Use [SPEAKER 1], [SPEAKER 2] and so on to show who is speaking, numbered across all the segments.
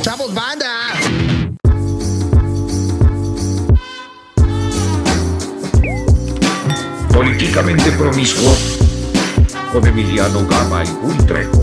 [SPEAKER 1] ¡Chavos, banda!
[SPEAKER 2] Políticamente promiscuo con Emiliano Gama y Gul Trejo.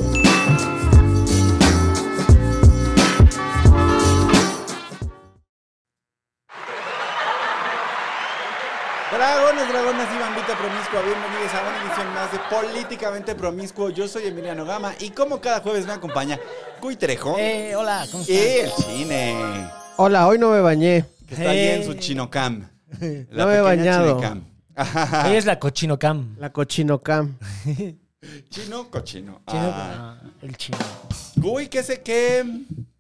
[SPEAKER 3] Dragones, dragonas y bambita promiscua, bienvenidos a una edición más de Políticamente Promiscuo. Yo soy Emiliano Gama y como cada jueves me acompaña Cuy Trejo
[SPEAKER 4] Eh, hola, ¿cómo
[SPEAKER 3] y
[SPEAKER 4] estás?
[SPEAKER 3] el cine,
[SPEAKER 1] Hola, hoy no me bañé.
[SPEAKER 3] que está allí
[SPEAKER 4] Eh.
[SPEAKER 3] en su chinocam. La
[SPEAKER 1] No me
[SPEAKER 3] pequeña
[SPEAKER 1] he bañado.
[SPEAKER 3] chinocam. Ajá.
[SPEAKER 4] Hoy es la cochino cam.
[SPEAKER 1] La cochino cam.
[SPEAKER 3] Chino cochino. Ah.
[SPEAKER 4] Ah, el chino.
[SPEAKER 3] Cuy, ¿qué sé qué?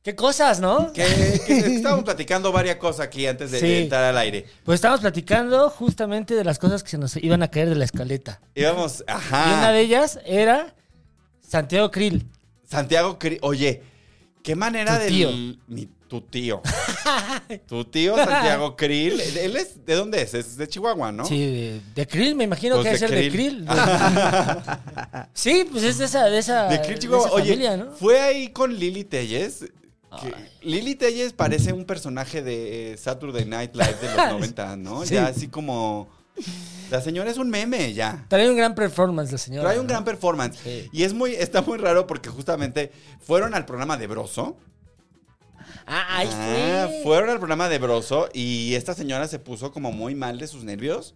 [SPEAKER 4] ¿Qué cosas, no?
[SPEAKER 3] Que, que estábamos platicando varias cosas aquí antes de
[SPEAKER 4] Sí.
[SPEAKER 3] entrar al aire.
[SPEAKER 4] Pues estábamos platicando justamente de las cosas que se nos iban a caer de la escaleta.
[SPEAKER 3] Íbamos,
[SPEAKER 4] Y una
[SPEAKER 3] ajá.
[SPEAKER 4] de ellas era Santiago Krill.
[SPEAKER 3] Santiago, Cri- oye, qué manera
[SPEAKER 4] Tu
[SPEAKER 3] de
[SPEAKER 4] tío.
[SPEAKER 3] tu tío. tu tío Santiago Krill, él es de dónde es? Es de Chihuahua, ¿no?
[SPEAKER 4] Sí, de, de Krill, me imagino
[SPEAKER 3] Pues
[SPEAKER 4] que debe
[SPEAKER 3] de
[SPEAKER 4] ser de
[SPEAKER 3] Krill. Ah.
[SPEAKER 4] Krill. sí, pues es de esa, de esa,
[SPEAKER 3] De Krill, Chihuahua.
[SPEAKER 4] esa
[SPEAKER 3] Oye,
[SPEAKER 4] familia, ¿no?
[SPEAKER 3] fue ahí con Lili Telles. que- Lili Telles parece un personaje de eh, Saturday Night Live de los 90, ¿no? Ya así como... La señora es un meme, ya.
[SPEAKER 4] Trae un gran performance la señora.
[SPEAKER 3] Trae un
[SPEAKER 4] ¿no?
[SPEAKER 3] gran performance.
[SPEAKER 4] Sí.
[SPEAKER 3] Y es muy, está muy raro porque justamente fueron al programa de Broso.
[SPEAKER 4] Ah, ahí
[SPEAKER 3] Ah,
[SPEAKER 4] fue.
[SPEAKER 3] fueron al programa de Broso y esta señora se puso como muy mal de sus nervios.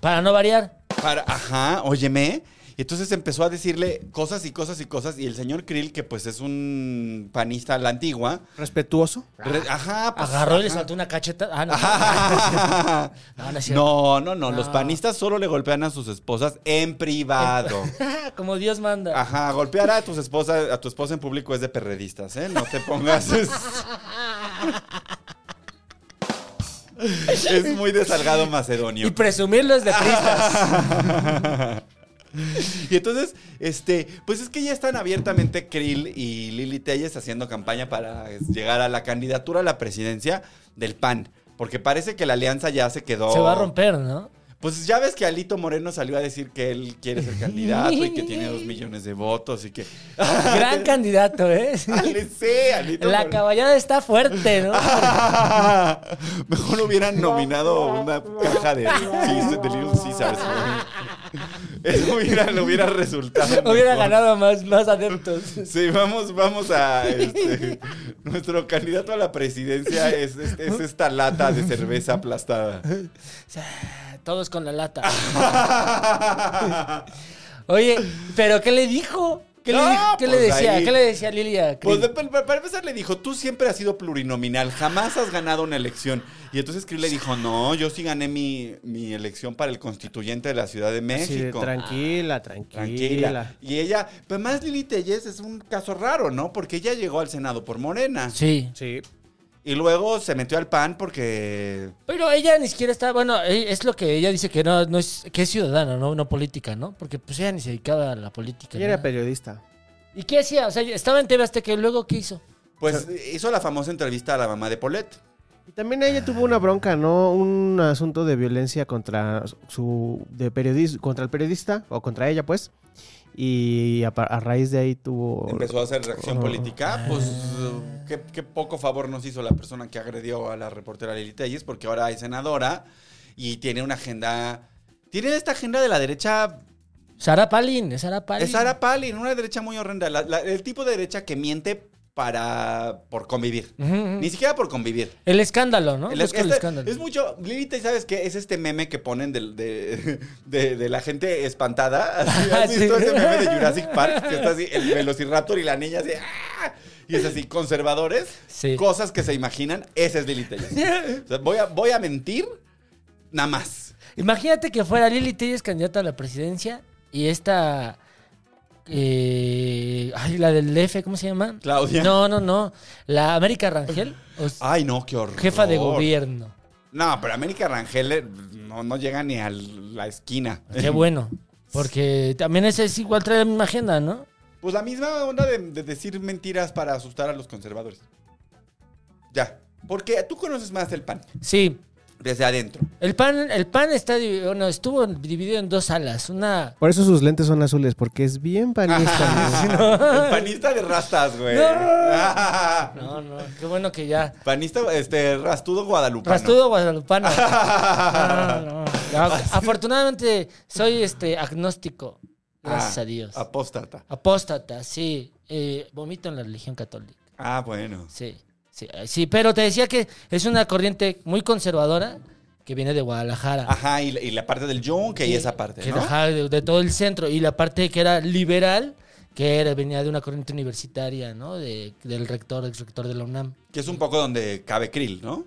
[SPEAKER 4] Para no variar.
[SPEAKER 3] Para, ajá, óyeme. Y entonces empezó a decirle cosas y cosas y cosas. Y el señor Krill, que pues es un panista a la antigua,
[SPEAKER 1] Respetuoso.
[SPEAKER 3] re- ajá, pues,
[SPEAKER 4] Ah, Agarró y le
[SPEAKER 3] ajá.
[SPEAKER 4] saltó una cacheta. Ah, no.
[SPEAKER 3] Ah,
[SPEAKER 4] No, no es cierto.
[SPEAKER 3] No, no, no, los
[SPEAKER 4] No.
[SPEAKER 3] panistas solo le golpean a sus esposas en privado.
[SPEAKER 4] Como Dios manda.
[SPEAKER 3] Ajá, golpear a tus esposas, a tu esposa en público es de perredistas, ¿eh? No te pongas. Es, es muy de Salgado Macedonio.
[SPEAKER 4] Y presumirlo es de pristas.
[SPEAKER 3] Y entonces, este, pues es que ya están abiertamente Krill y Lili Telles haciendo campaña para llegar a la candidatura a la presidencia del PAN. Porque parece que la alianza ya se quedó.
[SPEAKER 4] Se va a romper, ¿no?
[SPEAKER 3] Pues ya ves que Alito Moreno salió a decir que él quiere ser candidato y que tiene dos millones de votos y que.
[SPEAKER 4] Gran candidato, ¿eh?
[SPEAKER 3] Ale, sí, Alito
[SPEAKER 4] La
[SPEAKER 3] Moreno.
[SPEAKER 4] caballada está fuerte, ¿no?
[SPEAKER 3] Ah, Mejor hubieran nominado una caja de, sí, de Little Caesars. güey. Eso hubiera, lo hubiera resultado.
[SPEAKER 4] Hubiera
[SPEAKER 3] mejor.
[SPEAKER 4] ganado más, más adeptos.
[SPEAKER 3] Sí, vamos, vamos a. este, nuestro candidato a la presidencia es, es- es esta lata de cerveza aplastada.
[SPEAKER 4] Todos con la lata. Oye, ¿pero qué le dijo? ¿Qué, le,
[SPEAKER 3] No,
[SPEAKER 4] dijo? ¿Qué le
[SPEAKER 3] pues
[SPEAKER 4] decía?
[SPEAKER 3] ahí-
[SPEAKER 4] ¿Qué le decía Lilia?
[SPEAKER 3] Pues de- pa- para empezar le dijo, tú siempre has sido plurinominal, jamás has ganado una elección. Y entonces Krill le dijo, no, yo sí gané mi, mi elección para el constituyente de la Ciudad de
[SPEAKER 1] Sí,
[SPEAKER 3] México.
[SPEAKER 1] tranquila, tranquila.
[SPEAKER 3] Tranquila. Y ella, pues más Lili Telles es un caso raro, ¿no? Porque ella llegó al Senado por Morena.
[SPEAKER 4] Sí.
[SPEAKER 1] Sí.
[SPEAKER 3] Y luego se metió al PAN porque...
[SPEAKER 4] Pero ella ni siquiera está, bueno, eh, es lo que ella dice que no, no es, que es ciudadana, no, no política, ¿no? Porque pues ella ni se dedicaba a la política.
[SPEAKER 1] Ella era
[SPEAKER 4] ¿no?
[SPEAKER 1] periodista.
[SPEAKER 4] ¿Y qué hacía? O sea, estaba en TV Azteca y luego ¿qué hizo?
[SPEAKER 3] Pues hizo la famosa entrevista a la mamá de Paulette.
[SPEAKER 1] Y también ella tuvo una bronca, ¿no? Un asunto de violencia contra su de periodis- contra el periodista o contra ella, pues. Y a, pa- a raíz de ahí tuvo
[SPEAKER 3] Empezó a hacer reacción
[SPEAKER 1] Oh.
[SPEAKER 3] política. Pues qué, qué poco favor nos hizo la persona que agredió a la reportera Lili Telles, porque ahora es senadora y tiene una agenda. Tiene esta agenda de la derecha.
[SPEAKER 4] Sara Palin, es Sara Palin.
[SPEAKER 3] Es Sara Palin, una derecha muy horrenda. la- la- el tipo de derecha que miente para por convivir.
[SPEAKER 4] Ujú, ujú.
[SPEAKER 3] Ni siquiera por convivir.
[SPEAKER 4] El escándalo, ¿no?
[SPEAKER 3] El-
[SPEAKER 4] Busca el
[SPEAKER 3] este-
[SPEAKER 4] escándalo.
[SPEAKER 3] es mucho. Lili, Telles, ¿sabes qué? Es este meme que ponen del- de, de- de la gente espantada. Así, ¿Has
[SPEAKER 4] Ah, Sí.
[SPEAKER 3] visto ese meme de Jurassic Park? Que está así, el velociraptor y la niña así. ¡ah! Y es así, conservadores,
[SPEAKER 4] Sí.
[SPEAKER 3] cosas que se imaginan. Esa es Lili Telles. O sea, voy, a, voy a mentir, nada más.
[SPEAKER 4] Imagínate que fuera Lili Telles candidata a la presidencia y esta eh, Ay, la del F, ¿cómo se llama?
[SPEAKER 3] Claudia. Ah,
[SPEAKER 4] No, no, no. La América Rangel, o s-
[SPEAKER 3] Ay, no, qué horror.
[SPEAKER 4] jefa de gobierno.
[SPEAKER 3] No, pero América Rangel eh, no, no llega ni a la esquina.
[SPEAKER 4] Qué bueno. Porque también ese es igual trae la misma agenda, ¿no?
[SPEAKER 3] Pues la misma onda de, de decir mentiras para asustar a los conservadores. Ya. Porque tú conoces más el PAN
[SPEAKER 4] Sí.
[SPEAKER 3] desde adentro.
[SPEAKER 4] El pan, el pan está divi- bueno, estuvo dividido en dos alas. Una.
[SPEAKER 1] Por eso sus lentes son azules, porque es bien panista. güey.
[SPEAKER 3] Ah, El panista de rastas, güey.
[SPEAKER 4] No, no, qué bueno que ya.
[SPEAKER 3] Panista, este, rastudo guadalupano. Ah,
[SPEAKER 4] Rastudo Ah, guadalupano. No, no, no. Afortunadamente soy este agnóstico. Gracias
[SPEAKER 3] Ah,
[SPEAKER 4] a Dios.
[SPEAKER 3] Apóstata.
[SPEAKER 4] Apóstata, sí. Eh, vomito en la religión católica.
[SPEAKER 3] Ah, bueno.
[SPEAKER 4] Sí, sí, eh, sí, pero te decía que es una corriente muy conservadora que viene de Guadalajara.
[SPEAKER 3] Ajá, y, la- y la parte del yonke y
[SPEAKER 4] Que-
[SPEAKER 3] esa parte,
[SPEAKER 4] que
[SPEAKER 3] ¿no?
[SPEAKER 4] ajá, de, de todo el centro. Y la parte que era liberal, que era, venía de una corriente universitaria, ¿no? De- del rector, ex rector de la UNAM.
[SPEAKER 3] Que es un poco donde cabe Krill, ¿no?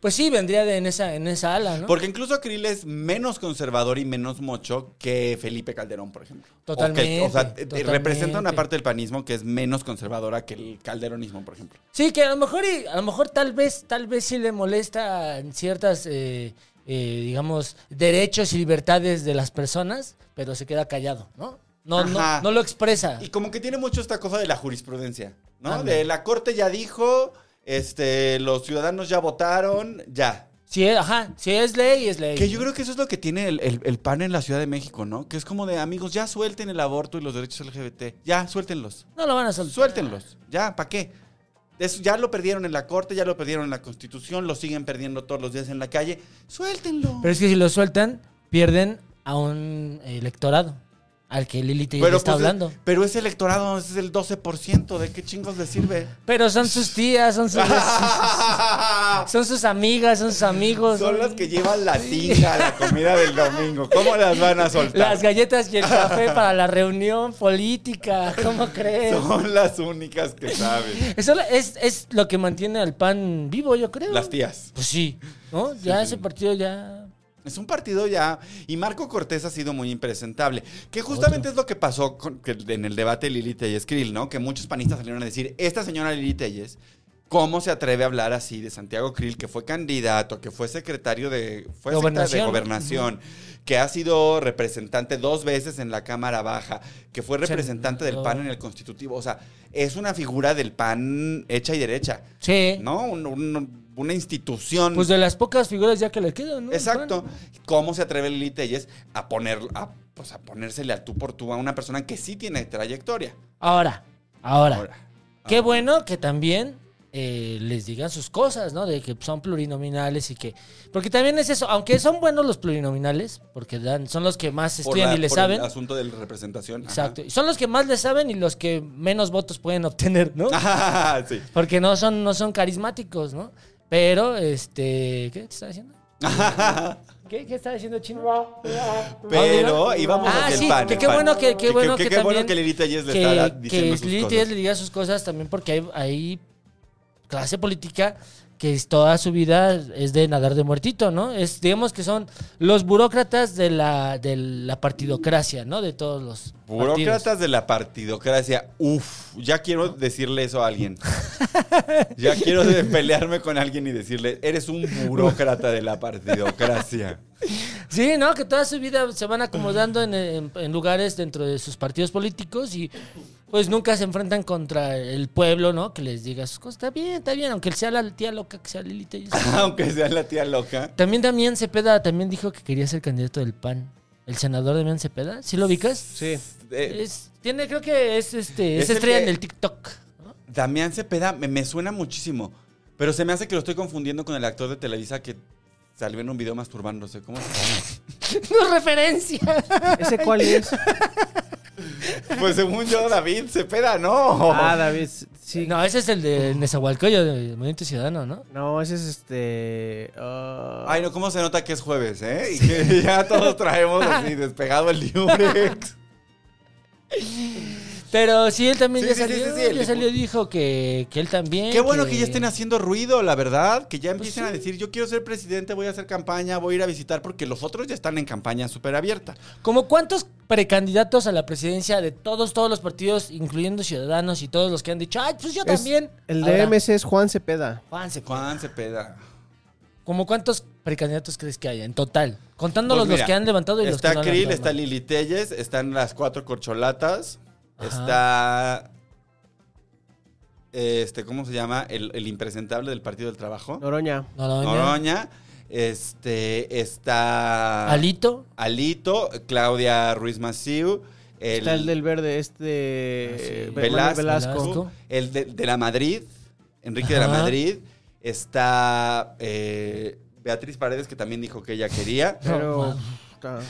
[SPEAKER 4] Pues sí, vendría de, en, esa, en esa ala, ¿no?
[SPEAKER 3] Porque incluso Krill es menos conservador y menos mocho que Felipe Calderón, por ejemplo. O que-
[SPEAKER 4] Totalmente,
[SPEAKER 3] o sea, te- te representa una
[SPEAKER 4] totalmente.
[SPEAKER 3] parte del panismo que es menos conservadora que el calderonismo, por ejemplo.
[SPEAKER 4] Sí, que a lo mejor, y- a lo mejor tal vez, tal vez sí le molestan ciertas, eh, eh, digamos, derechos y libertades de las personas, pero se queda callado, ¿no? No,
[SPEAKER 3] Ajá.
[SPEAKER 4] no, no lo expresa.
[SPEAKER 3] Y como que tiene mucho esta cosa de la jurisprudencia, ¿no?
[SPEAKER 4] Ah. Ándale.
[SPEAKER 3] De la corte ya dijo, este, los ciudadanos ya votaron, ya.
[SPEAKER 4] Si es, ajá, si es ley, es ley.
[SPEAKER 3] Que yo creo que eso es lo que tiene el, el- el PAN en la Ciudad de México, ¿no? Que es como de, amigos, ya suelten el aborto y los derechos LGBT. Ya, suéltenlos.
[SPEAKER 4] No lo van a soltar.
[SPEAKER 3] Suéltenlos. Ya, ¿para qué? Eso ya lo perdieron en la corte, ya lo perdieron en la constitución, lo siguen perdiendo todos los días en la calle. Suéltenlo.
[SPEAKER 4] Pero es que si lo sueltan, pierden a un electorado al que Lili te está
[SPEAKER 3] pues,
[SPEAKER 4] hablando.
[SPEAKER 3] pero ese electorado es el 12%, ¿de qué chingos le sirve?
[SPEAKER 4] Pero son sus tías, son sus, son sus amigas, son sus amigos.
[SPEAKER 3] Son las que llevan la tinga a la comida del domingo. ¿Cómo las van a soltar?
[SPEAKER 4] Las galletas y el café para la reunión política. ¿Cómo crees?
[SPEAKER 3] Son las únicas que saben.
[SPEAKER 4] Eso es, es lo que mantiene al pan vivo, yo creo.
[SPEAKER 3] Las tías.
[SPEAKER 4] Pues sí, ¿no? Ya ese partido ya...
[SPEAKER 3] Es un partido ya. Y Marco Cortés ha sido muy impresentable. Que justamente es lo que pasó con- que en el debate de Lili Telles Krill, ¿no? Que muchos panistas salieron a decir: Esta señora Lili Telles, ¿cómo se atreve a hablar así de Santiago Krill, que fue candidato, que fue secretario de, fue secretario de
[SPEAKER 4] Gobernación.
[SPEAKER 3] gobernación, que ha sido representante dos veces en la Cámara Baja, que fue representante del PAN en el Constitutivo? O sea, es una figura del PAN hecha y derecha,
[SPEAKER 4] Sí.
[SPEAKER 3] ¿no? Un- un- una institución.
[SPEAKER 4] Pues de las pocas figuras ya que le quedan, ¿no?
[SPEAKER 3] Exacto.
[SPEAKER 4] Bueno.
[SPEAKER 3] ¿Cómo se atreve Lili Telles a poner, a, pues, a ponérsele al tú por tú a una persona que sí tiene trayectoria?
[SPEAKER 4] Ahora, ahora.
[SPEAKER 3] Ahora.
[SPEAKER 4] Qué bueno que también eh, les digan sus cosas, ¿no? De que son plurinominales y que... Porque también es eso, aunque son buenos los plurinominales, porque dan, son los que más
[SPEAKER 3] Por
[SPEAKER 4] estudian
[SPEAKER 3] la-
[SPEAKER 4] y le
[SPEAKER 3] por
[SPEAKER 4] saben.
[SPEAKER 3] El asunto de la representación. ajá.
[SPEAKER 4] Exacto. Y son los que más le saben y los que menos votos pueden obtener, ¿no?
[SPEAKER 3] Ajá, sí.
[SPEAKER 4] Porque no son, no son carismáticos, ¿no? Pero, este... ¿Qué te está diciendo? ¿Qué, qué está diciendo Chino?
[SPEAKER 3] Pero íbamos
[SPEAKER 4] Ah,
[SPEAKER 3] hacia el
[SPEAKER 4] sí,
[SPEAKER 3] pan.
[SPEAKER 4] que
[SPEAKER 3] el
[SPEAKER 4] qué
[SPEAKER 3] pan.
[SPEAKER 4] bueno que, qué bueno que,
[SPEAKER 3] qué
[SPEAKER 4] también,
[SPEAKER 3] bueno que Lili Telles le
[SPEAKER 4] que-
[SPEAKER 3] está
[SPEAKER 4] que
[SPEAKER 3] diciendo sus
[SPEAKER 4] Lili
[SPEAKER 3] cosas.
[SPEAKER 4] Tellez le diga sus cosas también porque hay, hay clase política que es- toda su vida es de nadar de muertito, ¿no? Es digamos que son los burócratas de la de la partidocracia, ¿no? De todos los
[SPEAKER 3] Burócratas
[SPEAKER 4] partidos.
[SPEAKER 3] de la partidocracia. Uf, ya quiero decirle eso a alguien. ya quiero de- pelearme con alguien y decirle, eres un burócrata de la partidocracia.
[SPEAKER 4] Sí, ¿no? Que toda su vida se van acomodando en, en- en lugares dentro de sus partidos políticos y pues nunca se enfrentan contra el pueblo, ¿no? Que les diga sus cosas. Está bien, está bien, aunque sea la tía loca que sea Lili Tellez.
[SPEAKER 3] Aunque sea la tía loca.
[SPEAKER 4] También Damián Cepeda también dijo que quería ser candidato del PAN. El senador Damián Cepeda, ¿sí lo ubicas?
[SPEAKER 1] Sí.
[SPEAKER 3] Eh,
[SPEAKER 4] Es- tiene, creo que es este,
[SPEAKER 3] Es
[SPEAKER 4] es
[SPEAKER 3] el
[SPEAKER 4] estrella
[SPEAKER 3] que-
[SPEAKER 4] en el TikTok. ¿no?
[SPEAKER 3] Damián Cepeda me, me suena muchísimo, pero se me hace que lo estoy confundiendo con el actor de Televisa que salió en un video masturbándose. ¿Cómo se llama?
[SPEAKER 4] No referencia.
[SPEAKER 1] ¿Ese cuál es?
[SPEAKER 3] Pues según yo, David Cepeda, no.
[SPEAKER 1] Ah, David, sí. No,
[SPEAKER 4] No, ese es el de Nezahualcóyotl, de Movimiento Ciudadano, ¿no?
[SPEAKER 1] ese es este... ah,
[SPEAKER 3] Ay, no, cómo se nota que es jueves, ¿eh? Y que ya todos traemos así despegado el Durex.
[SPEAKER 4] Pero sí, él también
[SPEAKER 3] Sí,
[SPEAKER 4] ya
[SPEAKER 3] sí, sí,
[SPEAKER 4] salió,
[SPEAKER 3] sí, sí, el
[SPEAKER 4] ya salió y dijo que, que él también.
[SPEAKER 3] Qué bueno que ya estén haciendo ruido, la verdad. Que ya
[SPEAKER 4] Pues
[SPEAKER 3] empiecen a
[SPEAKER 4] sí.
[SPEAKER 3] decir, yo quiero ser presidente, voy a hacer campaña, voy a ir a visitar, porque los otros ya están en campaña súper abierta.
[SPEAKER 4] Como cuántos precandidatos a la presidencia de todos, todos los partidos, incluyendo Ciudadanos y todos los que han dicho, ay, pues yo
[SPEAKER 1] Es-
[SPEAKER 4] también.
[SPEAKER 1] el
[SPEAKER 4] Ahora,
[SPEAKER 1] de MC es Juan Cepeda.
[SPEAKER 4] Juan se-
[SPEAKER 3] Juan Cepeda.
[SPEAKER 4] ¿Como cuántos precandidatos crees que haya en total? Contándolos
[SPEAKER 3] Pues mira,
[SPEAKER 4] los que han levantado y los que
[SPEAKER 3] Está
[SPEAKER 4] no han
[SPEAKER 3] Krill,
[SPEAKER 4] levantado.
[SPEAKER 3] está Lili Telles, están las cuatro corcholatas,
[SPEAKER 4] Ajá.
[SPEAKER 3] está. Este, ¿cómo se llama? El, el impresentable del Partido del Trabajo.
[SPEAKER 1] Noroña.
[SPEAKER 4] No, no, no.
[SPEAKER 3] Noroña. Este, está.
[SPEAKER 4] Alito.
[SPEAKER 3] Alito, Claudia Ruiz Massieu. El,
[SPEAKER 1] Está el del verde, este.
[SPEAKER 4] sí.
[SPEAKER 1] eh,
[SPEAKER 3] Velasco.
[SPEAKER 1] Velasco.
[SPEAKER 4] Velasco.
[SPEAKER 3] El de, de la Madrid, Enrique de la
[SPEAKER 4] Ajá.
[SPEAKER 3] Madrid. Está eh, Beatriz Paredes, que también dijo que ella quería.
[SPEAKER 4] No,
[SPEAKER 1] Pero.
[SPEAKER 4] man.
[SPEAKER 1] está-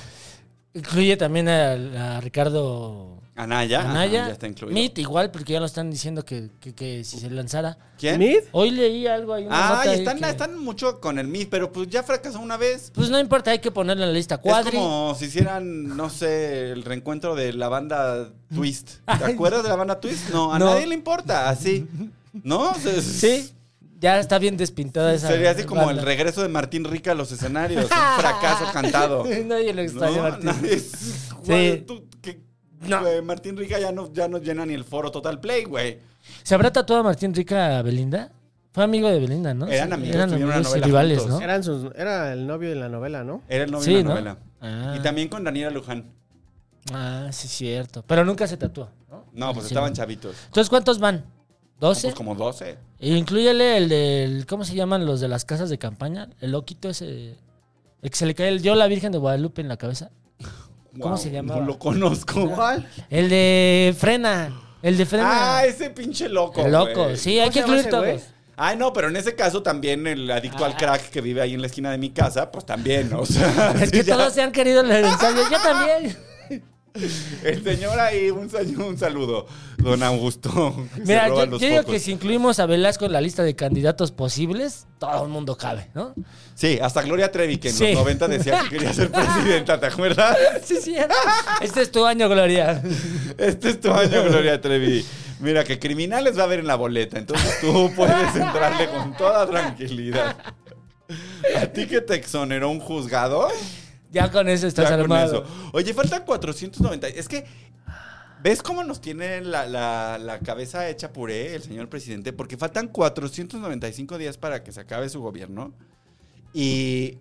[SPEAKER 4] Incluye también a, a Ricardo
[SPEAKER 3] Anaya. ajá,
[SPEAKER 4] Anaya.
[SPEAKER 3] ya está incluido.
[SPEAKER 4] Mit igual, porque ya lo están diciendo que, que- que si se lanzara.
[SPEAKER 3] ¿Quién?
[SPEAKER 1] ¿Mid?
[SPEAKER 4] Hoy leí algo ahí. una
[SPEAKER 3] Ah,
[SPEAKER 4] nota ahí
[SPEAKER 3] están,
[SPEAKER 4] que-
[SPEAKER 3] están mucho con el MID, pero pues ya fracasó una vez.
[SPEAKER 4] Pues no importa, hay que ponerlo en la lista. Cuadri.
[SPEAKER 3] Es como si hicieran, no sé, el reencuentro de la banda Twist. ¿Te acuerdas de la banda Twist? No, a
[SPEAKER 4] No.
[SPEAKER 3] nadie le importa, así. ¿No? Se-
[SPEAKER 4] Sí, ya está bien despintada esa.
[SPEAKER 3] Sería así como el
[SPEAKER 4] banda.
[SPEAKER 3] regreso de Martín Rica a los escenarios. Un fracaso cantado.
[SPEAKER 4] Nadie lo extraña,
[SPEAKER 3] No,
[SPEAKER 4] Martín.
[SPEAKER 3] nadie es- güey, tú- que-
[SPEAKER 4] No.
[SPEAKER 3] güey, Martín Rica ya no, ya no llena ni el foro Total Play, güey.
[SPEAKER 4] ¿Se habrá tatuado Martín Rica a Belinda? Fue amigo de Belinda, ¿no?
[SPEAKER 3] Eran
[SPEAKER 4] Sí,
[SPEAKER 3] amigos, tuvieron una
[SPEAKER 4] y
[SPEAKER 3] novela
[SPEAKER 4] rivales,
[SPEAKER 3] juntos.
[SPEAKER 4] ¿no?
[SPEAKER 1] Eran sus, era el novio de la novela, ¿no?
[SPEAKER 3] Era el novio
[SPEAKER 4] Sí,
[SPEAKER 3] de la
[SPEAKER 4] ¿no?
[SPEAKER 3] novela.
[SPEAKER 4] Ah.
[SPEAKER 3] Y también con Daniela Luján.
[SPEAKER 4] Ah, sí, cierto. Pero nunca se tatuó, ¿no?
[SPEAKER 3] No, pues
[SPEAKER 4] Ah, Sí,
[SPEAKER 3] estaban
[SPEAKER 4] ¿no?
[SPEAKER 3] chavitos.
[SPEAKER 4] Entonces, ¿cuántos van? ¿12?
[SPEAKER 3] Pues como 12.
[SPEAKER 4] Incluyele el del. ¿Cómo se llaman los de las casas de campaña? El loquito ese. El que se le cae el yo la Virgen de Guadalupe en la cabeza. ¿Cómo
[SPEAKER 3] Wow,
[SPEAKER 4] se llamaba?
[SPEAKER 3] No lo conozco.
[SPEAKER 1] ¿Cuál?
[SPEAKER 4] El de Frena. El de Frena.
[SPEAKER 3] Ah, ese pinche loco.
[SPEAKER 4] El loco,
[SPEAKER 3] güey.
[SPEAKER 4] sí, hay
[SPEAKER 1] ¿Cómo
[SPEAKER 4] que
[SPEAKER 1] se llama
[SPEAKER 4] incluir
[SPEAKER 1] ese güey?
[SPEAKER 4] todos.
[SPEAKER 3] Ay, no, pero en ese caso también el adicto
[SPEAKER 4] Ah.
[SPEAKER 3] al crack que vive ahí en la esquina de mi casa, pues también, o sea.
[SPEAKER 4] Es
[SPEAKER 3] sí,
[SPEAKER 4] que
[SPEAKER 3] ya.
[SPEAKER 4] todos se han querido el ensayo. Yo también.
[SPEAKER 3] El señor ahí, un, sal- un saludo, don Augusto. que se
[SPEAKER 4] Mira,
[SPEAKER 3] roba
[SPEAKER 4] yo,
[SPEAKER 3] los
[SPEAKER 4] yo digo
[SPEAKER 3] focos.
[SPEAKER 4] que si incluimos a Velasco en la lista de candidatos posibles, todo el mundo cabe, ¿no?
[SPEAKER 3] Sí, hasta Gloria Trevi, que en
[SPEAKER 4] Sí.
[SPEAKER 3] los 90 decía que quería ser presidenta, ¿te acuerdas?
[SPEAKER 4] Sí, sí. Este es tu año, Gloria.
[SPEAKER 3] Este es tu año, Gloria Trevi. Mira, que criminales va a haber en la boleta, entonces tú puedes entrarle con toda tranquilidad. ¿A ti que te exoneró un juzgado?
[SPEAKER 4] Ya con eso estás
[SPEAKER 3] Ya con
[SPEAKER 4] armado.
[SPEAKER 3] eso. Oye, faltan 490. Es que, ¿ves cómo nos tiene la, la- la cabeza hecha puré el señor presidente? Porque faltan 495 días para que se acabe su gobierno. Y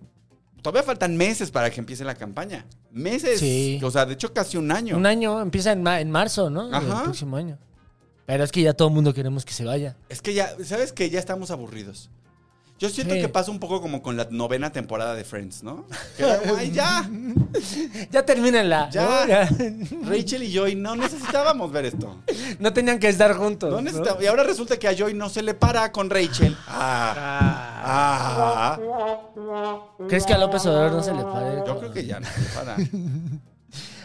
[SPEAKER 3] todavía faltan meses para que empiece la campaña. Meses.
[SPEAKER 4] Sí.
[SPEAKER 3] O sea, de hecho, casi un año.
[SPEAKER 4] Un año, empieza en, ma- en marzo, ¿no?
[SPEAKER 3] Ajá.
[SPEAKER 4] El próximo año. Pero es que ya todo el mundo queremos que se vaya.
[SPEAKER 3] Es que ya, ¿sabes que Ya estamos aburridos. Yo siento
[SPEAKER 4] Sí.
[SPEAKER 3] que pasa un poco como con la novena temporada de Friends, ¿no? Que era, "Ay, ya!
[SPEAKER 4] Ya termínenla.
[SPEAKER 3] Ya.
[SPEAKER 4] ¿no? Ya.
[SPEAKER 3] Rachel y Joy no necesitábamos ver esto.
[SPEAKER 4] No tenían que estar juntos.
[SPEAKER 3] No
[SPEAKER 4] ¿no?
[SPEAKER 3] necesitaba- Y ahora resulta que a Joy no se le para con Rachel. Ah. Ah.
[SPEAKER 4] ¿Crees que a López Obrador no se le pare?
[SPEAKER 3] Yo creo que ya no se le para.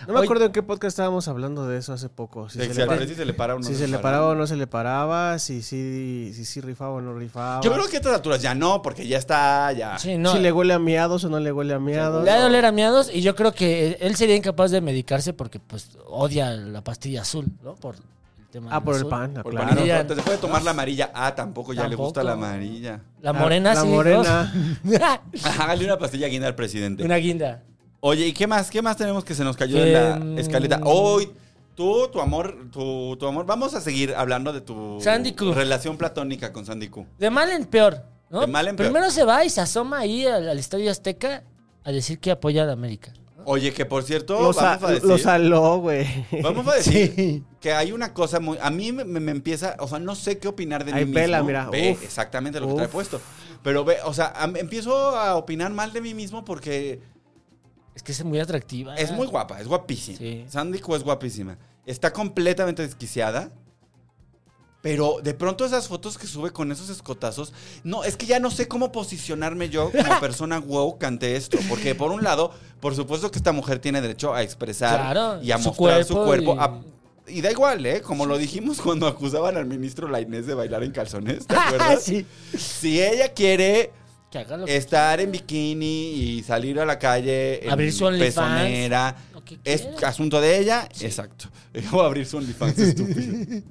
[SPEAKER 1] No me
[SPEAKER 4] Oye.
[SPEAKER 1] acuerdo en qué podcast estábamos hablando de eso hace poco. Si
[SPEAKER 3] De
[SPEAKER 1] se,
[SPEAKER 3] que
[SPEAKER 1] le,
[SPEAKER 3] al
[SPEAKER 1] par-
[SPEAKER 3] parecer si se le para o no
[SPEAKER 1] si se le paraba o no se le paraba, si sí si, sí rifaba o no rifaba.
[SPEAKER 3] Yo creo que a estas alturas ya no, porque ya está, ya.
[SPEAKER 4] Sí, no.
[SPEAKER 1] Si le huele a miados o no le huele a miados.
[SPEAKER 4] Le ha de oler a miados y yo creo que él sería incapaz de medicarse porque pues odia la pastilla azul, ¿no? Por el tema
[SPEAKER 1] Ah,
[SPEAKER 4] del
[SPEAKER 1] por el
[SPEAKER 4] azul.
[SPEAKER 1] pan, ah,
[SPEAKER 3] Por
[SPEAKER 1] claro.
[SPEAKER 3] panito,
[SPEAKER 4] Ya.
[SPEAKER 3] espérate, se puede tomar la amarilla. Ah, tampoco, ya le gusta la
[SPEAKER 4] Tampoco.
[SPEAKER 3] amarilla.
[SPEAKER 4] La morena,
[SPEAKER 1] Ah, La
[SPEAKER 4] sí.
[SPEAKER 1] morena.
[SPEAKER 4] ¿no?
[SPEAKER 3] Hágale una pastilla guinda al presidente.
[SPEAKER 4] Una guinda.
[SPEAKER 3] Oye, ¿y qué más? ¿Qué más tenemos que se nos cayó en
[SPEAKER 4] Em,
[SPEAKER 3] la escaleta? Hoy, tú, tu amor, tu, tu amor. Vamos a seguir hablando de tu
[SPEAKER 4] Sandy Q.
[SPEAKER 3] relación platónica con Sandy Q.
[SPEAKER 4] De mal en peor, ¿no?
[SPEAKER 3] De mal en peor.
[SPEAKER 4] Primero se va y se asoma ahí al, al Estadio Azteca a decir que apoya a la América.
[SPEAKER 3] Oye, que por cierto,
[SPEAKER 1] Lo, sa-
[SPEAKER 3] vamos a decir.
[SPEAKER 1] lo saló, güey.
[SPEAKER 3] Vamos a decir
[SPEAKER 1] Sí.
[SPEAKER 3] que hay una cosa muy. A mí me, me- me empieza. O sea, no sé qué opinar de
[SPEAKER 1] Ahí
[SPEAKER 3] mí
[SPEAKER 1] pela,
[SPEAKER 3] mismo.
[SPEAKER 1] mira,
[SPEAKER 3] Ve
[SPEAKER 1] uf,
[SPEAKER 3] exactamente lo que
[SPEAKER 1] uf.
[SPEAKER 3] trae puesto. Pero ve, o sea, a- empiezo a opinar mal de mí mismo porque
[SPEAKER 4] Es que es muy atractiva.
[SPEAKER 3] es muy guapa, es guapísima.
[SPEAKER 4] Ah. Sí.
[SPEAKER 3] Sandy Q es guapísima. Está completamente desquiciada. Pero de pronto esas fotos que sube con esos escotazos, no, es que ya no sé cómo posicionarme yo como persona wow ante esto. Porque por un lado, por supuesto que esta mujer tiene derecho a expresar
[SPEAKER 4] Claro,
[SPEAKER 3] y a
[SPEAKER 4] su
[SPEAKER 3] mostrar su
[SPEAKER 4] cuerpo
[SPEAKER 3] cuerpo.
[SPEAKER 4] y-
[SPEAKER 3] a- Y... da igual, ¿eh? Como lo dijimos cuando acusaban al ministro Lainez de bailar en calzones, ¿te acuerdas?
[SPEAKER 4] sí.
[SPEAKER 3] Si ella quiere
[SPEAKER 4] que haga Ah, lo que
[SPEAKER 3] Estar en bikini y salir a la calle en
[SPEAKER 4] Abrir su OnlyFans,
[SPEAKER 3] pezonera
[SPEAKER 4] lo que
[SPEAKER 3] es
[SPEAKER 4] quiera.
[SPEAKER 3] asunto de ella. Exacto. O abrir su OnlyFans, estúpido.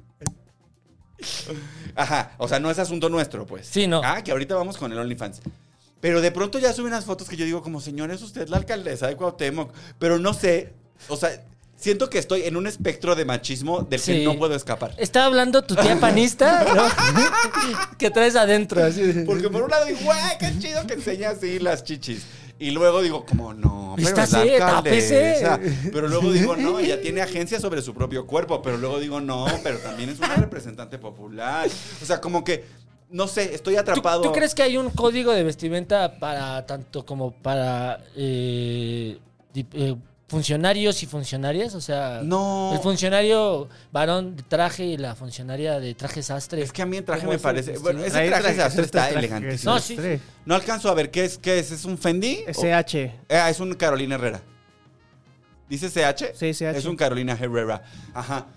[SPEAKER 3] Ajá, o sea, no es asunto nuestro, pues.
[SPEAKER 4] Sí, no.
[SPEAKER 3] Ah, que ahorita vamos con el OnlyFans. Pero de pronto ya sube unas fotos que yo digo, como, señor, es usted la alcaldesa de Cuauhtémoc. Pero no sé, o sea, siento que estoy en un espectro de machismo del que
[SPEAKER 4] Sí.
[SPEAKER 3] no puedo escapar.
[SPEAKER 4] Está hablando tu tía panista, ¿no? que traes adentro. así de-
[SPEAKER 3] Porque por un lado digo, guay, qué chido que enseña así las chichis. Y luego digo, como no, pero
[SPEAKER 4] Está
[SPEAKER 3] es la
[SPEAKER 4] así,
[SPEAKER 3] alcaldesa.
[SPEAKER 4] tápese.
[SPEAKER 3] Pero luego digo, no, ella tiene agencia sobre su propio cuerpo. Pero luego digo, no, pero también es una representante popular. O sea, como que, no sé, estoy
[SPEAKER 4] ¿Tú,
[SPEAKER 3] atrapado.
[SPEAKER 4] tú crees que hay un código de vestimenta para tanto como para eh, di- eh, funcionarios y funcionarias? O sea,
[SPEAKER 3] No.
[SPEAKER 4] el funcionario varón de traje y la funcionaria de traje sastre.
[SPEAKER 3] Es que a mí el traje
[SPEAKER 4] ¿Cómo
[SPEAKER 3] me
[SPEAKER 4] es el
[SPEAKER 3] parece.
[SPEAKER 4] vestido?
[SPEAKER 3] Bueno, ese
[SPEAKER 1] Ahí
[SPEAKER 3] traje,
[SPEAKER 1] traje-
[SPEAKER 3] sastre
[SPEAKER 1] ese
[SPEAKER 3] está
[SPEAKER 1] traje
[SPEAKER 3] elegantísimo.
[SPEAKER 4] No, sí.
[SPEAKER 1] sastre.
[SPEAKER 3] No alcanzo a ver qué es, qué es. ¿Es un Fendi? O-
[SPEAKER 1] SH.
[SPEAKER 3] Ah, es un Carolina Herrera. ¿Dice CH?
[SPEAKER 1] Sí, CH.
[SPEAKER 3] Es un Carolina Herrera. Ajá.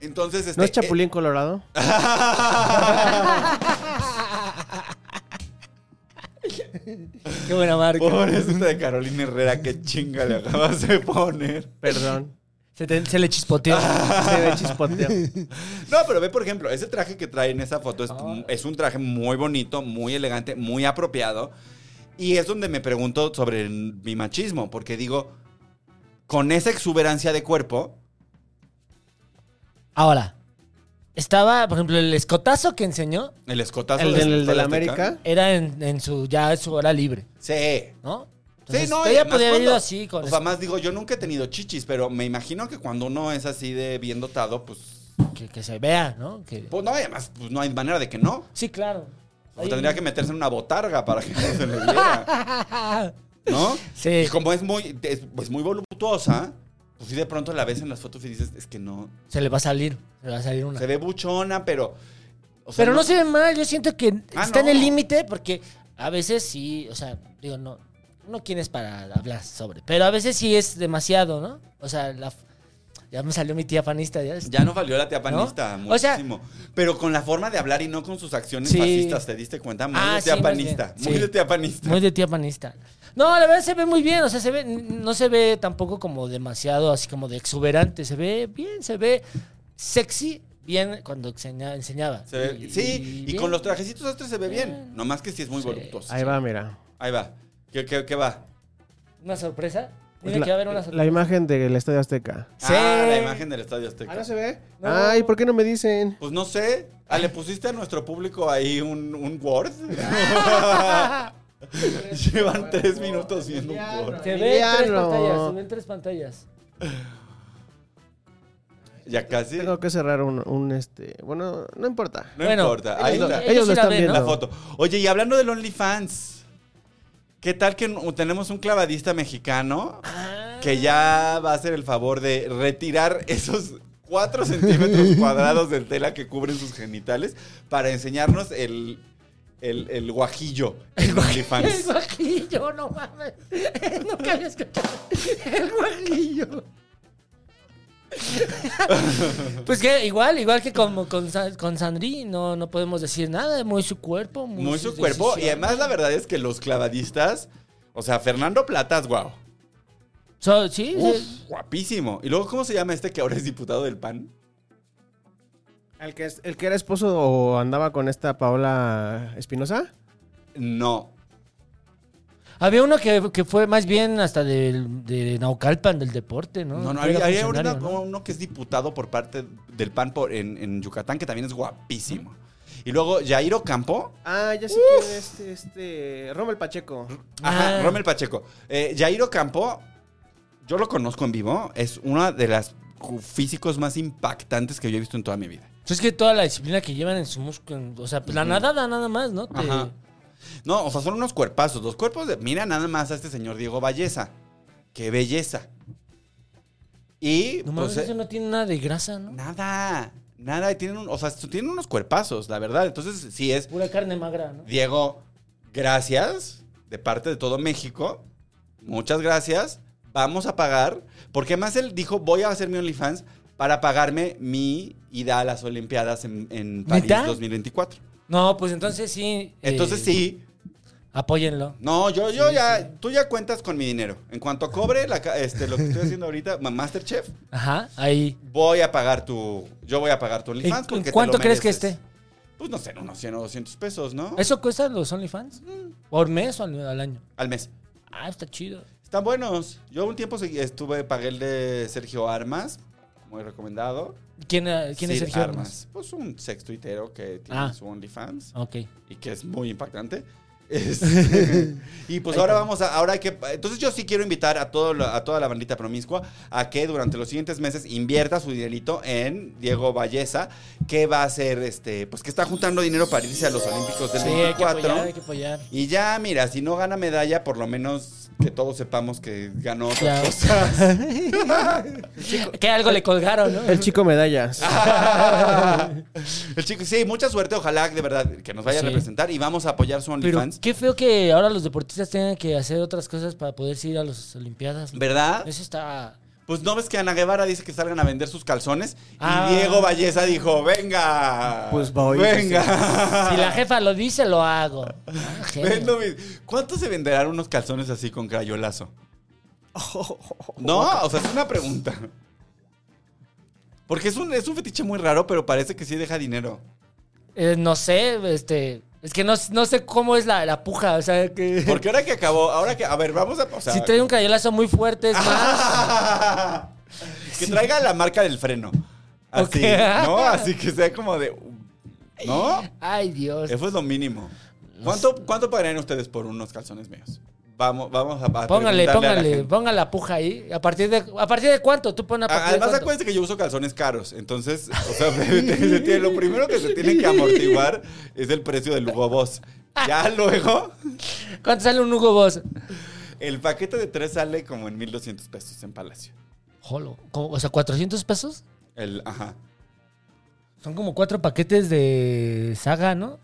[SPEAKER 3] Entonces, este. eh, ah,
[SPEAKER 1] ¿No es Chapulín Colorado?
[SPEAKER 4] Qué buena
[SPEAKER 3] eh,
[SPEAKER 4] marca.
[SPEAKER 3] pobrecita de Carolina Herrera, qué chinga le acabas de poner.
[SPEAKER 1] Perdón.
[SPEAKER 4] Se, te- se le chispoteó.
[SPEAKER 1] Se ve chispoteo.
[SPEAKER 3] No, pero ve, por ejemplo, ese traje que trae en esa foto es,
[SPEAKER 1] Ah.
[SPEAKER 3] es un traje muy bonito, muy elegante, muy apropiado. Y es donde me pregunto sobre el- mi machismo, porque digo, con esa exuberancia de cuerpo,
[SPEAKER 4] Ahora, estaba, por ejemplo, el escotazo que enseñó
[SPEAKER 3] el escotazo.
[SPEAKER 1] ¿El
[SPEAKER 3] de-
[SPEAKER 1] del, de
[SPEAKER 3] de
[SPEAKER 1] la América?
[SPEAKER 4] era en, en su ya su hora libre,
[SPEAKER 3] Sí.
[SPEAKER 4] ¿no?
[SPEAKER 3] Sí,
[SPEAKER 4] Entonces,
[SPEAKER 3] no, y
[SPEAKER 4] Ella
[SPEAKER 3] además
[SPEAKER 4] podía haber ido
[SPEAKER 3] cuando-
[SPEAKER 4] así con
[SPEAKER 3] O sea, más digo, yo nunca he tenido chichis, pero me imagino que cuando uno es así de bien dotado, pues.
[SPEAKER 4] que, que se vea, ¿no? Que-
[SPEAKER 3] Pues no, y además, pues no hay manera de que no.
[SPEAKER 4] sí, claro.
[SPEAKER 3] O tendría que meterse en una botarga para que no se le viera. ¿No?
[SPEAKER 4] Sí.
[SPEAKER 3] Y como es muy, es, pues muy voluptuosa, pues sí de pronto la ves en las fotos y dices, es que no.
[SPEAKER 4] Se le va a salir, se le va a salir una.
[SPEAKER 3] Se ve buchona, pero. o sea,
[SPEAKER 4] Pero no se ve mal, yo siento que
[SPEAKER 3] Ah,
[SPEAKER 4] está
[SPEAKER 3] no.
[SPEAKER 4] en el límite porque a veces sí, o sea, digo, no, no quién es para hablar sobre, pero a veces sí es demasiado, ¿no? O sea, la- ya me salió mi tía panista, ya.
[SPEAKER 3] Ya no valió la tía panista
[SPEAKER 4] ¿No? O sea-
[SPEAKER 3] muchísimo. pero con la forma de hablar y no con sus acciones
[SPEAKER 4] Sí.
[SPEAKER 3] fascistas, ¿te diste cuenta? Muy
[SPEAKER 4] Ah,
[SPEAKER 3] de tía
[SPEAKER 4] sí, más bien.
[SPEAKER 3] panista.
[SPEAKER 4] Sí.
[SPEAKER 3] Muy de tía panista.
[SPEAKER 4] Muy de tía panista. No, la verdad se ve muy bien, o sea, se ve, no se ve tampoco como demasiado así como de exuberante, se ve bien, se ve sexy, bien cuando enseña- enseñaba.
[SPEAKER 3] Se ve- sí, y
[SPEAKER 4] bien.
[SPEAKER 3] con los trajecitos astres se ve bien.
[SPEAKER 4] Bien.
[SPEAKER 3] Nomás que sí es muy
[SPEAKER 4] Sí.
[SPEAKER 3] voluptuoso.
[SPEAKER 1] Ahí va, mira.
[SPEAKER 3] Ahí va. ¿Qué, qué- qué va?
[SPEAKER 4] ¿Una sorpresa? Dime
[SPEAKER 1] Pues la,
[SPEAKER 4] que va a haber una
[SPEAKER 1] la
[SPEAKER 4] sorpresa.
[SPEAKER 1] imagen del Estadio Azteca. Ah,
[SPEAKER 4] Sí.
[SPEAKER 3] Ah, la imagen del Estadio Azteca.
[SPEAKER 1] ve?
[SPEAKER 4] No.
[SPEAKER 1] Ay, ¿por qué no me dicen?
[SPEAKER 3] Pues no sé. Ah, ¿Le pusiste a nuestro público ahí un, un Word? Llevan tres minutos viendo un Word.
[SPEAKER 4] Se ve en tres
[SPEAKER 1] Emiliano.
[SPEAKER 4] pantallas, se ven tres pantallas.
[SPEAKER 3] Ya casi.
[SPEAKER 1] Tengo que cerrar un, un, este. Bueno, no importa.
[SPEAKER 3] No
[SPEAKER 4] Bueno,
[SPEAKER 3] importa. Ahí
[SPEAKER 4] ellos-
[SPEAKER 3] está.
[SPEAKER 1] Ellos lo
[SPEAKER 4] sí la
[SPEAKER 1] están
[SPEAKER 4] ven,
[SPEAKER 1] viendo.
[SPEAKER 3] La foto. Oye, y hablando del OnlyFans, ¿qué tal que no- tenemos un clavadista mexicano
[SPEAKER 4] Ah.
[SPEAKER 3] que ya va a hacer el favor de retirar esos 4 centímetros cuadrados de tela que cubren sus genitales para enseñarnos el, el, el guajillo en
[SPEAKER 4] El
[SPEAKER 3] OnlyFans?
[SPEAKER 4] guajillo, no mames. Nunca había escuchado. El guajillo. pues que igual, igual que como con, Sa- con Sandri, no, no podemos decir nada. Muy su cuerpo. Muy,
[SPEAKER 3] Muy
[SPEAKER 4] sus
[SPEAKER 3] su cuerpo. Y
[SPEAKER 4] decisiones.
[SPEAKER 3] además la verdad es que los clavadistas, o sea, Fernando Platas, wow.
[SPEAKER 4] So, sí, sí.
[SPEAKER 3] Uf, guapísimo. Y luego, ¿cómo se llama este que ahora es diputado del PAN?
[SPEAKER 1] El que, es- el que era esposo o andaba con esta Paola Espinosa.
[SPEAKER 3] No.
[SPEAKER 4] Había uno que, que fue más bien hasta del- de Naucalpan, del deporte, ¿no?
[SPEAKER 3] No, no,
[SPEAKER 4] Era
[SPEAKER 3] había, había
[SPEAKER 4] funcionario,
[SPEAKER 3] una-
[SPEAKER 4] ¿no?
[SPEAKER 3] uno que es diputado por parte del PAN por- en, en Yucatán, que también es guapísimo. Y luego Jairo Campo.
[SPEAKER 1] Ah, ya sé quién es este, este. Rommel Pacheco.
[SPEAKER 3] Ajá,
[SPEAKER 4] Ah.
[SPEAKER 3] Rommel Pacheco. Eh, Jairo Campo, yo lo conozco en vivo, es una de las ju- físicos más impactantes que yo he visto en toda mi vida.
[SPEAKER 4] Pues es que toda la disciplina que llevan en su músculo, o sea, pues la nadada nada más, ¿no? Te-
[SPEAKER 3] Ajá. No, o sea, son unos cuerpazos, los cuerpos de... Mira nada más a este señor Diego Valleza. ¡Qué belleza! Y...
[SPEAKER 4] No mames,
[SPEAKER 3] pues,
[SPEAKER 4] eso no tiene nada de grasa, ¿no?
[SPEAKER 3] Nada, nada. Tienen un- o sea, tienen unos cuerpazos, la verdad. Entonces, sí es...
[SPEAKER 4] Pura carne magra, ¿no?
[SPEAKER 3] Diego, gracias de parte de todo México. Muchas gracias. Vamos a pagar. Porque además él dijo, voy a hacer mi OnlyFans para pagarme mi ida a las Olimpiadas en, en París
[SPEAKER 4] ¿Neta?
[SPEAKER 3] 2024.
[SPEAKER 4] No, pues entonces sí. eh,
[SPEAKER 3] Entonces sí,
[SPEAKER 4] Apóyenlo.
[SPEAKER 3] No, yo, yo ya, tú ya cuentas con mi dinero. En cuanto cobre la ca- este, lo que estoy haciendo ahorita, ma- Masterchef,
[SPEAKER 4] Ajá, ahí.
[SPEAKER 3] voy a pagar tu, yo voy a pagar tu
[SPEAKER 4] ¿En,
[SPEAKER 3] OnlyFans
[SPEAKER 4] en
[SPEAKER 3] porque te
[SPEAKER 4] cuánto
[SPEAKER 3] lo
[SPEAKER 4] crees que
[SPEAKER 3] mereces.
[SPEAKER 4] esté?
[SPEAKER 3] Pues no sé, en unos 100 o 200 pesos, ¿no? Mm.
[SPEAKER 4] ¿Eso cuesta los OnlyFans? ¿Por mes o al, al año?
[SPEAKER 3] Al mes.
[SPEAKER 4] Ah, está chido.
[SPEAKER 3] Están buenos. Yo un tiempo segui- estuve, pagué el de Sergio Armas, muy recomendado.
[SPEAKER 4] ¿Quién, eh, quién es
[SPEAKER 3] Sir
[SPEAKER 4] Sergio Armas?
[SPEAKER 3] Pues un sex tuitero que tiene
[SPEAKER 4] Ah.
[SPEAKER 3] su OnlyFans
[SPEAKER 4] Ok.
[SPEAKER 3] y que es muy impactante. Este, y pues
[SPEAKER 4] Ahí
[SPEAKER 3] ahora
[SPEAKER 4] está.
[SPEAKER 3] vamos a, ahora hay que, entonces yo sí quiero invitar a, todo, lo- a toda la bandita promiscua a que durante los siguientes meses invierta su dinerito en Diego Valleza, que va a ser, este, pues que está juntando dinero para irse a los Olímpicos del
[SPEAKER 4] Sí, hay que
[SPEAKER 3] 24.
[SPEAKER 4] apoyar, hay que apoyar.
[SPEAKER 3] Y ya, mira, si no gana medalla, por lo menos que todos sepamos que ganó otras
[SPEAKER 4] Claro.
[SPEAKER 3] cosas.
[SPEAKER 4] Que algo le colgaron, ¿no?
[SPEAKER 1] El chico medallas.
[SPEAKER 3] Ah. El chico, sí, mucha suerte, ojalá de verdad que nos vaya
[SPEAKER 4] Sí.
[SPEAKER 3] a representar y vamos a apoyar su
[SPEAKER 4] Pero
[SPEAKER 3] OnlyFans.
[SPEAKER 4] qué feo que ahora los deportistas tengan que hacer otras cosas para poder ir a las Olimpiadas.
[SPEAKER 3] ¿Verdad?
[SPEAKER 4] Eso está...
[SPEAKER 3] Pues no ves que Ana Guevara dice que salgan a vender sus calzones y
[SPEAKER 4] Ah.
[SPEAKER 3] Diego Valleza dijo, venga.
[SPEAKER 1] Pues voy.
[SPEAKER 3] Venga.
[SPEAKER 4] Si la jefa lo dice, lo hago. Ah, genio.
[SPEAKER 3] Vendo mis- ¿Cuánto se venderán unos calzones así con crayolazo? No, o sea, es una pregunta. Porque es un, es un fetiche muy raro, pero parece que sí deja dinero.
[SPEAKER 4] Eh, no sé, este... Es que no, no sé cómo es la, la puja, o sea, que...
[SPEAKER 3] Porque ahora que acabó, ahora que. A ver, vamos a. O sea,
[SPEAKER 4] si trae un crayolazo muy fuerte, es más...
[SPEAKER 3] que traiga la marca del freno. Así,
[SPEAKER 4] Ok.
[SPEAKER 3] ¿no? Así que sea como de. ¿No?
[SPEAKER 4] Ay, Dios.
[SPEAKER 3] Eso es lo mínimo. ¿Cuánto, cuánto pagarían ustedes por unos calzones míos? Vamos, vamos a. a
[SPEAKER 4] Póngale,
[SPEAKER 3] preguntarle a la
[SPEAKER 4] póngale,
[SPEAKER 3] gente. Ah,
[SPEAKER 4] póngale la puja ahí. ¿A partir de, a partir de cuánto? Tú pones a partir
[SPEAKER 3] Además,
[SPEAKER 4] de cuánto.
[SPEAKER 3] acuérdense que yo uso calzones caros. Entonces, o sea, se tiene- lo primero que se tiene que amortiguar es el precio del Hugo Boss.
[SPEAKER 4] Ah.
[SPEAKER 3] Ya luego,
[SPEAKER 4] ¿Cuánto sale un Hugo Boss?
[SPEAKER 3] el paquete de tres sale como en 1200 pesos en Palacio.
[SPEAKER 4] Jolo. ¿cómo? O sea, 400 pesos.
[SPEAKER 3] El, ajá.
[SPEAKER 4] Son como cuatro paquetes de saga, ¿no?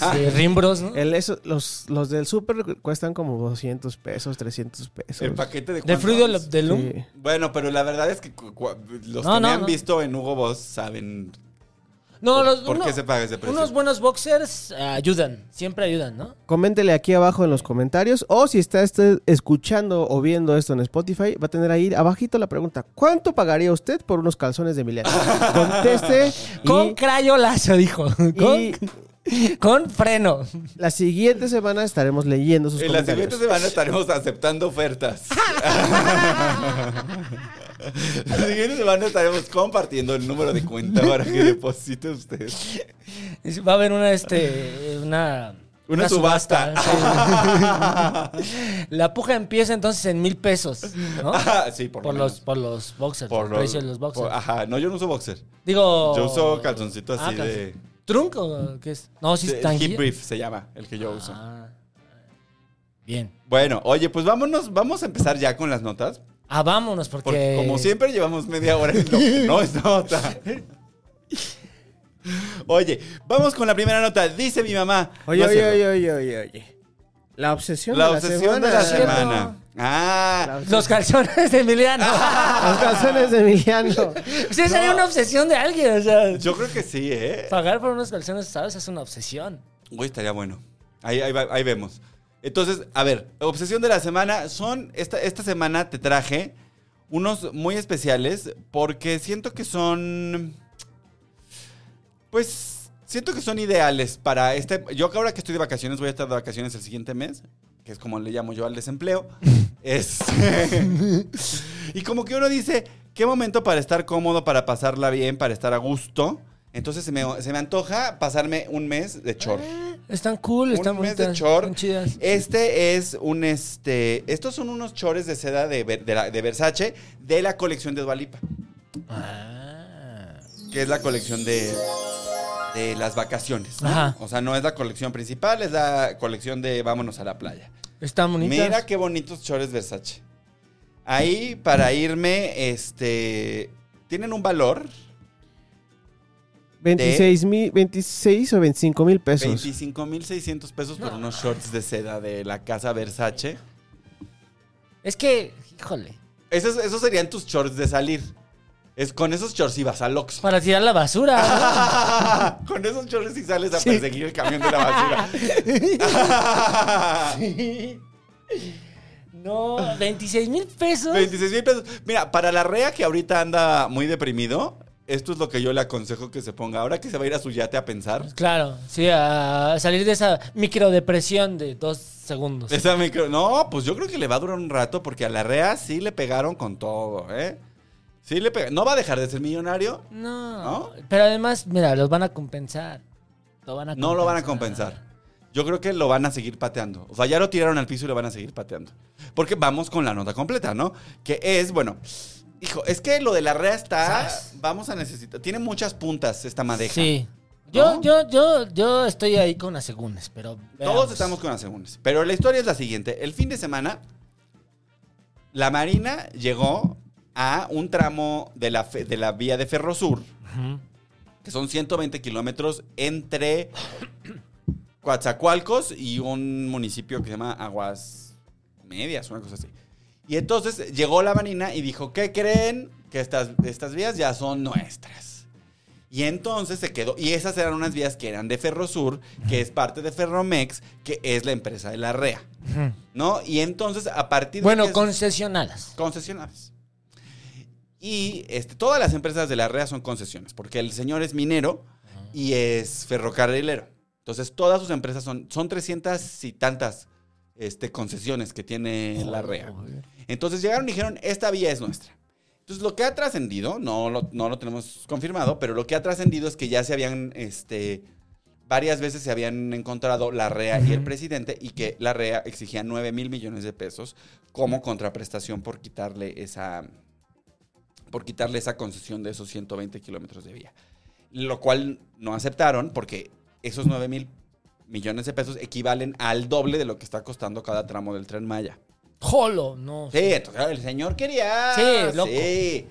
[SPEAKER 3] Ah.
[SPEAKER 4] De rimbros, ¿no?
[SPEAKER 1] El, eso, los, los del súper cuestan como 200 pesos, 300 pesos.
[SPEAKER 3] El paquete de
[SPEAKER 4] de
[SPEAKER 3] cuánto?
[SPEAKER 4] Fruit del- del Loom.
[SPEAKER 1] Sí.
[SPEAKER 3] Bueno, pero la verdad es que cu- cua- los
[SPEAKER 4] No,
[SPEAKER 3] que me
[SPEAKER 4] no,
[SPEAKER 3] han
[SPEAKER 4] no.
[SPEAKER 3] visto en Hugo Boss saben
[SPEAKER 4] No,
[SPEAKER 3] por,
[SPEAKER 4] los,
[SPEAKER 3] por
[SPEAKER 4] uno-
[SPEAKER 3] qué se paga ese precio.
[SPEAKER 4] unos buenos boxers eh, ayudan. Siempre ayudan, ¿no?
[SPEAKER 1] Coméntele aquí abajo en los comentarios o si está usted escuchando o viendo esto en Spotify, va a tener ahí abajito la pregunta, ¿cuánto pagaría usted por unos calzones de Emiliano? Conteste y,
[SPEAKER 4] Con crayolazo, dijo.
[SPEAKER 1] y
[SPEAKER 4] Con, con freno.
[SPEAKER 1] la siguiente semana estaremos leyendo sus
[SPEAKER 3] en la
[SPEAKER 1] comentarios.
[SPEAKER 3] siguiente semana estaremos aceptando ofertas. la siguiente semana estaremos compartiendo el número de cuenta para que deposite usted.
[SPEAKER 4] Va a haber una, este, una...
[SPEAKER 3] Una subasta.
[SPEAKER 4] sí. La puja empieza entonces en mil pesos, ¿no?
[SPEAKER 3] Ajá, sí, por,
[SPEAKER 4] Por,
[SPEAKER 3] lo menos.
[SPEAKER 4] los, por los boxers, por
[SPEAKER 3] Por
[SPEAKER 4] el
[SPEAKER 3] los-
[SPEAKER 4] precio de los boxers.
[SPEAKER 3] por- ajá, no, yo no uso boxer.
[SPEAKER 4] Digo...
[SPEAKER 3] Yo uso calzoncito
[SPEAKER 4] Ah,
[SPEAKER 3] así
[SPEAKER 4] calzon-
[SPEAKER 3] de,
[SPEAKER 4] ¿Trunk o qué es? No, sí
[SPEAKER 3] de
[SPEAKER 4] es tanguilla.
[SPEAKER 3] Hip Brief Eh, se llama, el que yo uso.
[SPEAKER 4] Ah. Bien.
[SPEAKER 3] Bueno, oye, pues vámonos, vamos a empezar ya con las notas.
[SPEAKER 4] Ah, vámonos porque...
[SPEAKER 3] Porque como siempre llevamos media hora en lo que no es nota. Oye, vamos con la primera nota. Dice mi mamá.
[SPEAKER 1] Oye,
[SPEAKER 3] No
[SPEAKER 1] oye,
[SPEAKER 3] sé,
[SPEAKER 1] oye, oye, oye, oye. La obsesión
[SPEAKER 3] La
[SPEAKER 1] de la
[SPEAKER 3] obsesión
[SPEAKER 1] semana.
[SPEAKER 3] de la
[SPEAKER 4] cierto.
[SPEAKER 3] semana. Ah,
[SPEAKER 4] Los calzones de Emiliano.
[SPEAKER 1] Los calzones de Emiliano.
[SPEAKER 4] Sí, sería una obsesión de alguien, o sea...
[SPEAKER 3] yo creo que sí, ¿eh?
[SPEAKER 4] Pagar por unos calzones, ¿sabes? Es una obsesión.
[SPEAKER 3] Uy, estaría bueno. Ahí, ahí va- ahí vemos. Entonces, a ver, obsesión de la semana son. Esta, esta semana te traje unos muy especiales porque siento que son. Pues siento que son ideales para este. Yo que ahora que estoy de vacaciones, voy a estar de vacaciones el siguiente mes, que es como le llamo yo al desempleo. es, y como que uno dice, ¿qué momento para estar cómodo, para pasarla bien, para estar a gusto? Entonces se me, se me antoja pasarme un mes de chor.
[SPEAKER 4] Están cool, están
[SPEAKER 3] un mes de
[SPEAKER 4] bonitas,
[SPEAKER 3] chor.
[SPEAKER 4] están chidas.
[SPEAKER 3] Este es un este. Estos son unos chores de seda de, Ver- de la- de Versace de la colección de Dualipa.
[SPEAKER 4] Ah.
[SPEAKER 3] que es la colección de, de las vacaciones. ¿no?
[SPEAKER 4] Ajá.
[SPEAKER 3] O sea, no es la colección principal, es la colección de vámonos a la playa.
[SPEAKER 4] Están bonitas.
[SPEAKER 3] Mira qué bonitos chores Versace. Ahí para irme, este, tienen un valor
[SPEAKER 1] 26, mil, 26 o 25 mil pesos.
[SPEAKER 3] 25.600 pesos por unos shorts de seda de la casa Versace.
[SPEAKER 4] Es que, híjole.
[SPEAKER 3] Esos, esos serían tus shorts de salir. Es con esos shorts y vas al Oxxo.
[SPEAKER 4] Para tirar la basura.
[SPEAKER 3] Con esos chorros y sales a perseguir el camión de la basura.
[SPEAKER 4] No, 26 mil pesos.
[SPEAKER 3] 26 mil pesos. Mira, para la REA que ahorita anda muy deprimido, esto es lo que yo le aconsejo que se ponga. Ahora que se va a ir a su yate a pensar.
[SPEAKER 4] Pues Claro, sí, a salir de esa microdepresión de dos segundos.
[SPEAKER 3] Esa micro- No, pues yo creo que le va a durar un rato porque a la REA sí le pegaron con todo, ¿eh? Sí le pegaron. No va a dejar de ser millonario.
[SPEAKER 4] No,
[SPEAKER 3] ¿No?
[SPEAKER 4] pero además, mira, los van a compensar. Lo van a
[SPEAKER 3] No lo van a compensar. Yo creo que lo van a seguir pateando. O sea, ya lo tiraron al piso y lo van a seguir pateando. Porque vamos con la nota completa, ¿no? Que es, bueno, hijo, es que lo de la rea está.
[SPEAKER 4] ¿Sabes?
[SPEAKER 3] Vamos a necesitar. Tiene muchas puntas esta madeja.
[SPEAKER 4] Sí. Yo,
[SPEAKER 3] ¿No?
[SPEAKER 4] yo, yo, yo estoy ahí con las segundas, pero.
[SPEAKER 3] Todos estamos con las segundas. Pero la historia es la siguiente. El fin de semana, la Marina llegó a un tramo de la, fe- de la vía de Ferrosur, que son 120 kilómetros entre Coatzacoalcos y un municipio que se llama Aguas Medias, una cosa así. Y entonces llegó la Marina y dijo, ¿qué creen? Que estas, estas vías ya son nuestras. Y entonces se quedó. Y esas eran unas vías que eran de Ferrosur, que es parte de Ferromex, que es la empresa de la REA. ¿No? Y entonces, a partir de. que
[SPEAKER 4] Bueno,
[SPEAKER 3] es-
[SPEAKER 4] concesionadas.
[SPEAKER 3] concesionadas. Y este, todas las empresas de la REA son concesiones, porque el señor es minero y es ferrocarrilero. Entonces, todas sus empresas son, son 300 y tantas este, concesiones que tiene la REA. Entonces llegaron y dijeron, esta vía es nuestra. Entonces lo que ha trascendido, no lo, no lo tenemos confirmado, pero lo que ha trascendido es que ya se habían, este, varias veces se habían encontrado la REA y el presidente y que la REA exigía 9 mil millones de pesos como contraprestación por quitarle esa, por quitarle esa concesión de esos 120 kilómetros de vía. Lo cual no aceptaron porque esos 9 mil millones de pesos equivalen al doble de lo que está costando cada tramo del tren Maya.
[SPEAKER 4] Jolo, no.
[SPEAKER 3] Sí, entonces el señor quería.
[SPEAKER 4] Sí, loco.
[SPEAKER 3] sí.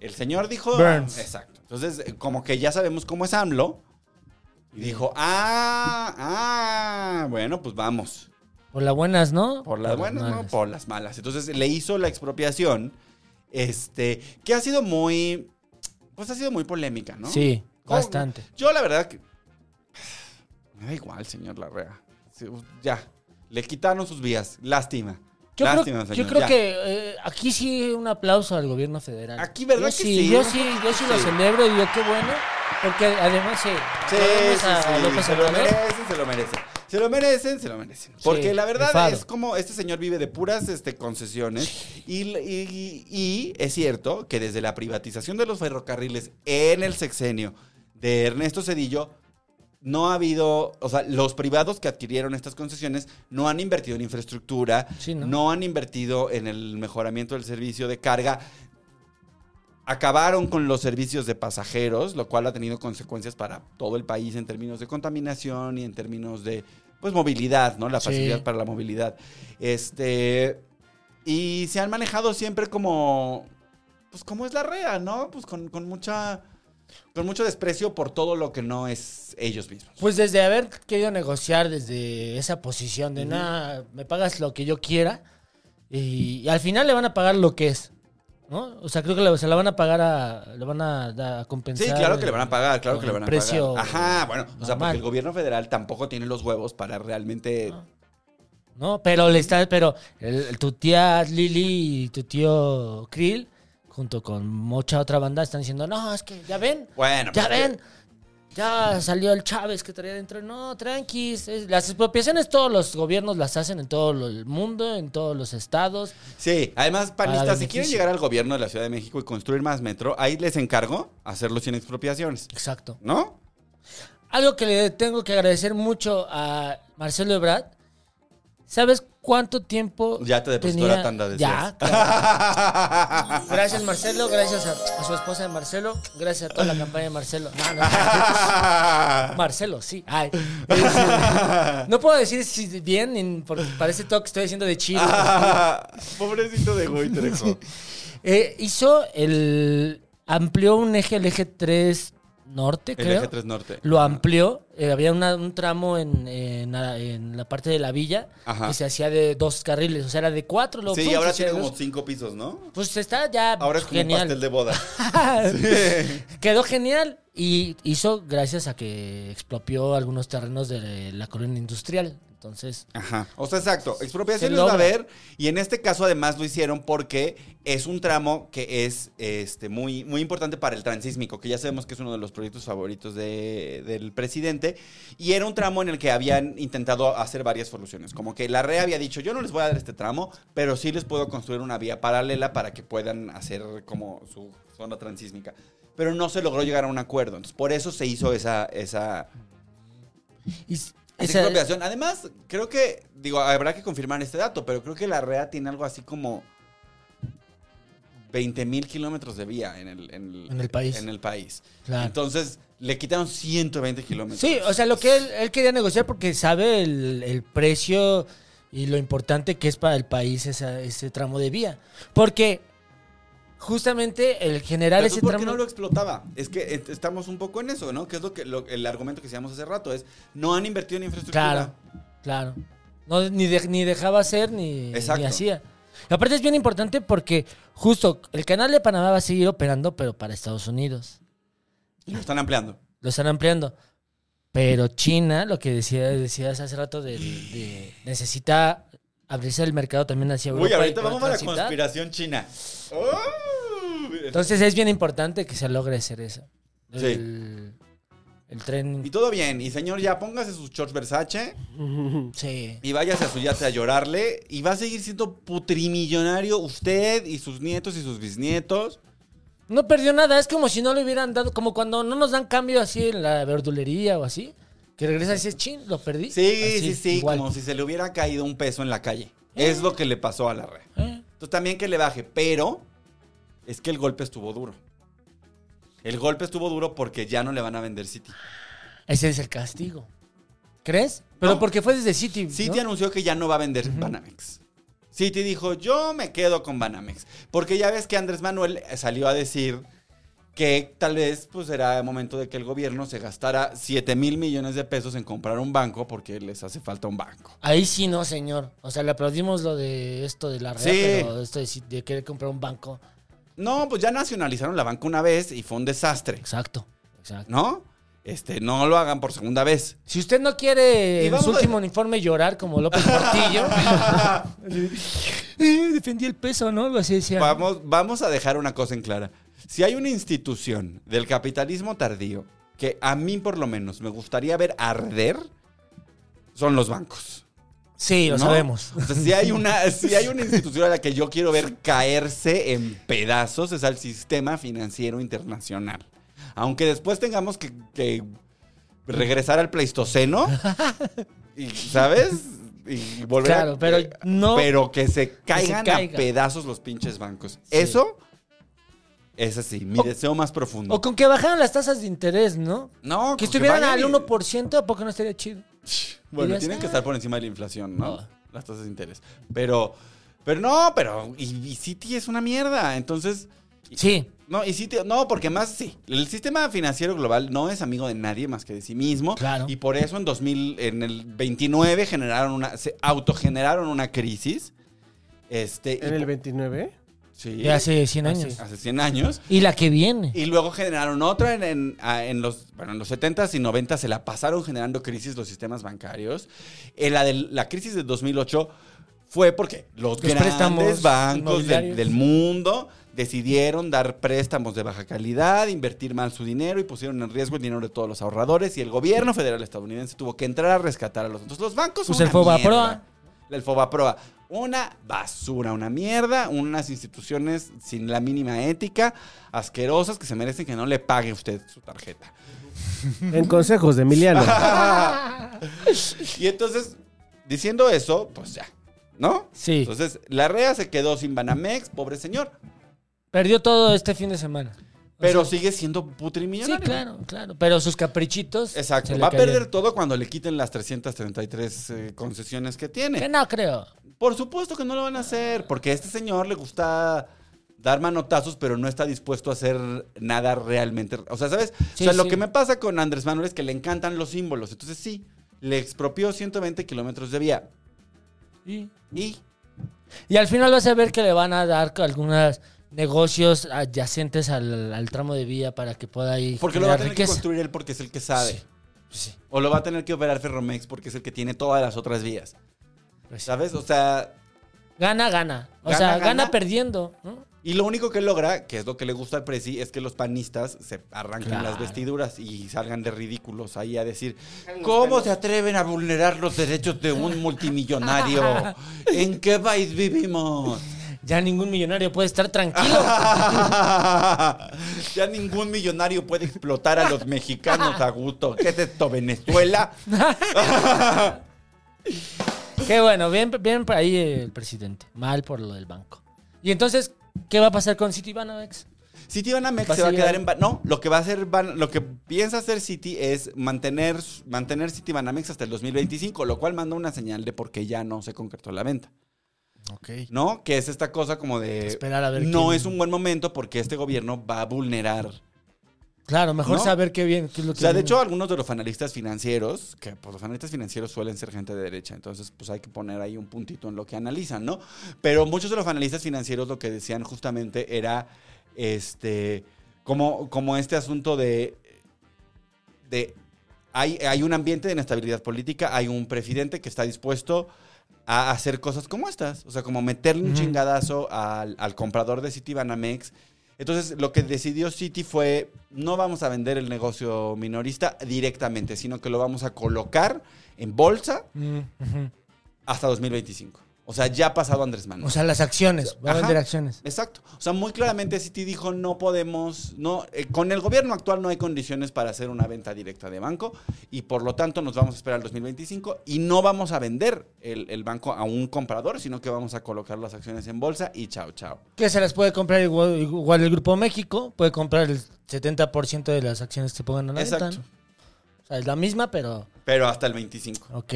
[SPEAKER 3] El señor dijo.
[SPEAKER 4] Burns.
[SPEAKER 3] Exacto. Entonces, eh, como que ya sabemos cómo es AMLO. Y dijo, ah, ah, bueno, pues vamos.
[SPEAKER 4] Por las buenas, ¿no?
[SPEAKER 3] Por las buenas, no, por las malas. Entonces le hizo la expropiación, este, que ha sido muy, pues ha sido muy polémica, ¿no?
[SPEAKER 4] Sí,
[SPEAKER 3] ¿Cómo?
[SPEAKER 4] bastante.
[SPEAKER 3] Yo la verdad que... Me da igual, señor Larrea. Sí, Ya, le quitaron sus vías. Lástima.
[SPEAKER 4] Yo
[SPEAKER 3] Lástima,
[SPEAKER 4] creo,
[SPEAKER 3] señor.
[SPEAKER 4] yo creo
[SPEAKER 3] Ya.
[SPEAKER 4] que eh, aquí sí un aplauso al gobierno federal.
[SPEAKER 3] Aquí, ¿verdad
[SPEAKER 4] Yo
[SPEAKER 3] que sí?
[SPEAKER 4] Yo sí, yo sí lo
[SPEAKER 3] Sí.
[SPEAKER 4] celebro y digo qué bueno, porque además sí.
[SPEAKER 3] Sí,
[SPEAKER 4] aplaudimos
[SPEAKER 3] sí,
[SPEAKER 4] a
[SPEAKER 3] sí,
[SPEAKER 4] López
[SPEAKER 3] se lo
[SPEAKER 4] Obrador.
[SPEAKER 3] merecen, se lo merecen. Se lo merecen, se lo merecen. Porque la verdad
[SPEAKER 4] rifado.
[SPEAKER 3] es como este señor vive de puras este, concesiones y, y- y es cierto que desde la privatización de los ferrocarriles en el sexenio de Ernesto Cedillo no ha habido, o sea, los privados que adquirieron estas concesiones no han invertido en infraestructura,
[SPEAKER 4] Sí,
[SPEAKER 3] ¿no?
[SPEAKER 4] ¿no?
[SPEAKER 3] han invertido en el mejoramiento del servicio de carga. Acabaron con los servicios de pasajeros, lo cual ha tenido consecuencias para todo el país en términos de contaminación y en términos de pues movilidad, ¿no? La
[SPEAKER 4] Sí.
[SPEAKER 3] facilidad para la movilidad. Este y se han manejado siempre como pues como es la REA, ¿no? Pues con, con mucha con mucho desprecio por todo lo que no es ellos mismos.
[SPEAKER 4] Pues desde haber querido negociar desde esa posición de nada, me pagas lo que yo quiera y, y al final le van a pagar lo que es. ¿No? O sea, creo que le- se la van a pagar a. Le van a, dar- a compensar.
[SPEAKER 3] Sí, claro que le van a pagar, claro
[SPEAKER 4] con
[SPEAKER 3] que le
[SPEAKER 4] el
[SPEAKER 3] van a
[SPEAKER 4] precio
[SPEAKER 3] pagar. Ajá, bueno, o sea, porque
[SPEAKER 4] normal. Ah.
[SPEAKER 3] el gobierno federal tampoco tiene los huevos para realmente
[SPEAKER 4] No, pero le está, pero el- tu tía Lili y tu tío Krill, junto con mucha otra banda, están diciendo, no, es que ya ven,
[SPEAKER 3] Bueno,
[SPEAKER 4] ya
[SPEAKER 3] pues,
[SPEAKER 4] ven, ya salió el Chávez que traía dentro. No, tranquis, es- las expropiaciones todos los gobiernos las hacen en todo lo- el mundo, en todos los estados.
[SPEAKER 3] Sí, además,
[SPEAKER 4] Para
[SPEAKER 3] panistas, si quieren
[SPEAKER 4] beneficio.
[SPEAKER 3] llegar al gobierno de la Ciudad de México y construir más metro, ahí les encargo hacerlo sin expropiaciones,
[SPEAKER 4] Exacto.
[SPEAKER 3] ¿no?
[SPEAKER 4] Algo que le tengo que agradecer mucho a Marcelo Ebrard. ¿Sabes cuánto tiempo
[SPEAKER 3] Ya te depositó
[SPEAKER 4] tenía-
[SPEAKER 3] la tanda de
[SPEAKER 4] Ya, claro. Gracias Marcelo, gracias a, a su esposa de Marcelo, gracias a toda la campaña de Marcelo. No, no, Marcelo, sí. Ay. Este, No puedo decir si bien en- porque parece todo que estoy diciendo de chile.
[SPEAKER 3] Pobrecito de Goy Trejo.
[SPEAKER 4] Eh, hizo el amplió un eje el eje 3 Norte,
[SPEAKER 3] El
[SPEAKER 4] creo.
[SPEAKER 3] eje 3 norte.
[SPEAKER 4] Lo
[SPEAKER 3] Ajá.
[SPEAKER 4] amplió. eh, había una- un tramo en, en, en la parte de la villa
[SPEAKER 3] Ajá.
[SPEAKER 4] que se hacía de dos carriles. O sea, era de cuatro. Luego,
[SPEAKER 3] Sí,
[SPEAKER 4] pum,
[SPEAKER 3] y ahora
[SPEAKER 4] se
[SPEAKER 3] tiene
[SPEAKER 4] hacía de
[SPEAKER 3] como
[SPEAKER 4] dos.
[SPEAKER 3] cinco pisos, ¿no?
[SPEAKER 4] Pues está ya
[SPEAKER 3] Ahora es como
[SPEAKER 4] genial.
[SPEAKER 3] un pastel de boda.
[SPEAKER 4] Quedó genial y hizo gracias a que expropió algunos terrenos de la colonia industrial. Entonces,
[SPEAKER 3] Ajá. O sea, exacto.
[SPEAKER 4] Se
[SPEAKER 3] Expropiaciones va
[SPEAKER 4] logra.
[SPEAKER 3] a haber. Y en este caso, además, lo hicieron porque es un tramo que es este, muy, muy importante para el transísmico, que ya sabemos que es uno de los proyectos favoritos de- del presidente. Y era un tramo en el que habían intentado hacer varias soluciones. Como que la RE había dicho: Yo no les voy a dar este tramo, pero sí les puedo construir una vía paralela para que puedan hacer como su zona transísmica. Pero no se logró llegar a un acuerdo. Entonces, por eso se hizo esa, esa,
[SPEAKER 4] y s-
[SPEAKER 3] es
[SPEAKER 4] esa-
[SPEAKER 3] expropiación. Además, creo que, digo, habrá que confirmar este dato, pero creo que la REA tiene algo así como 20 mil kilómetros de vía en el, en, el,
[SPEAKER 4] En el país.
[SPEAKER 3] En el país.
[SPEAKER 4] Claro.
[SPEAKER 3] Entonces, le quitaron 120 kilómetros.
[SPEAKER 4] sí, o sea, lo que él, él quería negociar porque sabe el, el precio y lo importante que es para el país esa- ese tramo de vía. Porque justamente el generar
[SPEAKER 3] Pero
[SPEAKER 4] ese
[SPEAKER 3] entonces, ¿por qué
[SPEAKER 4] tramo...
[SPEAKER 3] no lo explotaba? Es que eh, estamos un poco en eso, ¿no? Que es lo que lo- el argumento que hacíamos hace rato es no han invertido en infraestructura.
[SPEAKER 4] Claro, claro. No, ni, de- ni dejaba hacer ni,
[SPEAKER 3] Exacto.
[SPEAKER 4] ni hacía. Y aparte es bien importante porque justo el canal de Panamá va a seguir operando, pero para Estados Unidos.
[SPEAKER 3] Y lo están ampliando.
[SPEAKER 4] Lo están ampliando. Pero China, lo que decía, decías hace rato, de, de- necesita abrirse el mercado también hacia Europa.
[SPEAKER 3] Uy,
[SPEAKER 4] y
[SPEAKER 3] ahorita
[SPEAKER 4] poder
[SPEAKER 3] vamos a la
[SPEAKER 4] transitar.
[SPEAKER 3] conspiración china. ¡Oh!
[SPEAKER 4] Entonces es bien importante que se logre hacer eso.
[SPEAKER 3] Sí.
[SPEAKER 4] El, el tren.
[SPEAKER 3] Y todo bien. Y señor, ya póngase sus shorts Versace.
[SPEAKER 4] Sí.
[SPEAKER 3] Y váyase a su yate a llorarle. Y va a seguir siendo putrimillonario usted y sus nietos y sus bisnietos.
[SPEAKER 4] No perdió nada, es como si no le hubieran dado, como cuando no nos dan cambio así en la verdulería o así, que regresa y dices, chin, lo perdí.
[SPEAKER 3] Sí,
[SPEAKER 4] Así,
[SPEAKER 3] sí, sí.
[SPEAKER 4] igual.
[SPEAKER 3] Como si se le hubiera caído un peso en la calle. Es lo que le pasó a la red.
[SPEAKER 4] Eh,
[SPEAKER 3] Entonces también que le baje. Pero es que el golpe estuvo duro. El golpe estuvo duro porque ya no le van a vender City.
[SPEAKER 4] Ese es el castigo. ¿Crees? Pero
[SPEAKER 3] No.
[SPEAKER 4] porque fue desde City. ¿no?
[SPEAKER 3] City anunció que ya no va a vender Banamex. City dijo, yo me quedo con Banamex. Porque ya ves que Andrés Manuel eh, salió a decir que tal vez pues era momento de que el gobierno se gastara 7 mil millones de pesos en comprar un banco porque les hace falta un banco.
[SPEAKER 4] Ahí sí no, señor. O sea, le aplaudimos lo de esto de la red,
[SPEAKER 3] Sí.
[SPEAKER 4] pero esto de, Citi- de querer comprar un banco.
[SPEAKER 3] No, pues ya nacionalizaron la banca una vez y fue un desastre,
[SPEAKER 4] Exacto, exacto.
[SPEAKER 3] ¿no? Este, no lo hagan por segunda vez.
[SPEAKER 4] Si usted no
[SPEAKER 3] Y
[SPEAKER 4] quiere en
[SPEAKER 3] vamos
[SPEAKER 4] su
[SPEAKER 3] a-
[SPEAKER 4] último uniforme llorar como López Portillo, eh, defendí el peso, ¿no? Algo así decía.
[SPEAKER 3] Vamos, vamos a dejar una cosa en clara. Si hay una institución del capitalismo tardío que a mí por lo menos me gustaría ver arder, son los bancos.
[SPEAKER 4] Sí, lo
[SPEAKER 3] ¿no?
[SPEAKER 4] sabemos.
[SPEAKER 3] O sea, si hay, una, si hay una institución a la que yo quiero ver caerse en pedazos, es al sistema financiero internacional. Aunque después tengamos que, que regresar al Pleistoceno, y, ¿sabes? Y volver a-
[SPEAKER 4] Claro, pero no-
[SPEAKER 3] Pero que se caigan
[SPEAKER 4] caiga.
[SPEAKER 3] a pedazos los pinches bancos. Eso es así, mi
[SPEAKER 4] O-
[SPEAKER 3] deseo más profundo.
[SPEAKER 4] O con que bajaran las tasas de interés, ¿no?
[SPEAKER 3] no,
[SPEAKER 4] Que
[SPEAKER 3] con
[SPEAKER 4] estuvieran
[SPEAKER 3] vayan
[SPEAKER 4] al
[SPEAKER 3] y-
[SPEAKER 4] 1%, ¿a poco no estaría chido?
[SPEAKER 3] Bueno,
[SPEAKER 4] Dirías,
[SPEAKER 3] tienen que
[SPEAKER 4] "Ah".
[SPEAKER 3] estar por encima de la inflación, ¿no?
[SPEAKER 4] No.
[SPEAKER 3] Las tasas de interés. Pero, pero no, pero. Y, y Citi es una mierda. Entonces.
[SPEAKER 4] Sí.
[SPEAKER 3] No, y Citi. No, porque más sí. El sistema financiero global no es amigo de nadie más que de sí mismo.
[SPEAKER 4] Claro.
[SPEAKER 3] Y por eso en 2000, en el 29, generaron una. Se autogeneraron una crisis. Este. y
[SPEAKER 1] En el
[SPEAKER 3] po-
[SPEAKER 1] 29.
[SPEAKER 3] Sí.
[SPEAKER 4] De hace 100 años.
[SPEAKER 3] hace 100 años.
[SPEAKER 4] Y la que viene.
[SPEAKER 3] Y luego generaron otra en, en- ah, en los, bueno, en los 70s y 90s se la pasaron generando crisis los sistemas bancarios. Eh, la, del- la crisis de 2008 fue porque los,
[SPEAKER 4] Los
[SPEAKER 3] grandes
[SPEAKER 4] préstamos
[SPEAKER 3] bancos del,
[SPEAKER 4] inmobiliarios.
[SPEAKER 3] del mundo decidieron dar préstamos de baja calidad, invertir mal su dinero y pusieron en riesgo el dinero de todos los ahorradores y el gobierno federal estadounidense tuvo que entrar a rescatar a los otros. Los bancos son
[SPEAKER 4] Pues el
[SPEAKER 3] una
[SPEAKER 4] Fobaproa.
[SPEAKER 3] mierda. El Fobaproa. Una basura, una mierda, unas instituciones sin la mínima ética, asquerosas, que se merecen que no le pague usted su tarjeta.
[SPEAKER 1] En consejos de Emiliano.
[SPEAKER 3] Y entonces, diciendo eso, pues ya, ¿no?
[SPEAKER 4] Sí.
[SPEAKER 3] Entonces, la REA se quedó sin Banamex, pobre señor,
[SPEAKER 4] Perdió todo este fin de semana. O
[SPEAKER 3] pero
[SPEAKER 4] sea,
[SPEAKER 3] sigue siendo
[SPEAKER 4] Sí,
[SPEAKER 3] putrimillonario.
[SPEAKER 4] claro, claro. Pero sus caprichitos. se
[SPEAKER 3] Exacto,
[SPEAKER 4] le
[SPEAKER 3] va a
[SPEAKER 4] cayeron.
[SPEAKER 3] perder todo cuando le quiten las 333 eh, concesiones que tiene.
[SPEAKER 4] Que no creo.
[SPEAKER 3] Por supuesto que no lo van a hacer, porque a este señor le gusta dar manotazos, pero no está dispuesto a hacer nada realmente. O sea, ¿sabes?
[SPEAKER 4] Sí,
[SPEAKER 3] o sea, lo
[SPEAKER 4] sí.
[SPEAKER 3] que me pasa con Andrés Manuel es que le encantan los símbolos. Entonces sí, le expropió 120 kilómetros de vía.
[SPEAKER 4] Y,
[SPEAKER 3] Y
[SPEAKER 4] y al final vas a ver que le van a dar algunos negocios adyacentes al, al tramo de vía para que pueda ir.
[SPEAKER 3] porque lo va a
[SPEAKER 4] generar
[SPEAKER 3] tener que construir él porque es el que sabe.
[SPEAKER 4] Sí, sí,
[SPEAKER 3] O lo va a tener que operar Ferromex porque es el que tiene todas las otras vías.
[SPEAKER 4] pues sí.
[SPEAKER 3] ¿Sabes? O sea,
[SPEAKER 4] Gana, gana. O
[SPEAKER 3] Gana,
[SPEAKER 4] sea, gana,
[SPEAKER 3] gana.
[SPEAKER 4] perdiendo, ¿no?
[SPEAKER 3] y lo único que logra, que es lo que le gusta al Prezi, es que los panistas se arranquen
[SPEAKER 4] Claro.
[SPEAKER 3] las vestiduras y salgan de ridículos ahí a decir, ¿cómo se atreven a vulnerar los derechos de un multimillonario? ¿En qué país vivimos?
[SPEAKER 4] Ya ningún millonario puede estar tranquilo.
[SPEAKER 3] ya ningún millonario puede explotar a los mexicanos a gusto. ¿Qué es esto, Venezuela?
[SPEAKER 4] Qué bueno, bien, bien por ahí el presidente. Mal por lo del banco. Y entonces, ¿qué va a pasar con Citibanamex?
[SPEAKER 3] City Banamex
[SPEAKER 4] Va a
[SPEAKER 3] se va a
[SPEAKER 4] seguir
[SPEAKER 3] quedar
[SPEAKER 4] ahí.
[SPEAKER 3] en Ban- no, lo que va a hacer Ban- lo que piensa hacer City es mantener mantener City Banamex hasta el 2025, lo cual manda una señal de por qué ya no se concretó la venta,
[SPEAKER 5] Ok.
[SPEAKER 3] ¿no? Que es esta cosa como de
[SPEAKER 4] Esperar a ver
[SPEAKER 3] Eh, no
[SPEAKER 4] quién-
[SPEAKER 3] es un buen momento porque este gobierno va a vulnerar.
[SPEAKER 4] Claro, mejor
[SPEAKER 3] ¿No?
[SPEAKER 4] saber qué bien. Qué es lo
[SPEAKER 3] O
[SPEAKER 4] que
[SPEAKER 3] sea, de hecho algunos de los analistas financieros, que pues, los analistas financieros suelen ser gente de derecha, entonces pues hay que poner ahí un puntito en lo que analizan, ¿no? Pero muchos de los analistas financieros lo que decían justamente era este como como este asunto de de hay, hay un ambiente de inestabilidad política, hay un presidente que está dispuesto a hacer cosas como estas, o sea, como meterle un
[SPEAKER 4] Ujú.
[SPEAKER 3] chingadazo al, al comprador de Citibanamex. Entonces, lo que decidió Citi fue, no vamos a vender el negocio minorista directamente, sino que lo vamos a colocar en bolsa
[SPEAKER 4] Mm, ujú.
[SPEAKER 3] hasta 2025. O sea, ya ha pasado Andrés Manuel.
[SPEAKER 4] O sea, las acciones. Va a
[SPEAKER 3] Ajá.
[SPEAKER 4] vender acciones.
[SPEAKER 3] Exacto. O sea, muy claramente Citi dijo no podemos, no, eh, con el gobierno actual no hay condiciones para hacer una venta directa de banco y por lo tanto nos vamos a esperar al 2025 y no vamos a vender el, el banco a un comprador, sino que vamos a colocar las acciones en bolsa y chao, chao.
[SPEAKER 4] Que se las puede comprar igual, igual el Grupo México. Puede comprar el 70% de las acciones que pongan a la venta.
[SPEAKER 3] Exacto.
[SPEAKER 4] ¿no? O sea, es la misma, pero...
[SPEAKER 3] Pero hasta el 25.
[SPEAKER 4] Ok.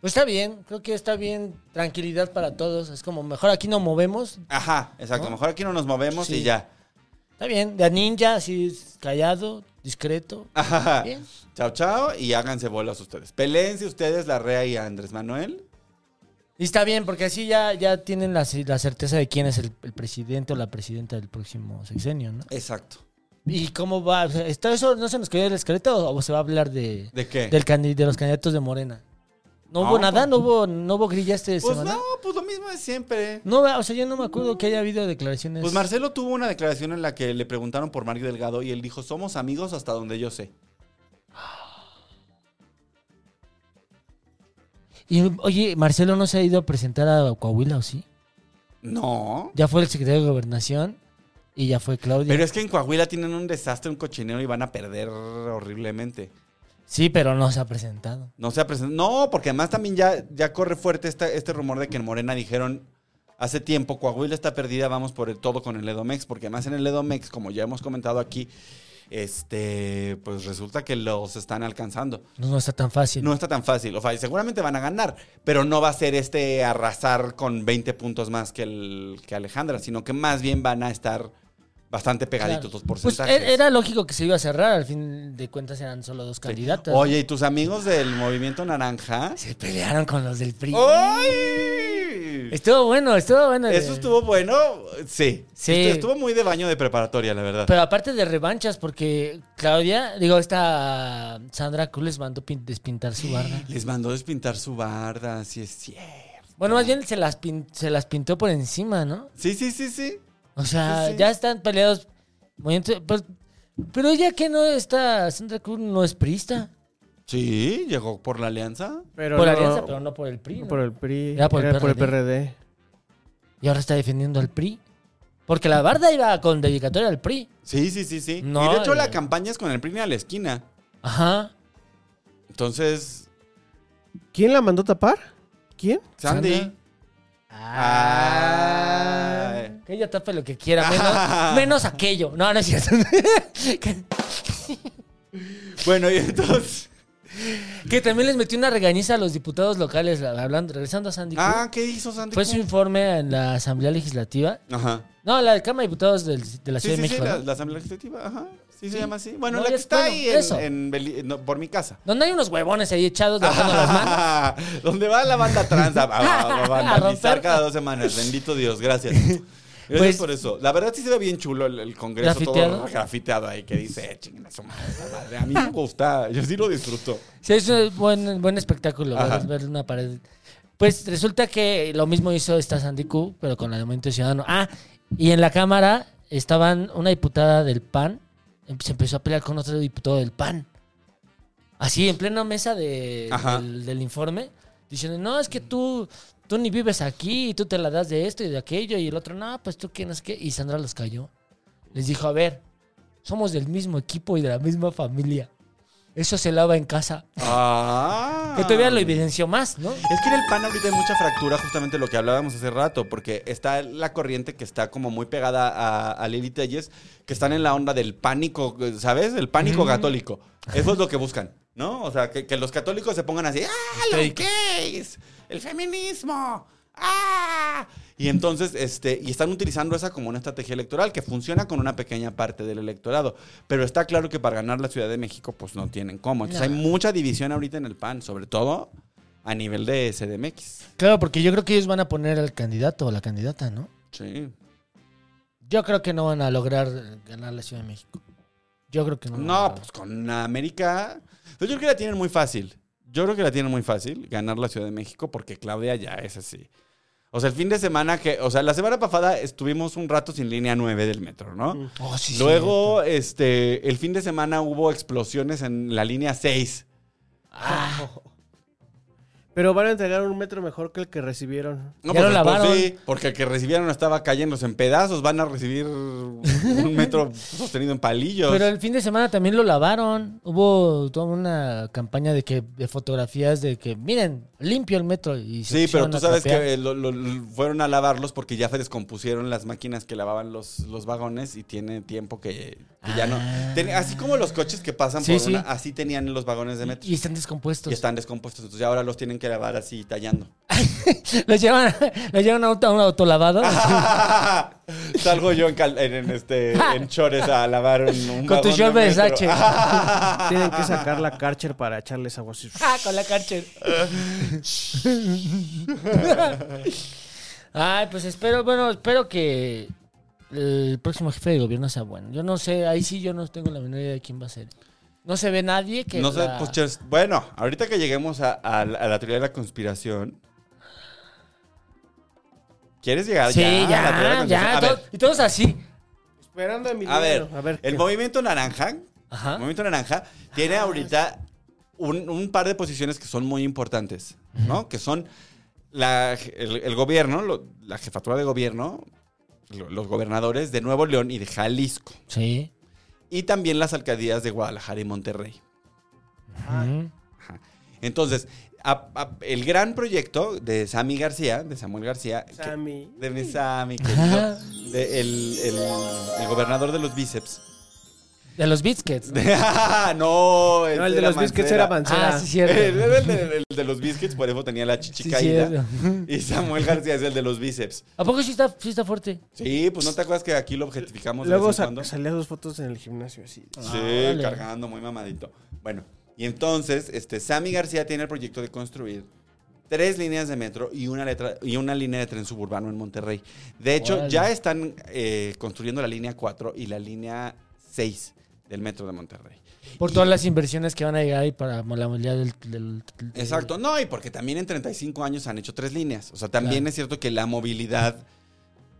[SPEAKER 4] Pues está bien. Creo que está bien. Tranquilidad para todos. Es como, mejor aquí no movemos.
[SPEAKER 3] Ajá, exacto.
[SPEAKER 4] ¿No?
[SPEAKER 3] Mejor aquí no nos movemos
[SPEAKER 4] Sí.
[SPEAKER 3] y ya.
[SPEAKER 4] Está bien. De a ninja, así callado, discreto.
[SPEAKER 3] Ajá.
[SPEAKER 4] Bien.
[SPEAKER 3] Chao, chao y háganse bolas ustedes. Peleense ustedes, la REA y Andrés Manuel.
[SPEAKER 4] Y está bien, porque así ya, ya tienen la, ce- la certeza de quién es el, el presidente o la presidenta del próximo sexenio, ¿no?
[SPEAKER 3] Exacto.
[SPEAKER 4] ¿Y cómo va? O sea, ¿Está eso no se nos quedó el esqueleto o se va a hablar de,
[SPEAKER 3] ¿De qué?
[SPEAKER 4] del candi- de los candidatos de Morena? ¿No hubo
[SPEAKER 3] No,
[SPEAKER 4] nada?
[SPEAKER 3] pues-
[SPEAKER 4] ¿No hubo, no hubo grilla este
[SPEAKER 3] pues
[SPEAKER 4] semana?
[SPEAKER 3] no, pues lo mismo de siempre.
[SPEAKER 4] No. va- o sea, yo no me acuerdo que haya habido declaraciones.
[SPEAKER 3] Pues Marcelo tuvo una declaración en la que le preguntaron por Mario Delgado y él dijo, somos amigos hasta donde yo sé.
[SPEAKER 4] Y, oye, Marcelo no se ha ido a presentar a Coahuila, ¿o sí?
[SPEAKER 3] No.
[SPEAKER 4] Ya fue el secretario de Gobernación y ya fue Claudia.
[SPEAKER 3] Pero es que en Coahuila tienen un desastre, un cochinero y van a perder horriblemente.
[SPEAKER 4] Sí, pero no se ha presentado.
[SPEAKER 3] No se ha presentado. No, porque además también ya, ya corre fuerte esta- este rumor de que en Morena dijeron hace tiempo, Coahuila está perdida, vamos por el todo con el Edomex, porque además en el Edomex, como ya hemos comentado aquí, este, pues resulta que los están alcanzando.
[SPEAKER 4] No, no está tan fácil.
[SPEAKER 3] No está tan fácil. O sea, seguramente van a ganar, pero no va a ser este arrasar con 20 puntos más que, el, que Alejandra, sino que más bien van a estar bastante pegaditos los
[SPEAKER 4] Claro. Pues,
[SPEAKER 3] porcentajes.
[SPEAKER 4] er- era lógico que se iba a cerrar, al fin de cuentas eran solo dos candidatas.
[SPEAKER 3] Oye, ¿y tus amigos del Movimiento Naranja?
[SPEAKER 4] Se pelearon con los del PRI.
[SPEAKER 3] ¡Ay!
[SPEAKER 4] Estuvo bueno, estuvo bueno.
[SPEAKER 3] Eso estuvo bueno, sí.
[SPEAKER 4] Sí.
[SPEAKER 3] Estu- Estuvo muy de baño de preparatoria, la verdad.
[SPEAKER 4] Pero aparte de revanchas, porque Claudia, digo, esta Sandra Cruz les mandó pin- despintar su barba.
[SPEAKER 3] Les mandó despintar su barda, sí es cierto.
[SPEAKER 4] Bueno, más bien se las, pin- se las pintó por encima, ¿no?
[SPEAKER 3] Sí, sí, sí, sí.
[SPEAKER 4] O sea,
[SPEAKER 3] Sí, sí.
[SPEAKER 4] ya están peleados. Muy entre- pues, pero ya que no está, Sandra Cruz no es priista.
[SPEAKER 3] Sí, llegó por la alianza.
[SPEAKER 1] Pero
[SPEAKER 4] Por la
[SPEAKER 1] no-
[SPEAKER 4] alianza, pero no por el PRI. ¿no?
[SPEAKER 1] Por el PRI.
[SPEAKER 4] Era por el
[SPEAKER 1] era por el
[SPEAKER 4] PRD.
[SPEAKER 1] PRD.
[SPEAKER 4] Y ahora está defendiendo al PRI. Porque la barda iba con dedicatoria al PRI.
[SPEAKER 3] Sí, sí, sí, sí.
[SPEAKER 4] No,
[SPEAKER 3] y de hecho
[SPEAKER 4] eh.
[SPEAKER 3] la campaña es con el PRI ni a la esquina.
[SPEAKER 4] Ajá.
[SPEAKER 3] Entonces,
[SPEAKER 1] ¿Quién la mandó tapar? ¿Quién?
[SPEAKER 3] Sandy.
[SPEAKER 4] Sandra.
[SPEAKER 3] Ay.
[SPEAKER 4] Ah, Que ella tape lo que quiera, menos, menos aquello. No, no es cierto. Que-
[SPEAKER 3] Bueno, y entonces.
[SPEAKER 4] Que también les metió una regañiza a los diputados locales, la- hablando, regresando a Sandy Cook.
[SPEAKER 3] Ah, ¿qué hizo Sandy?
[SPEAKER 4] Fue su
[SPEAKER 3] Cook?
[SPEAKER 4] informe en la Asamblea Legislativa.
[SPEAKER 3] Ajá.
[SPEAKER 4] No, la de Cámara de Diputados del- de la
[SPEAKER 3] Sí, sí,
[SPEAKER 4] Ciudad de México.
[SPEAKER 3] sí, la,
[SPEAKER 4] ¿no?
[SPEAKER 3] la Asamblea Legislativa, ajá. Sí, se
[SPEAKER 4] Sí.
[SPEAKER 3] llama así. Bueno,
[SPEAKER 4] No,
[SPEAKER 3] la
[SPEAKER 4] ya-
[SPEAKER 3] que está
[SPEAKER 4] bueno,
[SPEAKER 3] ahí en-
[SPEAKER 4] eso.
[SPEAKER 3] en Beli- no, por mi casa.
[SPEAKER 4] Donde hay unos huevones ahí echados lavando las manos.
[SPEAKER 3] Donde va la banda trans a, a- a vandalizar
[SPEAKER 4] romper.
[SPEAKER 3] cada dos semanas. Bendito Dios, gracias. Gracias
[SPEAKER 4] Pues-
[SPEAKER 3] por eso. La verdad sí se ve bien chulo el, el congreso todo
[SPEAKER 4] Grafiteado.
[SPEAKER 3] grafiteado ahí que dice, "Eh, chinguen a su madre, esa madre". A mí me gusta, yo sí lo disfruto.
[SPEAKER 4] Sí, es un buen, buen espectáculo
[SPEAKER 3] Ajá.
[SPEAKER 4] ver, ver una pared. Pues resulta que lo mismo hizo esta Sandy Q, pero con la de Movimiento Ciudadano. Ah, y en la Cámara estaban una diputada del PAN, em- se empezó a pelear con otro diputado del PAN. Así, en plena mesa de-
[SPEAKER 3] Ajá.
[SPEAKER 4] del, del informe, diciendo, no, es que tú, tú ni vives aquí, y tú te la das de esto y de aquello, y el otro, no, pues tú quién es qué. Y Sandra los cayó. Les dijo, a ver, somos del mismo equipo y de la misma familia. Eso se lava en casa.
[SPEAKER 3] Ah.
[SPEAKER 4] Que todavía lo evidenció más, ¿no?
[SPEAKER 3] Es que en el PAN ahorita hay mucha fractura, justamente lo que hablábamos hace rato, porque está la corriente que está como muy pegada a, a Lili Telles, que están en la onda del pánico, ¿sabes? El pánico católico. Eso es lo que buscan, ¿no? O sea, que, que los católicos se pongan así, ¡ah, los gays! ¡El feminismo! ¡Ah! Y entonces, este, y están utilizando esa como una estrategia electoral que funciona con una pequeña parte del electorado. Pero está claro que para ganar la Ciudad de México, pues no tienen cómo. Entonces
[SPEAKER 4] No.
[SPEAKER 3] hay mucha división ahorita en el PAN, sobre todo a nivel de CDMX.
[SPEAKER 4] Claro, porque yo creo que ellos van a poner al candidato o la candidata, ¿no?
[SPEAKER 3] Sí.
[SPEAKER 4] Yo creo que no van a lograr eh, ganar la Ciudad de México. Yo creo que no. van a
[SPEAKER 3] No,
[SPEAKER 4] lograr.
[SPEAKER 3] pues con América. Pues, Yo creo que la tienen muy fácil. Yo creo que la tienen muy fácil ganar la Ciudad de México porque Claudia ya es así. O sea, el fin de semana que. O sea, la semana pasada estuvimos un rato sin línea 9 del metro, ¿no?
[SPEAKER 4] Oh, sí,
[SPEAKER 3] Luego, este, el fin de semana hubo explosiones en la línea 6.
[SPEAKER 4] sí. Ah,
[SPEAKER 1] Pero van a entregar un metro mejor que el que recibieron.
[SPEAKER 3] No, pues,
[SPEAKER 4] Ya lo lavaron.
[SPEAKER 3] sí, porque el que recibieron estaba cayéndose en pedazos. Van a recibir un metro sostenido en palillos.
[SPEAKER 4] pero el fin de semana también lo lavaron. Hubo toda una campaña de que de fotografías de que miren limpio el metro y se
[SPEAKER 3] Sí, pero
[SPEAKER 4] pusieron
[SPEAKER 3] tú
[SPEAKER 4] a
[SPEAKER 3] sabes
[SPEAKER 4] trapear.
[SPEAKER 3] que eh, lo- lo- lo- fueron a lavarlos porque ya se descompusieron las máquinas que lavaban los, los vagones y tiene tiempo que, que ya no.
[SPEAKER 4] Ah.
[SPEAKER 3] Ten- así como los coches que pasan
[SPEAKER 4] Sí,
[SPEAKER 3] por
[SPEAKER 4] sí.
[SPEAKER 3] una, así tenían los vagones de metro.
[SPEAKER 4] y están descompuestos.
[SPEAKER 3] Y están descompuestos, entonces ya ahora los tienen que lavar así tallando.
[SPEAKER 4] Los llevan, los llevan a un, a un autolavado.
[SPEAKER 3] Salgo yo en, cal- en- en este en chores a lavar un, un
[SPEAKER 4] Con tu
[SPEAKER 3] vagón
[SPEAKER 4] short
[SPEAKER 3] de
[SPEAKER 4] Versace.
[SPEAKER 3] metro.
[SPEAKER 1] Tienen que sacar la Karcher para echarles agua así.
[SPEAKER 4] Ah, con la cárcel. Ay, pues espero, bueno, espero que el próximo jefe de gobierno sea bueno. Yo no sé, ahí sí yo no tengo la menor idea de quién va a ser. No se ve nadie que.
[SPEAKER 3] No sé,
[SPEAKER 4] la-
[SPEAKER 3] pues, chers- bueno, ahorita que lleguemos a, a la a la teoría de la conspiración. ¿Quieres llegar
[SPEAKER 4] Sí,
[SPEAKER 3] ya, a la teoría de la
[SPEAKER 4] ya, ya.
[SPEAKER 3] conspiración? A ver,
[SPEAKER 4] todo- y todos así.
[SPEAKER 1] Esperando a mi
[SPEAKER 3] A ver,
[SPEAKER 1] a ver.
[SPEAKER 3] el
[SPEAKER 1] ¿qué?
[SPEAKER 3] movimiento naranja, el
[SPEAKER 4] Ajá.
[SPEAKER 3] movimiento naranja tiene ahorita un, un par de posiciones que son muy importantes, ¿no? Que son la- el, el gobierno, lo- la jefatura de gobierno, lo- los gobernadores de Nuevo León y de Jalisco,
[SPEAKER 4] Sí.
[SPEAKER 3] y también las alcaldías de Guadalajara y Monterrey.
[SPEAKER 4] Ujú.
[SPEAKER 3] Entonces, a- a- el gran proyecto de Sammy García, de Samuel García, que-
[SPEAKER 1] Sammy.
[SPEAKER 3] de mi Sammy, querido, de el- el- el gobernador de los bíceps.
[SPEAKER 4] De los biscuits. ¿no?
[SPEAKER 3] no,
[SPEAKER 1] No, el de los biscuits era Mancera.
[SPEAKER 4] Ah, sí, cierto.
[SPEAKER 3] Él era Eh, el de, el de los biscuits, por eso tenía la chichi
[SPEAKER 4] Sí,
[SPEAKER 3] caída.
[SPEAKER 4] cierto.
[SPEAKER 3] Y Samuel García es el de los bíceps.
[SPEAKER 4] ¿A poco sí está, sí está fuerte?
[SPEAKER 3] Sí, pues no te acuerdas que aquí lo objetificamos de
[SPEAKER 1] Luego
[SPEAKER 3] vez en
[SPEAKER 1] sa-
[SPEAKER 3] cuando.
[SPEAKER 1] salía sus fotos en el gimnasio así.
[SPEAKER 3] Sí,
[SPEAKER 4] Órale.
[SPEAKER 3] cargando, muy mamadito. Bueno, y entonces, este, Sammy García tiene el proyecto de construir tres líneas de metro y una, letra, y una línea de tren suburbano en Monterrey. De hecho,
[SPEAKER 4] Órale.
[SPEAKER 3] ya están eh, construyendo la línea 4 y la línea 6 del metro de Monterrey.
[SPEAKER 4] Por todas las inversiones que van a llegar ahí para la movilidad del. del- del-
[SPEAKER 3] Exacto, no, y porque también en 35 años han hecho tres líneas. O sea, también
[SPEAKER 4] Claro.
[SPEAKER 3] es cierto que la movilidad,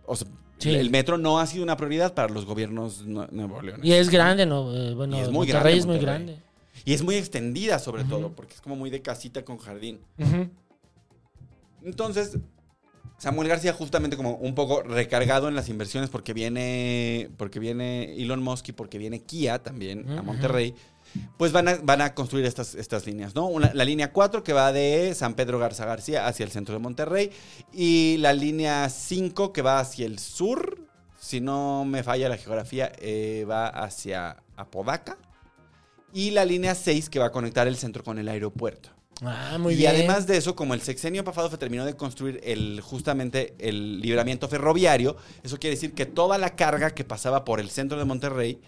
[SPEAKER 3] o sea,
[SPEAKER 4] Sí.
[SPEAKER 3] el metro no ha sido una prioridad para los gobiernos nue- nuevo leoneses.
[SPEAKER 4] Y es grande, ¿no? Eh, bueno,
[SPEAKER 3] Y es
[SPEAKER 4] es
[SPEAKER 3] muy
[SPEAKER 4] Monterrey
[SPEAKER 3] grande,
[SPEAKER 4] es muy
[SPEAKER 3] Monterrey.
[SPEAKER 4] grande.
[SPEAKER 3] Y es muy extendida sobre todo, porque es como muy de casita con jardín.
[SPEAKER 4] Ujú.
[SPEAKER 3] Entonces, Samuel García justamente como un poco recargado en las inversiones porque viene, porque viene Elon Musk y porque viene Kia también a
[SPEAKER 4] Ujú.
[SPEAKER 3] Monterrey. Pues van a, van a construir estas, estas líneas, ¿no? Una- la línea 4 que va de San Pedro Garza García hacia el centro de Monterrey y la línea 5 que va hacia el sur, si no me falla la geografía, eh, va hacia Apodaca. y la línea 6 que va a conectar el centro con el aeropuerto.
[SPEAKER 4] Ah, muy
[SPEAKER 3] y
[SPEAKER 4] bien.
[SPEAKER 3] además de eso, como el sexenio pasado se terminó de construir el, justamente el libramiento ferroviario, eso quiere decir que toda la carga que pasaba por el centro de Monterrey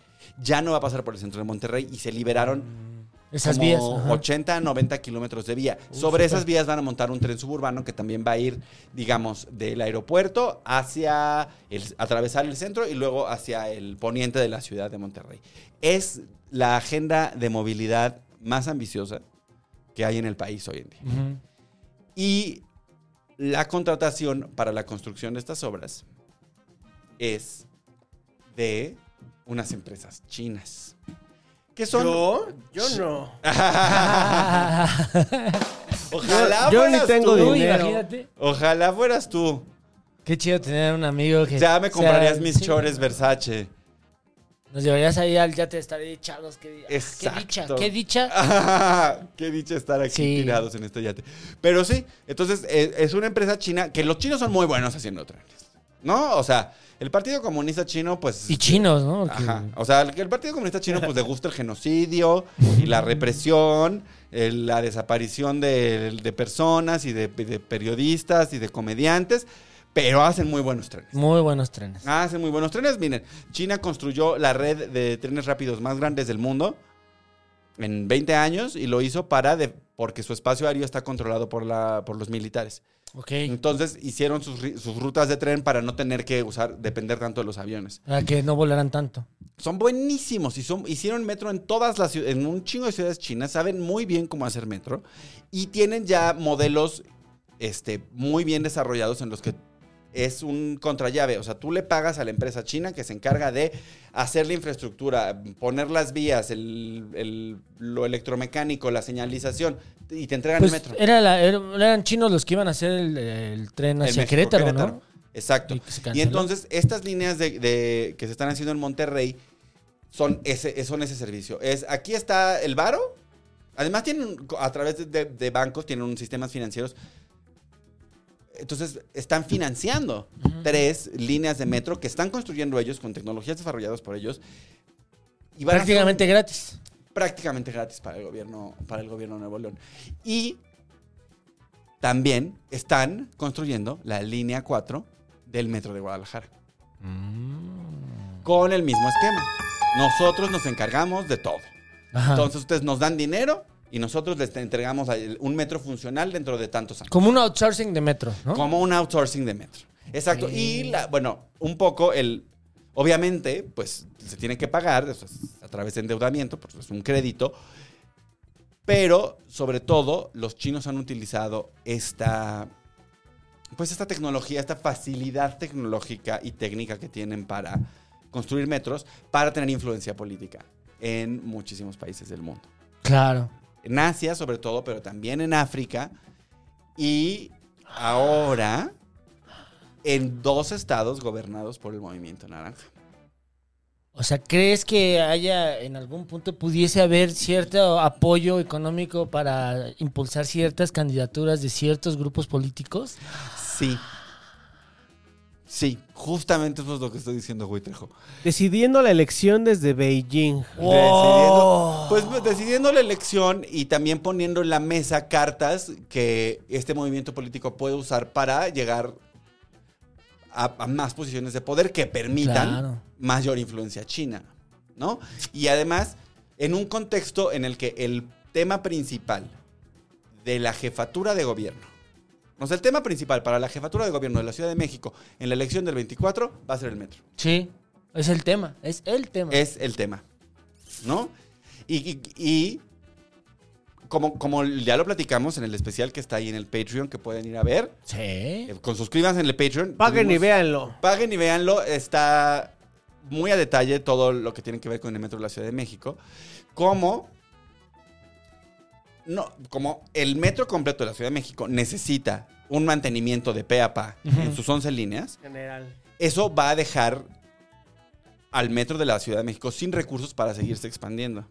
[SPEAKER 3] ya no va a pasar por el centro de Monterrey y se liberaron
[SPEAKER 4] Esas
[SPEAKER 3] como
[SPEAKER 4] vías. ajá.
[SPEAKER 3] 80 a 90 kilómetros de vía. Sobre esas vías van a montar un tren suburbano que también va a ir, digamos, del aeropuerto hacia el, atravesar el centro y luego hacia el poniente de la ciudad de Monterrey. Es la agenda de movilidad más ambiciosa que hay en el país hoy en día.
[SPEAKER 4] Ujú.
[SPEAKER 3] Y la contratación para la construcción de estas obras es de unas empresas chinas. Que son.
[SPEAKER 5] Yo, yo no.
[SPEAKER 3] Ojalá
[SPEAKER 1] Yo- yo ni
[SPEAKER 3] fueras
[SPEAKER 1] tengo
[SPEAKER 3] tú.
[SPEAKER 1] dinero.
[SPEAKER 4] Uy, imagínate.
[SPEAKER 3] Ojalá fueras tú.
[SPEAKER 4] Qué chido tener un amigo que.
[SPEAKER 3] Ya me
[SPEAKER 4] sea-
[SPEAKER 3] comprarías mis
[SPEAKER 4] sí.
[SPEAKER 3] chores Versace.
[SPEAKER 4] Nos llevarías ahí al yate de estar echados. Qué, ah,
[SPEAKER 3] Exacto. Ah,
[SPEAKER 4] qué dicha, qué dicha.
[SPEAKER 3] Qué dicha estar aquí
[SPEAKER 4] Sí.
[SPEAKER 3] tirados en este yate. Pero sí, entonces eh, es una empresa china que los chinos son muy buenos haciendo trenes. ¿No? O sea, el Partido Comunista Chino, pues.
[SPEAKER 4] Y chinos, ¿no? Porque-
[SPEAKER 3] Ajá. O sea, el, el Partido Comunista Chino pues le gusta el genocidio y la represión, el- la desaparición de, de personas y de, de periodistas y de comediantes, pero hacen muy buenos trenes.
[SPEAKER 4] Muy buenos trenes.
[SPEAKER 3] Hacen muy buenos trenes. Miren, China construyó la red de trenes rápidos más grandes del mundo en 20 años y lo hizo para de- porque su espacio aéreo está controlado por, la, por los militares.
[SPEAKER 4] Ok.
[SPEAKER 3] Entonces hicieron sus, ri- sus rutas de tren para no tener que usar, depender tanto de los aviones.
[SPEAKER 4] Para que no volaran tanto.
[SPEAKER 3] Son buenísimos y son, hicieron metro en todas las ciudades, en un chingo de ciudades chinas, saben muy bien cómo hacer metro y tienen ya modelos este, muy bien desarrollados en los que es un contrallave, o sea, tú le pagas a la empresa china que se encarga de hacer la infraestructura, poner las vías, el, el- lo electromecánico, la señalización y te entregan
[SPEAKER 4] Pues
[SPEAKER 3] el metro.
[SPEAKER 4] era la- era- eran chinos los que iban a hacer el, el tren
[SPEAKER 3] El
[SPEAKER 4] hacia
[SPEAKER 3] México,
[SPEAKER 4] Querétaro,
[SPEAKER 3] Querétaro. Exacto.
[SPEAKER 4] ¿no? Y que se
[SPEAKER 3] Y
[SPEAKER 4] canceló.
[SPEAKER 3] entonces, estas líneas de, de- que se están haciendo en Monterrey son ese, eh, son ese servicio. Es, aquí está el varo. Además, tienen, un- a través de, de- de bancos, tienen unos sistemas financieros. Entonces, están financiando tres líneas de metro que están construyendo ellos con tecnologías desarrolladas por ellos. Y van a hacer un-
[SPEAKER 4] prácticamente gratis.
[SPEAKER 3] prácticamente gratis para el gobierno, para el gobierno de Nuevo León. Y también están construyendo la línea 4 del metro de Guadalajara. Con el mismo esquema. Nosotros nos encargamos de todo.
[SPEAKER 4] Ajá.
[SPEAKER 3] Entonces ustedes nos dan dinero y nosotros les entregamos el- un metro funcional dentro de tantos años.
[SPEAKER 4] Como un outsourcing de metro, ¿no?
[SPEAKER 3] Como un outsourcing de metro. Exacto. Y, la- bueno, un poco el... Obviamente, pues se tiene que pagar o sea, es a través de endeudamiento, porque es un crédito. Pero, sobre todo, los chinos han utilizado esta... Pues esta tecnología, esta facilidad tecnológica y técnica que tienen para construir metros, para tener influencia política en muchísimos países del mundo
[SPEAKER 4] Claro.
[SPEAKER 3] en Asia sobre todo, pero también en África. Y ahora en dos estados gobernados por el movimiento naranja.
[SPEAKER 4] O sea, ¿crees que haya en algún punto pudiese haber cierto apoyo económico para impulsar ciertas candidaturas de ciertos grupos políticos?
[SPEAKER 3] Sí. Sí, justamente eso es lo que estoy diciendo, güey Trejo.
[SPEAKER 1] Decidiendo la elección desde Beijing.
[SPEAKER 3] Decidiendo- pues pues, decidiendo la elección y también poniendo en la mesa cartas que este movimiento político puede usar para llegar a, a más posiciones de poder que permitan
[SPEAKER 4] Claro.
[SPEAKER 3] mayor influencia china, ¿no? Y además, en un contexto en el que el tema principal de la jefatura de gobierno, o sea, el tema principal para la jefatura de gobierno de la Ciudad de México en la elección del 24 va a ser el metro.
[SPEAKER 4] Sí, es el tema, es el tema.
[SPEAKER 3] Es el tema. ¿No? Y, y- y como, como ya lo platicamos en el especial que está ahí en el Patreon, que pueden ir a ver,
[SPEAKER 4] Sí.
[SPEAKER 3] eh, con suscríbanse en el Patreon.
[SPEAKER 1] Paguen y
[SPEAKER 3] Tuvimos-
[SPEAKER 1] véanlo.
[SPEAKER 3] Paguen y véanlo. Está muy a detalle todo lo que tiene que ver con el metro de la Ciudad de México. Como. No, como el metro completo de la Ciudad de México necesita un mantenimiento de pe a pa en sus 11 líneas,
[SPEAKER 1] General.
[SPEAKER 3] eso va a dejar al metro de la Ciudad de México sin recursos para seguirse expandiendo.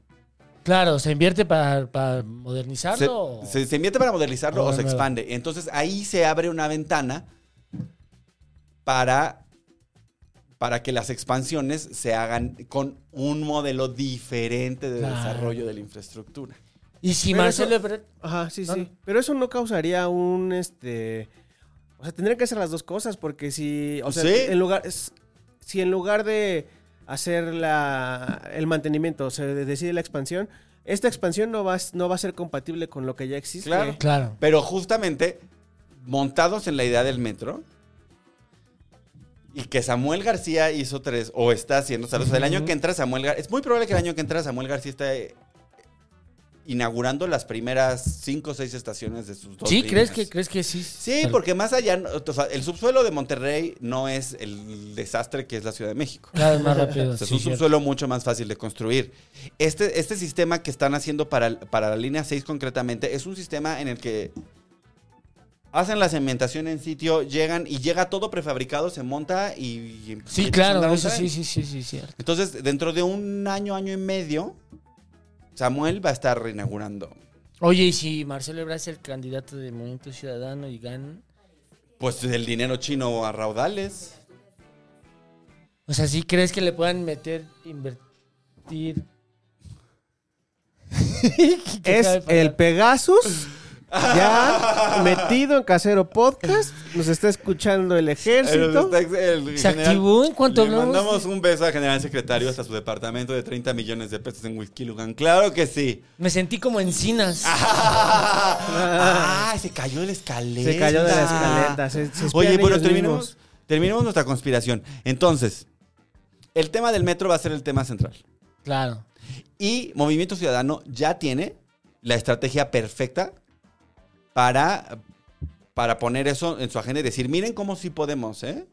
[SPEAKER 4] Claro, se invierte para, para modernizarlo.
[SPEAKER 3] Se, se- se invierte para modernizarlo
[SPEAKER 4] Ahora
[SPEAKER 3] o se
[SPEAKER 4] nuevo.
[SPEAKER 3] expande. Entonces ahí se abre una ventana para para que las expansiones se hagan con un modelo diferente de
[SPEAKER 4] Claro.
[SPEAKER 3] desarrollo de la infraestructura.
[SPEAKER 4] Y si
[SPEAKER 1] Pero
[SPEAKER 4] Marcelo
[SPEAKER 1] eso-
[SPEAKER 4] Ebrard-
[SPEAKER 1] Ajá, sí,
[SPEAKER 4] ¿No?
[SPEAKER 1] sí. Pero eso no causaría un este. O sea, tendrían que hacer las dos cosas, porque si. O sea,
[SPEAKER 3] Pues Sí.
[SPEAKER 1] en lugar. es- si en lugar de hacer la, el mantenimiento, se decide la expansión, esta expansión no va, a- no va a ser compatible con lo que ya existe.
[SPEAKER 3] Claro.
[SPEAKER 4] Claro.
[SPEAKER 3] Pero justamente montados en la idea del metro y que Samuel García hizo tres o está haciendo, o sea, o sea, el año que entra Samuel García, es muy probable que el año que entra Samuel García esté eh, inaugurando las primeras cinco o seis estaciones de sus dos
[SPEAKER 4] ¿Sí? ¿Crees
[SPEAKER 3] líneas.
[SPEAKER 4] que, ¿Crees que sí?
[SPEAKER 3] Sí,
[SPEAKER 4] Tal-
[SPEAKER 3] porque más allá, o sea, el subsuelo de Monterrey no es el desastre que es la Ciudad de México.
[SPEAKER 4] Cada vez más rápido.
[SPEAKER 3] O sea,
[SPEAKER 4] sí,
[SPEAKER 3] es un
[SPEAKER 4] cierto.
[SPEAKER 3] subsuelo mucho más fácil de construir. Este, este sistema que están haciendo para, el- para la línea 6 concretamente es un sistema en el que hacen la cementación en sitio, llegan y llega todo prefabricado, se monta y... y
[SPEAKER 4] Sí,
[SPEAKER 3] empiezan a
[SPEAKER 4] claro,
[SPEAKER 3] dar un
[SPEAKER 4] eso
[SPEAKER 3] tren.
[SPEAKER 4] sí, sí, sí, sí, cierto.
[SPEAKER 3] Entonces, dentro de un año, año y medio, Samuel va a estar reinaugurando.
[SPEAKER 4] Oye, y si Marcelo Ebrard es el candidato de Movimiento Ciudadano y gana.
[SPEAKER 3] Pues el dinero chino a raudales.
[SPEAKER 4] O sea, ¿sí crees que le puedan meter, invertir? ¿Qué
[SPEAKER 1] Es
[SPEAKER 4] cabe para-
[SPEAKER 1] el Pegasus. Ya metido en Casero Podcast, nos está escuchando el ejército.
[SPEAKER 3] El- este, el- el
[SPEAKER 4] Se activó en cuanto
[SPEAKER 3] le
[SPEAKER 4] hablamos
[SPEAKER 3] mandamos
[SPEAKER 4] de-
[SPEAKER 3] un beso al general secretario hasta su departamento de 30 millones de pesos en Huizquilucan. Claro que sí.
[SPEAKER 4] Me sentí como encinas.
[SPEAKER 3] ah, se cayó de la escaleta.
[SPEAKER 1] Se cayó de la escaleta. se- se
[SPEAKER 3] Oye,
[SPEAKER 1] espian
[SPEAKER 3] pero
[SPEAKER 1] ellos
[SPEAKER 3] terminemos,
[SPEAKER 1] mismos.
[SPEAKER 3] terminemos nuestra conspiración. Entonces, el tema del metro va a ser el tema central.
[SPEAKER 4] Claro.
[SPEAKER 3] Y Movimiento Ciudadano ya tiene la estrategia perfecta para, para poner eso en su agenda y decir, miren cómo sí podemos, ¿eh?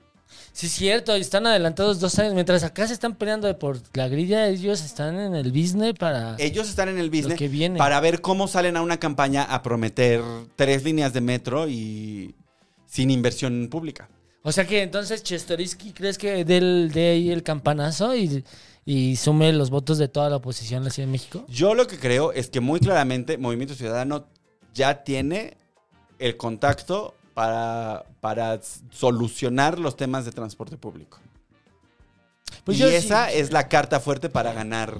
[SPEAKER 4] Sí, es cierto, están adelantados dos años. Mientras acá se están peleando de por la grilla, ellos están en el business para.
[SPEAKER 3] Ellos están en el business
[SPEAKER 4] que viene.
[SPEAKER 3] para ver cómo salen a una campaña a prometer tres líneas de metro y sin inversión pública.
[SPEAKER 4] O sea que entonces Chestoriski crees que del de ahí el campanazo y, y sume los votos de toda la oposición en la Ciudad de México.
[SPEAKER 3] Yo lo que creo es que muy claramente Movimiento Ciudadano ya tiene el contacto para, para s- solucionar los temas de transporte público.
[SPEAKER 4] Pues
[SPEAKER 3] y
[SPEAKER 4] yo sí-
[SPEAKER 3] esa es la carta fuerte para ganar,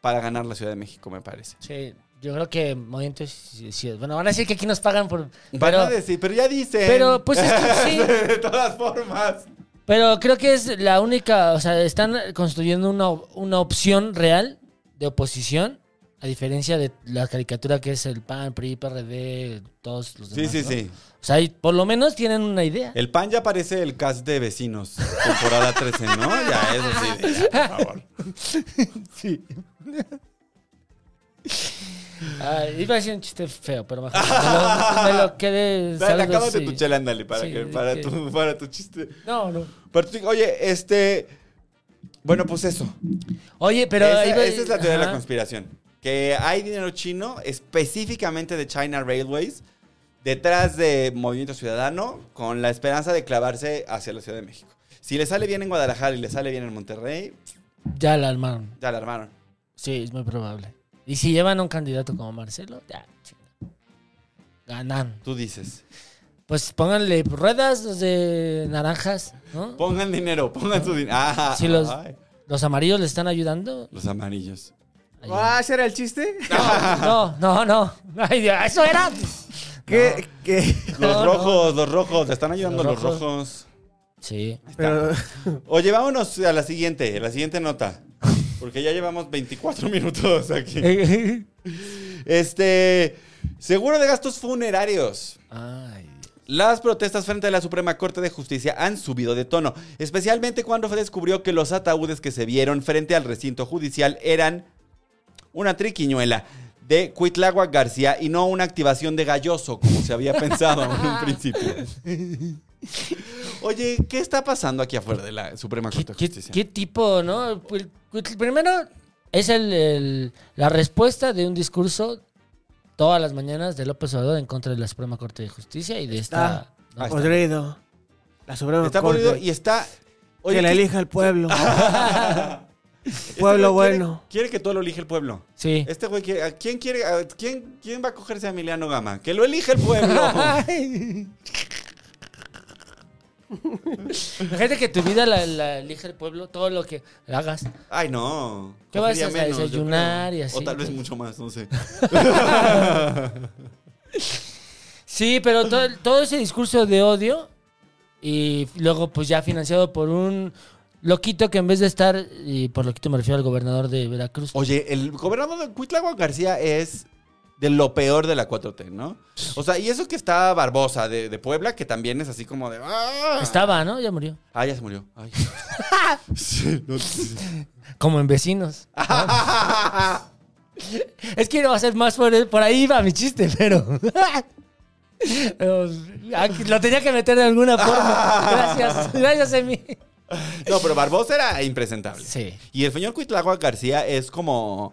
[SPEAKER 3] para ganar la Ciudad de México, me parece.
[SPEAKER 4] Sí, yo creo que Movimiento Ci- Ciudad- Bueno, van a decir que aquí nos pagan por.
[SPEAKER 3] Van
[SPEAKER 4] Pero,
[SPEAKER 3] a decir, pero ya dicen.
[SPEAKER 4] pero, pues es que sí.
[SPEAKER 3] de todas formas.
[SPEAKER 4] Pero creo que es la única, o sea, están construyendo una, una opción real de oposición, a diferencia de la caricatura que es el PAN, PRI, PRD, todos los
[SPEAKER 3] Sí,
[SPEAKER 4] demás.
[SPEAKER 3] sí,
[SPEAKER 4] ¿no?
[SPEAKER 3] sí.
[SPEAKER 4] O sea, ahí por lo menos tienen una idea.
[SPEAKER 3] El pan ya parece el cast de vecinos, temporada 13, ¿no? Ya, eso sí, de- ya, por favor.
[SPEAKER 4] Ah, iba a decir un chiste feo, pero mejor me lo, me lo
[SPEAKER 3] Dale,
[SPEAKER 4] quedé. saludos,
[SPEAKER 3] acábate
[SPEAKER 4] sí.
[SPEAKER 3] tu chela, ándale, para,
[SPEAKER 4] Sí,
[SPEAKER 3] que, para,
[SPEAKER 4] que-
[SPEAKER 3] tu, para tu chiste.
[SPEAKER 4] No, no.
[SPEAKER 3] Para tu- oye, este... Bueno, pues eso.
[SPEAKER 4] Oye, pero.
[SPEAKER 3] esa,
[SPEAKER 4] ahí va-
[SPEAKER 3] esa es la teoría de la
[SPEAKER 4] ajá.
[SPEAKER 3] conspiración. Que hay dinero chino, específicamente de China Railways, detrás de Movimiento Ciudadano, con la esperanza de clavarse hacia la Ciudad de México. Si le sale bien en Guadalajara y le sale bien en Monterrey,
[SPEAKER 4] Ya la armaron.
[SPEAKER 3] ya la armaron.
[SPEAKER 4] Sí, es muy probable. Y si llevan a un candidato como Marcelo, ya, chinga. Ganan.
[SPEAKER 3] Tú dices.
[SPEAKER 4] Pues pónganle ruedas de naranjas, ¿no?
[SPEAKER 3] Pongan dinero, pongan su dinero. Ah,
[SPEAKER 4] Si los-
[SPEAKER 3] ay,
[SPEAKER 4] Los amarillos le están ayudando.
[SPEAKER 3] los amarillos.
[SPEAKER 4] Ahí.
[SPEAKER 1] Ah, ¿ese era el chiste?
[SPEAKER 4] No, no, no. Ay, Dios, eso era.
[SPEAKER 1] ¿Qué, qué?
[SPEAKER 4] No,
[SPEAKER 3] Los
[SPEAKER 4] no.
[SPEAKER 3] rojos, los rojos, te están ayudando
[SPEAKER 4] Los
[SPEAKER 3] los rojos.
[SPEAKER 4] Sí.
[SPEAKER 1] Pero-
[SPEAKER 3] Oye, vámonos a la siguiente, la siguiente nota. Porque ya llevamos 24 minutos aquí.
[SPEAKER 4] Eh.
[SPEAKER 3] Este, seguro de gastos funerarios.
[SPEAKER 4] Ay.
[SPEAKER 3] Las protestas frente a la Suprema Corte de Justicia han subido de tono, especialmente cuando se descubrió que los ataúdes que se vieron frente al recinto judicial eran una triquiñuela de Cuitlagua García y no una activación de galloso, como se había pensado en un principio. Oye, ¿qué está pasando aquí afuera de la Suprema
[SPEAKER 4] ¿Qué,
[SPEAKER 3] Corte de
[SPEAKER 4] qué-
[SPEAKER 3] Justicia?
[SPEAKER 4] qué tipo, no? Pues, pues, Primero, es el, el- la respuesta de un discurso todas las mañanas de López Obrador en contra de la Suprema Corte de Justicia y de esta. ¿no?
[SPEAKER 3] Ah, Ahí está.
[SPEAKER 1] Ah, Podrido. La Suprema
[SPEAKER 3] Está
[SPEAKER 1] Corte.
[SPEAKER 3] podrido y está...
[SPEAKER 1] que la
[SPEAKER 3] ¿qué-
[SPEAKER 1] elija el pueblo.
[SPEAKER 3] este
[SPEAKER 1] pueblo
[SPEAKER 3] güey quiere-
[SPEAKER 1] bueno.
[SPEAKER 3] Quiere que todo lo elija el pueblo.
[SPEAKER 4] Sí.
[SPEAKER 3] Este güey, quiere- ¿a ¿quién quiere? a- quién, ¿Quién va a cogerse a Emiliano Gama? ¡Que lo elija el pueblo!
[SPEAKER 4] Imagínate que tu vida la, la elige el pueblo, todo lo que hagas.
[SPEAKER 3] Ay, no.
[SPEAKER 4] ¿Qué vas
[SPEAKER 3] Comería
[SPEAKER 4] a
[SPEAKER 3] menos, yo
[SPEAKER 4] desayunar
[SPEAKER 3] creo.
[SPEAKER 4] y así?
[SPEAKER 3] O tal vez mucho más, no sé.
[SPEAKER 4] Sí, pero todo, todo ese discurso de odio y luego pues ya financiado por un loquito que en vez de estar, y por loquito me refiero al gobernador de Veracruz.
[SPEAKER 3] Oye, el gobernador de Cuitláhuac García es de lo peor de la 4T, ¿no? O sea, y eso que está Barbosa de, de Puebla, que también es así como de... ¡ah!
[SPEAKER 4] Estaba, ¿no? Ya murió.
[SPEAKER 3] Ah, ya se murió. Ay. Sí, no, sí.
[SPEAKER 4] Como en vecinos.
[SPEAKER 3] Ah.
[SPEAKER 4] Es que no va a ser más por, por ahí va mi chiste, pero... Pero, ah, Lo tenía que meter de alguna forma.
[SPEAKER 3] Ah.
[SPEAKER 4] Gracias, gracias a mí.
[SPEAKER 3] No, pero Barbosa era impresentable.
[SPEAKER 4] Sí.
[SPEAKER 3] Y el señor Cuitláhuac García es como...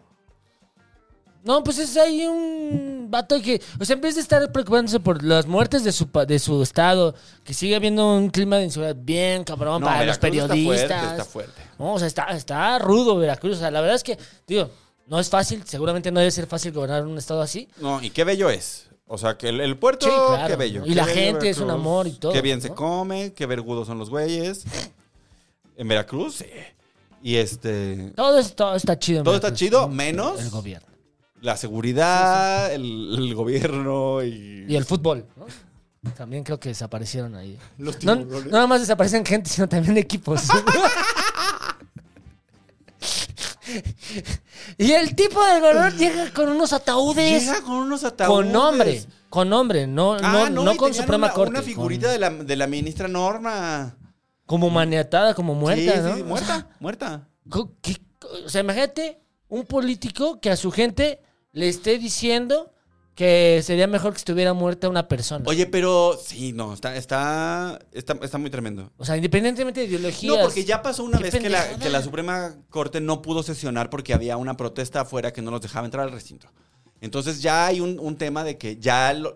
[SPEAKER 4] No, pues es ahí un vato que, o sea, en vez de estar preocupándose por las muertes de su, pa- de su estado, que sigue habiendo un clima de inseguridad bien cabrón
[SPEAKER 3] No,
[SPEAKER 4] para los
[SPEAKER 3] Veracruz está
[SPEAKER 4] periodistas.
[SPEAKER 3] fuerte, está fuerte.
[SPEAKER 4] No, o sea, está, está rudo Veracruz. O sea, la verdad es que, digo, no es fácil, seguramente no debe ser fácil gobernar un estado así.
[SPEAKER 3] No, y qué bello es. O sea, que el, el puerto,
[SPEAKER 4] Sí, claro.
[SPEAKER 3] qué bello.
[SPEAKER 4] Y
[SPEAKER 3] Qué
[SPEAKER 4] la
[SPEAKER 3] bello
[SPEAKER 4] gente es un amor y todo,
[SPEAKER 3] Qué bien
[SPEAKER 4] ¿no?
[SPEAKER 3] se come, qué vergudos son los güeyes. En Veracruz, sí. Y este...
[SPEAKER 4] Todo, es- todo está chido. en
[SPEAKER 3] Todo está
[SPEAKER 4] Veracruz.
[SPEAKER 3] chido, menos
[SPEAKER 4] El gobierno.
[SPEAKER 3] la seguridad, El, el gobierno y...
[SPEAKER 4] Y el fútbol, ¿no? También creo que desaparecieron ahí.
[SPEAKER 3] Los
[SPEAKER 4] No, no
[SPEAKER 3] tiburones.
[SPEAKER 4] nada más desaparecen gente, sino también equipos. y el tipo de color llega con unos ataúdes.
[SPEAKER 3] Llega con unos ataúdes.
[SPEAKER 4] con nombre. Con nombre, no,
[SPEAKER 3] Ah,
[SPEAKER 4] no,
[SPEAKER 3] no,
[SPEAKER 4] no
[SPEAKER 3] y
[SPEAKER 4] con
[SPEAKER 3] tenían
[SPEAKER 4] Suprema
[SPEAKER 3] una,
[SPEAKER 4] Corte.
[SPEAKER 3] Una figurita
[SPEAKER 4] con-
[SPEAKER 3] de, la, de la ministra Norma.
[SPEAKER 4] Como maniatada, como muerta,
[SPEAKER 3] Sí,
[SPEAKER 4] ¿no?
[SPEAKER 3] sí, muerta, muerta.
[SPEAKER 4] Co- ¿qué co- O sea, imagínate un político que a su gente le esté diciendo que sería mejor que estuviera muerta una persona.
[SPEAKER 3] Oye, pero sí, no, está, está, está, está muy tremendo.
[SPEAKER 4] O sea, independientemente de ideologías.
[SPEAKER 3] No, porque ya pasó una
[SPEAKER 4] Qué
[SPEAKER 3] vez que la,
[SPEAKER 4] pendejada.
[SPEAKER 3] que la Suprema Corte no pudo sesionar porque había una protesta afuera que no los dejaba entrar al recinto. Entonces ya hay un, un tema de que ya lo-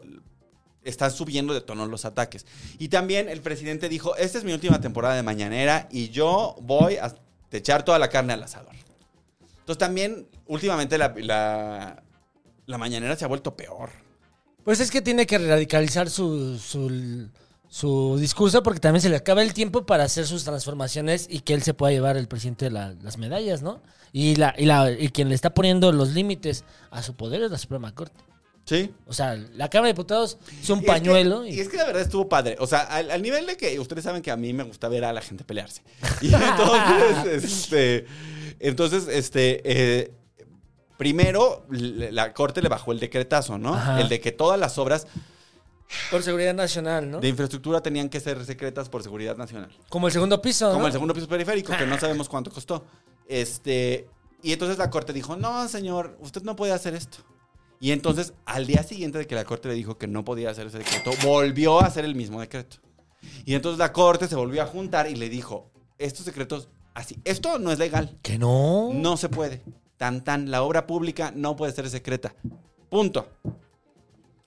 [SPEAKER 3] están subiendo de tono los ataques. Y también el presidente dijo, esta es mi última temporada de Mañanera y yo voy a echar toda la carne al asador. Entonces también últimamente la, la, la Mañanera se ha vuelto peor.
[SPEAKER 4] Pues es que tiene que radicalizar su, su, su discurso porque también se le acaba el tiempo para hacer sus transformaciones y que él se pueda llevar el presidente la- las medallas, ¿no? Y, la, y, la, y quien le está poniendo los límites a su poder es la Suprema Corte.
[SPEAKER 3] Sí.
[SPEAKER 4] O sea, la Cámara de Diputados es un
[SPEAKER 3] Y es que-
[SPEAKER 4] pañuelo.
[SPEAKER 3] y,
[SPEAKER 4] y-
[SPEAKER 3] es que, la verdad estuvo padre. O sea, al, al nivel de que ustedes saben que a mí me gusta ver a la gente pelearse. Y entonces, este. Entonces, este. eh, primero, le- la corte le bajó el decretazo, ¿no?
[SPEAKER 4] Ajá.
[SPEAKER 3] El de que todas las obras
[SPEAKER 4] Por seguridad nacional, ¿no?
[SPEAKER 3] de infraestructura tenían que ser secretas por seguridad nacional.
[SPEAKER 4] Como el segundo piso, ¿no?
[SPEAKER 3] Como el segundo piso periférico, que no sabemos cuánto costó. Este. Y entonces la corte dijo: No, señor, usted no puede hacer esto. Y entonces, al día siguiente de que la corte le dijo que no podía hacer ese decreto, volvió a hacer el mismo decreto. Y entonces la corte se volvió a juntar y le dijo: Estos decretos, así, esto no es legal.
[SPEAKER 4] Que no.
[SPEAKER 3] No se puede. Tan, tan, la obra pública no puede ser secreta. Punto.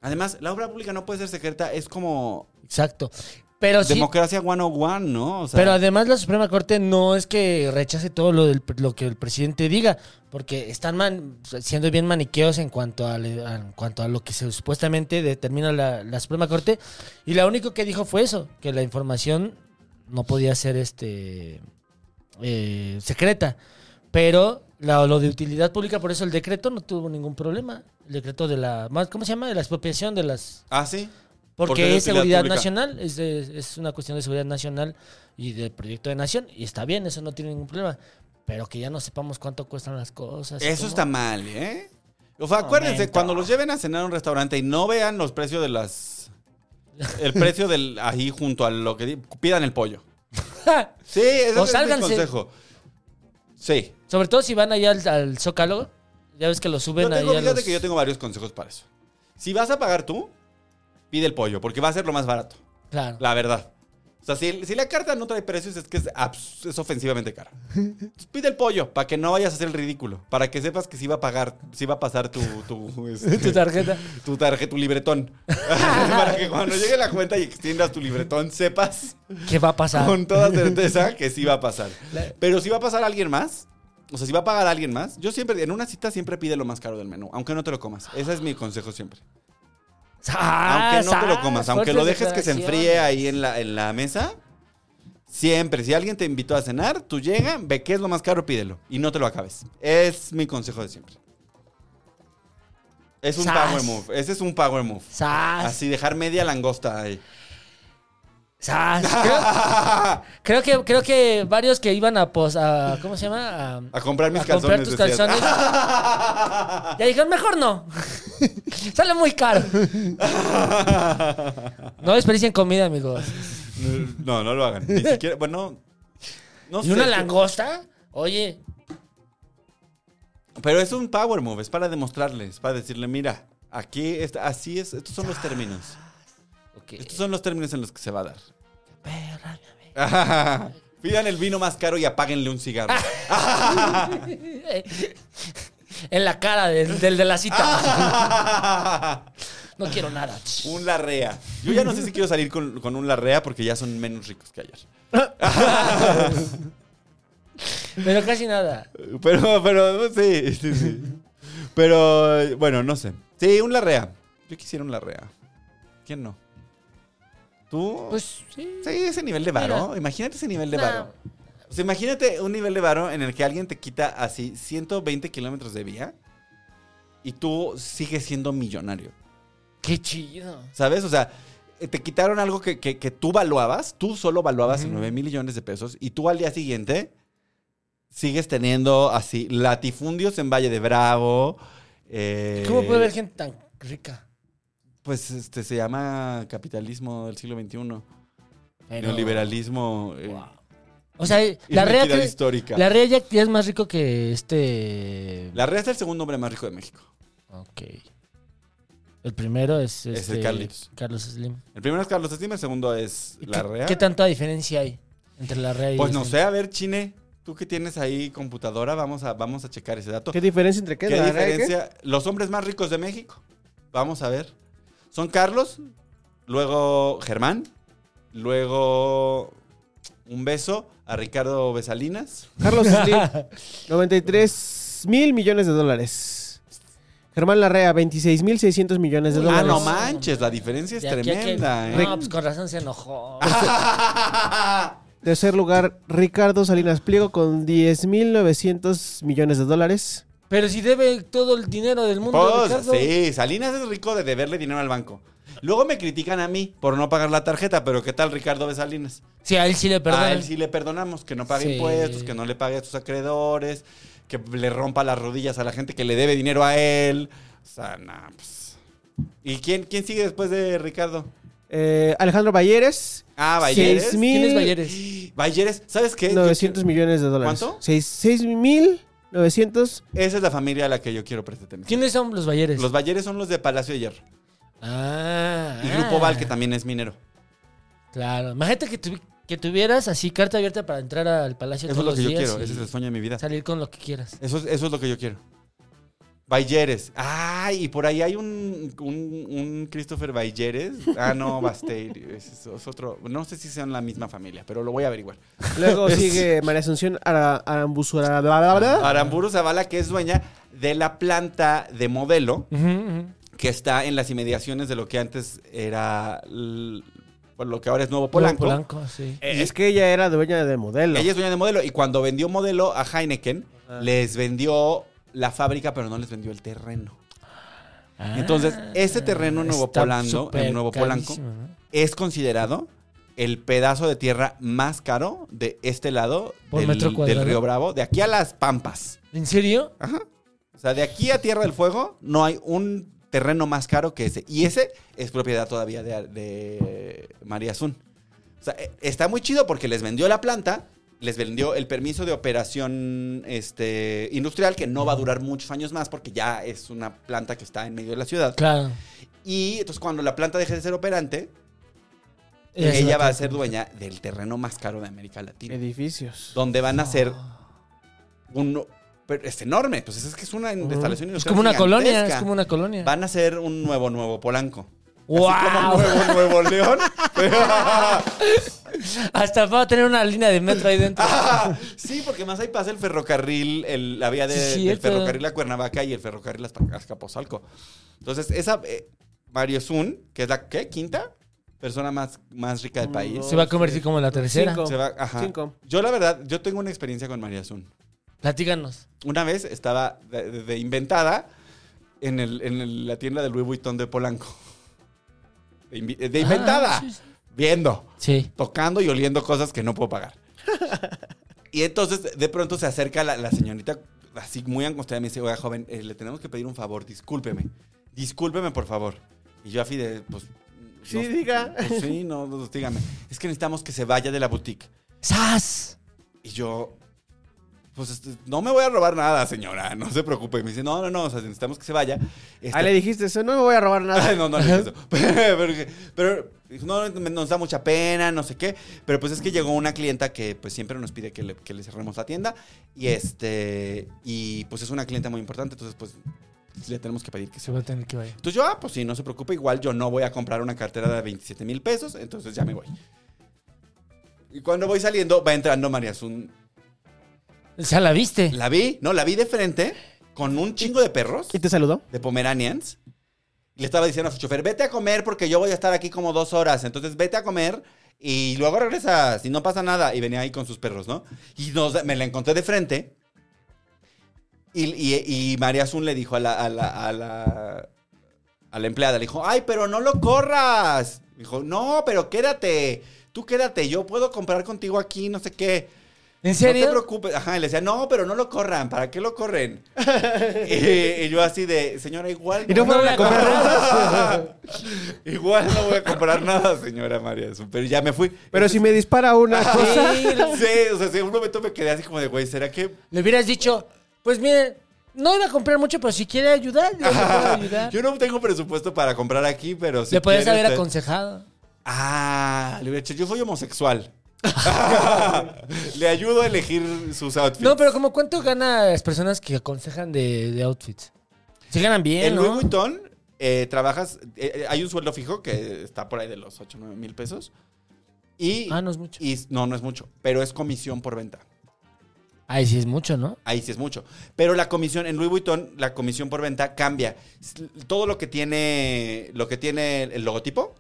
[SPEAKER 3] Además, la obra pública no puede ser secreta, es como
[SPEAKER 4] Exacto. Pero sí.
[SPEAKER 3] democracia 101, ¿no? O sea,
[SPEAKER 4] Pero además la Suprema Corte no es que rechace todo lo, del- lo que el presidente diga, porque están man- siendo bien maniqueos en cuanto a, le- a- en cuanto a lo que se supuestamente determina la, la Suprema Corte. Y lo único que dijo fue eso, que la información no podía ser este eh, secreta. Pero la- lo de utilidad pública, por eso el decreto no tuvo ningún problema. El decreto de la... ¿Cómo se llama? De la expropiación de las...
[SPEAKER 3] ah, sí.
[SPEAKER 4] Porque
[SPEAKER 3] Porque es de
[SPEAKER 4] es seguridad
[SPEAKER 3] utilidad pública.
[SPEAKER 4] nacional, es, de- es una cuestión de seguridad nacional y de proyecto de nación, y está bien, eso no tiene ningún problema. Pero que ya no sepamos cuánto cuestan las cosas. y
[SPEAKER 3] Eso
[SPEAKER 4] cómo.
[SPEAKER 3] está mal, ¿eh? O sea, acuérdense,
[SPEAKER 4] Momento.
[SPEAKER 3] cuando los lleven a cenar a un restaurante y no vean los precios de las. El precio del. Ahí junto a lo que. di- Pidan el pollo. Sí, ese
[SPEAKER 4] O
[SPEAKER 3] es mi
[SPEAKER 4] sálganse.
[SPEAKER 3] consejo. Sí.
[SPEAKER 4] Sobre todo si van allá al, al Zócalo, ya ves que lo suben
[SPEAKER 3] Yo tengo,
[SPEAKER 4] ahí a
[SPEAKER 3] fíjate
[SPEAKER 4] los-
[SPEAKER 3] que yo tengo varios consejos para eso. Si vas a pagar tú, pide el pollo, porque va a ser lo más barato.
[SPEAKER 4] Claro.
[SPEAKER 3] La verdad. O sea, si, si la carta no trae precios, es que es, abs- es ofensivamente cara. Entonces, Pide el pollo para que no vayas a hacer el ridículo. Para que sepas que sí va a pagar, sí va a pasar tu. tu, este,
[SPEAKER 4] tu tarjeta.
[SPEAKER 3] tu tarjeta, tu libretón. Para que cuando llegue la cuenta y extiendas tu libretón, sepas
[SPEAKER 4] ¿Qué va a pasar?
[SPEAKER 3] con toda certeza que sí va a pasar. Pero si va a pasar alguien más, o sea, si va a pagar alguien más, yo siempre, en una cita siempre pide lo más caro del menú, aunque no te lo comas. Ese es mi consejo siempre.
[SPEAKER 4] Ah,
[SPEAKER 3] Aunque no te
[SPEAKER 4] ah,
[SPEAKER 3] lo comas, aunque
[SPEAKER 4] fuertes
[SPEAKER 3] lo dejes que se
[SPEAKER 4] declaraciones.
[SPEAKER 3] enfríe ahí en la, en la mesa, Siempre, si alguien te invitó a cenar, tú llega, ve qué es lo más caro, pídelo. Y no te lo acabes. Es mi consejo de siempre. Es un
[SPEAKER 4] Sas.
[SPEAKER 3] power move. Ese es un power move.
[SPEAKER 4] ¡Sas!
[SPEAKER 3] Así dejar media langosta ahí.
[SPEAKER 4] ¡Sas! Creo, creo que, creo que varios que iban a, pos, a ¿cómo se llama? A,
[SPEAKER 3] A comprar mis
[SPEAKER 4] a comprar
[SPEAKER 3] calzones.
[SPEAKER 4] tus
[SPEAKER 3] decías.
[SPEAKER 4] calzones. Ya dijeron, mejor no. Sale muy caro. No desperdicien comida, amigos.
[SPEAKER 3] No, no lo hagan. Ni siquiera. Bueno. No
[SPEAKER 4] ¿Y una
[SPEAKER 3] sé.
[SPEAKER 4] langosta? Oye,
[SPEAKER 3] Pero es un power move, es para demostrarles, para decirle, mira, aquí, está, así es, estos son los términos.
[SPEAKER 4] ok.
[SPEAKER 3] Estos son los términos en los que se va a
[SPEAKER 4] Perra, mi
[SPEAKER 3] dar. Pidan el vino más caro y apáguenle un cigarro.
[SPEAKER 4] amigo. En la cara del, del de la cita. No quiero nada.
[SPEAKER 3] un larrea. Yo ya no sé si quiero salir con, con un larrea porque ya son menos ricos que ayer.
[SPEAKER 4] Pero casi nada.
[SPEAKER 3] Pero, pero, sí, sí, sí. Pero, bueno, no sé. Sí, un larrea. Yo quisiera un larrea. ¿Quién no? ¿Tú?
[SPEAKER 4] Pues sí.
[SPEAKER 3] Sí, ese nivel de varo.
[SPEAKER 4] Mira.
[SPEAKER 3] Imagínate ese nivel de
[SPEAKER 4] No.
[SPEAKER 3] varo. O sea, imagínate un nivel de varo en el que alguien te quita así 120 kilómetros de vía y tú sigues siendo millonario.
[SPEAKER 4] Qué chido.
[SPEAKER 3] ¿Sabes? O sea, eh, te quitaron algo que, que- que tú valuabas, tú solo valuabas en 9 mil millones de pesos y tú al día siguiente sigues teniendo así latifundios en Valle de Bravo. eh,
[SPEAKER 4] ¿Cómo puede haber gente tan rica?
[SPEAKER 3] Pues este, se llama capitalismo del siglo XXI.
[SPEAKER 4] Pero-
[SPEAKER 3] Neoliberalismo. eh,
[SPEAKER 4] Wow. O sea,
[SPEAKER 3] y
[SPEAKER 4] la
[SPEAKER 3] inequidad
[SPEAKER 4] rea, que-
[SPEAKER 3] histórica.
[SPEAKER 4] la rea ya, ya es más rico que este.
[SPEAKER 3] La Rea es el segundo hombre más rico de México.
[SPEAKER 4] Ok. El primero es,
[SPEAKER 3] el
[SPEAKER 4] este,
[SPEAKER 3] Carlitos.
[SPEAKER 4] Carlos Slim.
[SPEAKER 3] El primero es Carlos Slim, el segundo es
[SPEAKER 4] ¿Y
[SPEAKER 3] La
[SPEAKER 4] qué-
[SPEAKER 3] Rea.
[SPEAKER 4] ¿Qué tanta diferencia hay entre la rea y
[SPEAKER 3] Pues no
[SPEAKER 4] Slim?
[SPEAKER 3] sé, a ver, Chine, tú que tienes ahí computadora, vamos a, vamos a checar ese dato.
[SPEAKER 1] ¿Qué
[SPEAKER 3] ¿Qué,
[SPEAKER 1] diferencia entre qué? ¿La real qué?
[SPEAKER 3] diferencia? Los hombres más ricos de México. Vamos a ver. Son Carlos, luego Germán, luego un beso a Ricardo Besalinas.
[SPEAKER 1] Carlos Slim, 93 mil millones de dólares. Germán Larrea, 26 mil 600 millones de
[SPEAKER 3] Ah,
[SPEAKER 1] dólares.
[SPEAKER 3] no manches, la diferencia es
[SPEAKER 4] De aquí a que-
[SPEAKER 3] tremenda, ¿eh? Ah.
[SPEAKER 4] No, pues con razón se enojó.
[SPEAKER 1] Tercer lugar, Ricardo Salinas Pliego con 10 mil 900 millones de dólares.
[SPEAKER 4] Pero si debe todo el dinero del mundo,
[SPEAKER 3] Pues,
[SPEAKER 4] Ricardo.
[SPEAKER 3] sí, Salinas es rico de deberle dinero al banco. Luego me critican a mí por no pagar la tarjeta, pero ¿qué tal Ricardo Besalinas?
[SPEAKER 4] Sí, a él sí le perdonan.
[SPEAKER 3] A Ah, él sí le perdonamos, que no pague
[SPEAKER 4] Sí.
[SPEAKER 3] impuestos, que no le pague a sus acreedores, que le rompa las rodillas a la gente que le debe dinero a él. O sea, nah, pues. ¿Y quién, quién sigue después de Ricardo?
[SPEAKER 1] Eh, Alejandro Balleres,
[SPEAKER 3] Ah, Valleres.
[SPEAKER 1] Seis mil-
[SPEAKER 4] ¿Quién es Valleres?
[SPEAKER 3] Valleres, ¿sabes qué? Yo
[SPEAKER 1] 900 millones de dólares.
[SPEAKER 3] ¿Cuánto?
[SPEAKER 1] 6 mil 900.
[SPEAKER 3] quiero- Esa es la familia a la que yo quiero pertenecer.
[SPEAKER 4] ¿Quiénes son los Valleres?
[SPEAKER 3] Los Valleres son los de Palacio de Hierro.
[SPEAKER 4] Ah.
[SPEAKER 3] Y Grupo Val, que también es minero.
[SPEAKER 4] Claro. Imagínate que, tuvi- que tuvieras así carta abierta para entrar al palacio
[SPEAKER 3] Eso es lo
[SPEAKER 4] todos
[SPEAKER 3] que yo
[SPEAKER 4] los días
[SPEAKER 3] quiero.
[SPEAKER 4] y
[SPEAKER 3] Ese es el sueño de mi vida.
[SPEAKER 4] Salir con lo que quieras.
[SPEAKER 3] Eso es, eso es lo que yo quiero. Balleres. Ay, y por ahí hay un, un, un Christopher Balleres. Ah, no, Basteir. Ese Es, es otro. No sé si sean la misma familia, pero lo voy a averiguar.
[SPEAKER 1] Luego sigue María Asunción Ara- Arambuzura. bla, bla, bla.
[SPEAKER 3] Aramburu Zavala, que es dueña de la planta de modelo que está en las inmediaciones de lo que antes era. l- bueno, lo que ahora es Nuevo Polanco.
[SPEAKER 4] Polanco, sí.
[SPEAKER 1] Eh, Es que ella era dueña de modelo.
[SPEAKER 3] Ella es dueña de modelo. Y cuando vendió modelo a Heineken, les vendió la fábrica, pero no les vendió el terreno. Entonces, ese terreno en Nuevo
[SPEAKER 4] Ah, Está
[SPEAKER 3] Polando,
[SPEAKER 4] súper
[SPEAKER 3] en Nuevo Polanco,
[SPEAKER 4] carísimo, ¿no?
[SPEAKER 3] es considerado el pedazo de tierra más caro de este lado
[SPEAKER 4] Por
[SPEAKER 3] del,
[SPEAKER 4] metro
[SPEAKER 3] del
[SPEAKER 4] cuadrado.
[SPEAKER 3] Río Bravo, de aquí a las Pampas.
[SPEAKER 4] ¿En serio?
[SPEAKER 3] Ah, O sea, de aquí a Tierra del Fuego no hay un terreno más caro que ese. Y ese es propiedad todavía de, de María Zun. O sea, eh, está muy chido porque les vendió la planta, les vendió el permiso de operación este, industrial que no va a durar muchos años más porque ya es una planta que está en medio de la ciudad.
[SPEAKER 4] Claro.
[SPEAKER 3] Y entonces cuando la planta deje de ser operante,
[SPEAKER 4] Ella se
[SPEAKER 3] ella
[SPEAKER 4] va
[SPEAKER 3] va
[SPEAKER 4] a
[SPEAKER 3] a ser dueña del terreno más caro de América Latina.
[SPEAKER 1] Edificios.
[SPEAKER 3] Donde van a ser
[SPEAKER 4] Ah.
[SPEAKER 3] un... Pero es enorme, pues es que es una instalación
[SPEAKER 4] Es
[SPEAKER 3] industrial
[SPEAKER 4] como una colonia, es
[SPEAKER 3] gigantesca.
[SPEAKER 4] como una colonia.
[SPEAKER 3] Van a ser un nuevo, nuevo Polanco. Así como
[SPEAKER 4] ¡Wow!
[SPEAKER 3] nuevo, nuevo León.
[SPEAKER 4] Hasta va a tener una línea de metro ahí dentro.
[SPEAKER 3] Ah, sí, porque más ahí pasa el ferrocarril, el- la vía de-
[SPEAKER 4] Sí,
[SPEAKER 3] del
[SPEAKER 4] cierto.
[SPEAKER 3] ferrocarril a Cuernavaca y el ferrocarril hasta Azcapotzalco. Entonces, esa eh, Mario Zun, que es la ¿qué? quinta, persona más, más rica del país.
[SPEAKER 4] Mm, Se va a convertir como en la tercera.
[SPEAKER 1] Cinco.
[SPEAKER 3] Se va- ajá.
[SPEAKER 1] Cinco.
[SPEAKER 3] Yo la verdad, yo tengo una experiencia con María Azul.
[SPEAKER 4] Platícanos.
[SPEAKER 3] Una vez estaba de, de- de inventada en, el- en el- la tienda de Louis Vuitton de Polanco. De, invi- eh, de inventada.
[SPEAKER 4] Ah, sí, sí.
[SPEAKER 3] Viendo,
[SPEAKER 4] Sí.
[SPEAKER 3] tocando y oliendo cosas que no puedo pagar. y entonces de pronto se acerca la, la señorita así muy angustiada y me dice, oiga joven, eh, le tenemos que pedir un favor, discúlpeme. Discúlpeme por favor. Y yo así de, pues...
[SPEAKER 1] Sí, diga.
[SPEAKER 3] pues, sí, no, no, dígame. Es que necesitamos que se vaya de la boutique.
[SPEAKER 4] ¡Sas!
[SPEAKER 3] Y yo, pues este, no me voy a robar nada, señora, no se preocupe. Y me dice, no, no, no, o sea, necesitamos que se vaya. Este-
[SPEAKER 1] Ah, le dijiste eso, no me voy a robar nada.
[SPEAKER 3] Ay, no, no le dije eso. Pero, dije, pero, dijo, no, me- nos da mucha pena, no sé qué. Pero pues es que llegó una clienta que pues siempre nos pide que le, que le cerremos la tienda. Y este, y pues es una clienta muy importante, entonces pues le tenemos que pedir que se
[SPEAKER 4] Se va a tener que ir.
[SPEAKER 3] entonces yo, ah, pues sí, no se preocupe, igual yo no voy a comprar una cartera de 27 mil pesos, entonces ya me voy. Y cuando voy saliendo, va entrando María Azul.
[SPEAKER 4] O sea, la viste.
[SPEAKER 3] La vi, no, la vi de frente con un chingo de perros,
[SPEAKER 1] ¿Y te saludó?
[SPEAKER 3] de Pomeranians. Y le estaba diciendo a su chofer, vete a comer porque yo voy a estar aquí como dos horas, entonces vete a comer y luego regresas y no pasa nada. Y venía ahí con sus perros, ¿no? Y nos- me la encontré de frente. Y, y- y María Azul le dijo a la, a la- a la- a la empleada, le dijo, ay, pero no lo corras. Dijo, no, pero quédate, tú quédate, yo puedo comprar contigo aquí, no sé qué.
[SPEAKER 4] ¿En
[SPEAKER 3] No te
[SPEAKER 4] serio?
[SPEAKER 3] preocupes. Ajá, y le decía, no, pero no lo corran. ¿Para qué lo corren? y, y yo así de, señora, igual.
[SPEAKER 1] Y no fueron a comprar
[SPEAKER 3] nada. igual no voy a comprar nada, señora María. Azul, Pero ya me fui.
[SPEAKER 1] Pero si me dispara una cosa.
[SPEAKER 3] Sí, o sea, sí, en un momento me quedé así como de, güey, ¿será que...?
[SPEAKER 4] Le hubieras dicho, pues miren, no iba a comprar mucho, pero si quiere ayudar, yo le puedo ayudar.
[SPEAKER 3] Yo no tengo presupuesto para comprar aquí, pero si
[SPEAKER 4] le podías
[SPEAKER 3] quieres,
[SPEAKER 4] haber
[SPEAKER 3] te-
[SPEAKER 4] aconsejado.
[SPEAKER 3] Ah, le hubiera dicho, yo soy homosexual. le ayudo a elegir sus outfits.
[SPEAKER 4] No, pero como cuánto ganan las personas que aconsejan de, de outfits. Si ganan bien,
[SPEAKER 3] En Louis
[SPEAKER 4] ¿no?
[SPEAKER 3] Vuitton eh, trabajas, eh, eh, hay un sueldo fijo que está por ahí de los 8 9 mil pesos. Y,
[SPEAKER 4] Ah, no es mucho.
[SPEAKER 3] y- no, no es mucho, pero es comisión por venta.
[SPEAKER 4] Ay, sí es mucho, ¿no?
[SPEAKER 3] Ahí sí es mucho. Pero la comisión, en Louis Vuitton, la comisión por venta cambia. S- Todo lo que tiene, lo que tiene el logotipo,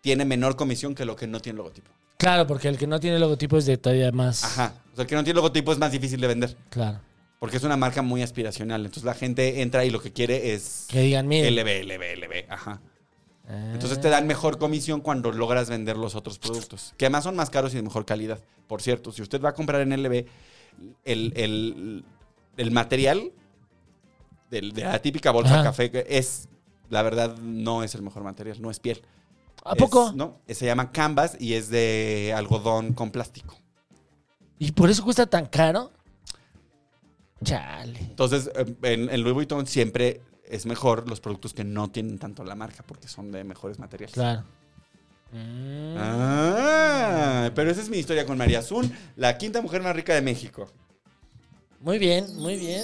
[SPEAKER 3] tiene menor comisión que lo que no tiene logotipo.
[SPEAKER 4] Claro, porque el que no tiene logotipo es de todavía más.
[SPEAKER 3] Ajá. O sea, el que no tiene logotipo es más difícil de vender.
[SPEAKER 4] Claro.
[SPEAKER 3] Porque es una marca muy aspiracional. Entonces la gente entra y lo que quiere es
[SPEAKER 4] Que digan, miren.
[SPEAKER 3] LB, LB, LB. Ajá.
[SPEAKER 4] ah,
[SPEAKER 3] em- Entonces este te dan mejor comisión cuando logras vender los otros productos, que además son más caros y de mejor calidad. Por cierto, si usted va a comprar en LB, el, el- el material del- de la típica bolsa
[SPEAKER 4] Ajá.
[SPEAKER 3] de café que es, la verdad, no es el mejor material, no es piel.
[SPEAKER 4] ¿A poco?
[SPEAKER 3] Es- no, se llama canvas y es de algodón con plástico.
[SPEAKER 4] ¿Y por eso cuesta tan caro? Chale.
[SPEAKER 3] Entonces, eh, en, en Louis Vuitton siempre es mejor los productos que no tienen tanto la marca porque son de mejores materiales.
[SPEAKER 4] Claro. Mm.
[SPEAKER 3] Ah, pero esa es mi historia con María Azul, la quinta mujer más rica de México.
[SPEAKER 4] Muy bien, muy bien.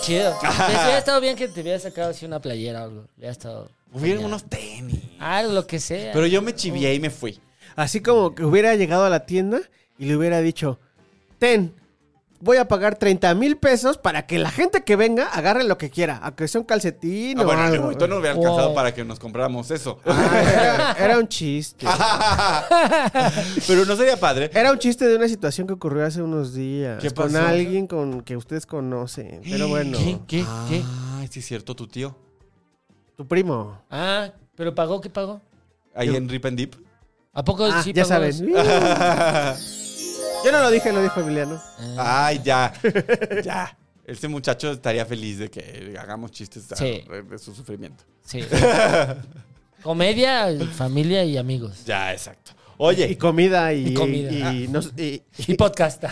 [SPEAKER 4] chido. Pues, hubiera estado bien que te hubiera sacado así una playera o algo. Hubiera estado.
[SPEAKER 3] Hubieron
[SPEAKER 4] genial.
[SPEAKER 3] unos tenis.
[SPEAKER 4] Algo, lo que sea.
[SPEAKER 3] Pero yo me chivié y me fui.
[SPEAKER 1] Así como que hubiera llegado a la tienda y le hubiera dicho, ten, voy a pagar 30 mil pesos para que la gente que venga agarre lo que quiera, aunque sea un calcetín
[SPEAKER 3] Ah,
[SPEAKER 1] o
[SPEAKER 3] bueno,
[SPEAKER 1] algo.
[SPEAKER 3] Louis Vuitton no hubiera alcanzado
[SPEAKER 4] Wow.
[SPEAKER 3] para que nos compráramos eso.
[SPEAKER 1] Ah, era, era un chiste.
[SPEAKER 3] pero no sería padre.
[SPEAKER 1] Era un chiste de una situación que ocurrió hace unos días
[SPEAKER 3] ¿Qué
[SPEAKER 1] con
[SPEAKER 3] pasó?
[SPEAKER 1] alguien con que ustedes conocen. Pero bueno,
[SPEAKER 4] ¿Qué? ¿Qué? ¿Qué?
[SPEAKER 3] Ay, sí es cierto, tu tío.
[SPEAKER 1] tu primo.
[SPEAKER 4] Ah, pero pagó, ¿qué pagó?
[SPEAKER 3] Ahí
[SPEAKER 1] Yo-
[SPEAKER 3] en Rip and Deep.
[SPEAKER 4] ¿A poco
[SPEAKER 1] Ah,
[SPEAKER 4] sí
[SPEAKER 1] ya
[SPEAKER 4] pagó?
[SPEAKER 1] saben. Yo no lo dije, lo dijo Emiliano.
[SPEAKER 4] Ah,
[SPEAKER 3] Ay, ya. Ya. Este muchacho estaría feliz de que hagamos chistes a-
[SPEAKER 4] Sí.
[SPEAKER 3] de su sufrimiento.
[SPEAKER 4] Sí. Comedia, familia y amigos.
[SPEAKER 3] Ya, exacto.
[SPEAKER 1] Y
[SPEAKER 3] Oye,
[SPEAKER 1] comida y,
[SPEAKER 4] Y comida.
[SPEAKER 1] y- y no- y-
[SPEAKER 4] Y podcast.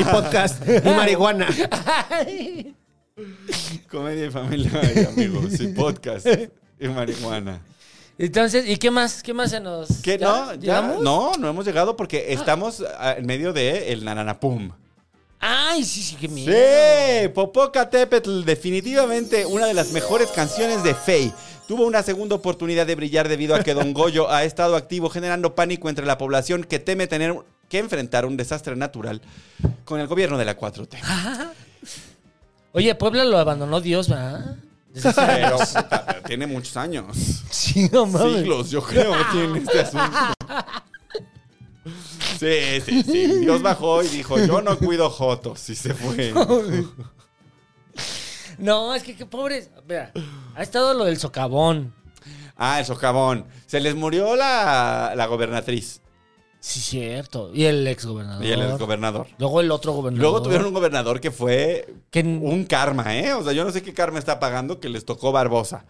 [SPEAKER 1] y podcast y marihuana.
[SPEAKER 3] comedia y familia y amigos y podcast y marihuana.
[SPEAKER 4] Entonces, ¿y qué más? ¿Qué más se nos?
[SPEAKER 3] ¿Qué?
[SPEAKER 4] ¿Ya?
[SPEAKER 3] No, ya,
[SPEAKER 4] ¿Llegamos?
[SPEAKER 3] no, no hemos llegado porque estamos ah, en medio de el nananapum.
[SPEAKER 4] Ay, sí, sí, qué miedo.
[SPEAKER 3] Sí, Popocatépetl, definitivamente una de las mejores canciones de Fey. Tuvo una segunda oportunidad de brillar debido a que Don Goyo ha estado activo generando pánico entre la población que teme tener que enfrentar un desastre natural
[SPEAKER 4] Ah,
[SPEAKER 3] con el gobierno de la 4T.
[SPEAKER 4] Oye, Puebla lo abandonó Dios, ¿verdad?
[SPEAKER 3] Pero puta, tiene muchos años.
[SPEAKER 4] Sí, no mames.
[SPEAKER 3] Siglos, yo creo, tiene este asunto. Sí, sí, sí. Dios bajó y dijo, yo no cuido jotos. Y se fue.
[SPEAKER 4] No, es que qué pobres. Mira, ha estado lo del socavón.
[SPEAKER 3] Ah, el socavón. Se les murió la, la gobernatriz
[SPEAKER 4] Sí, cierto. Y el exgobernador.
[SPEAKER 3] y el gobernador.
[SPEAKER 4] Luego el otro gobernador.
[SPEAKER 3] Luego tuvieron un gobernador que fue
[SPEAKER 4] Qué,
[SPEAKER 3] un karma, ¿eh? O sea, yo no sé qué karma está pagando que les tocó Barbosa.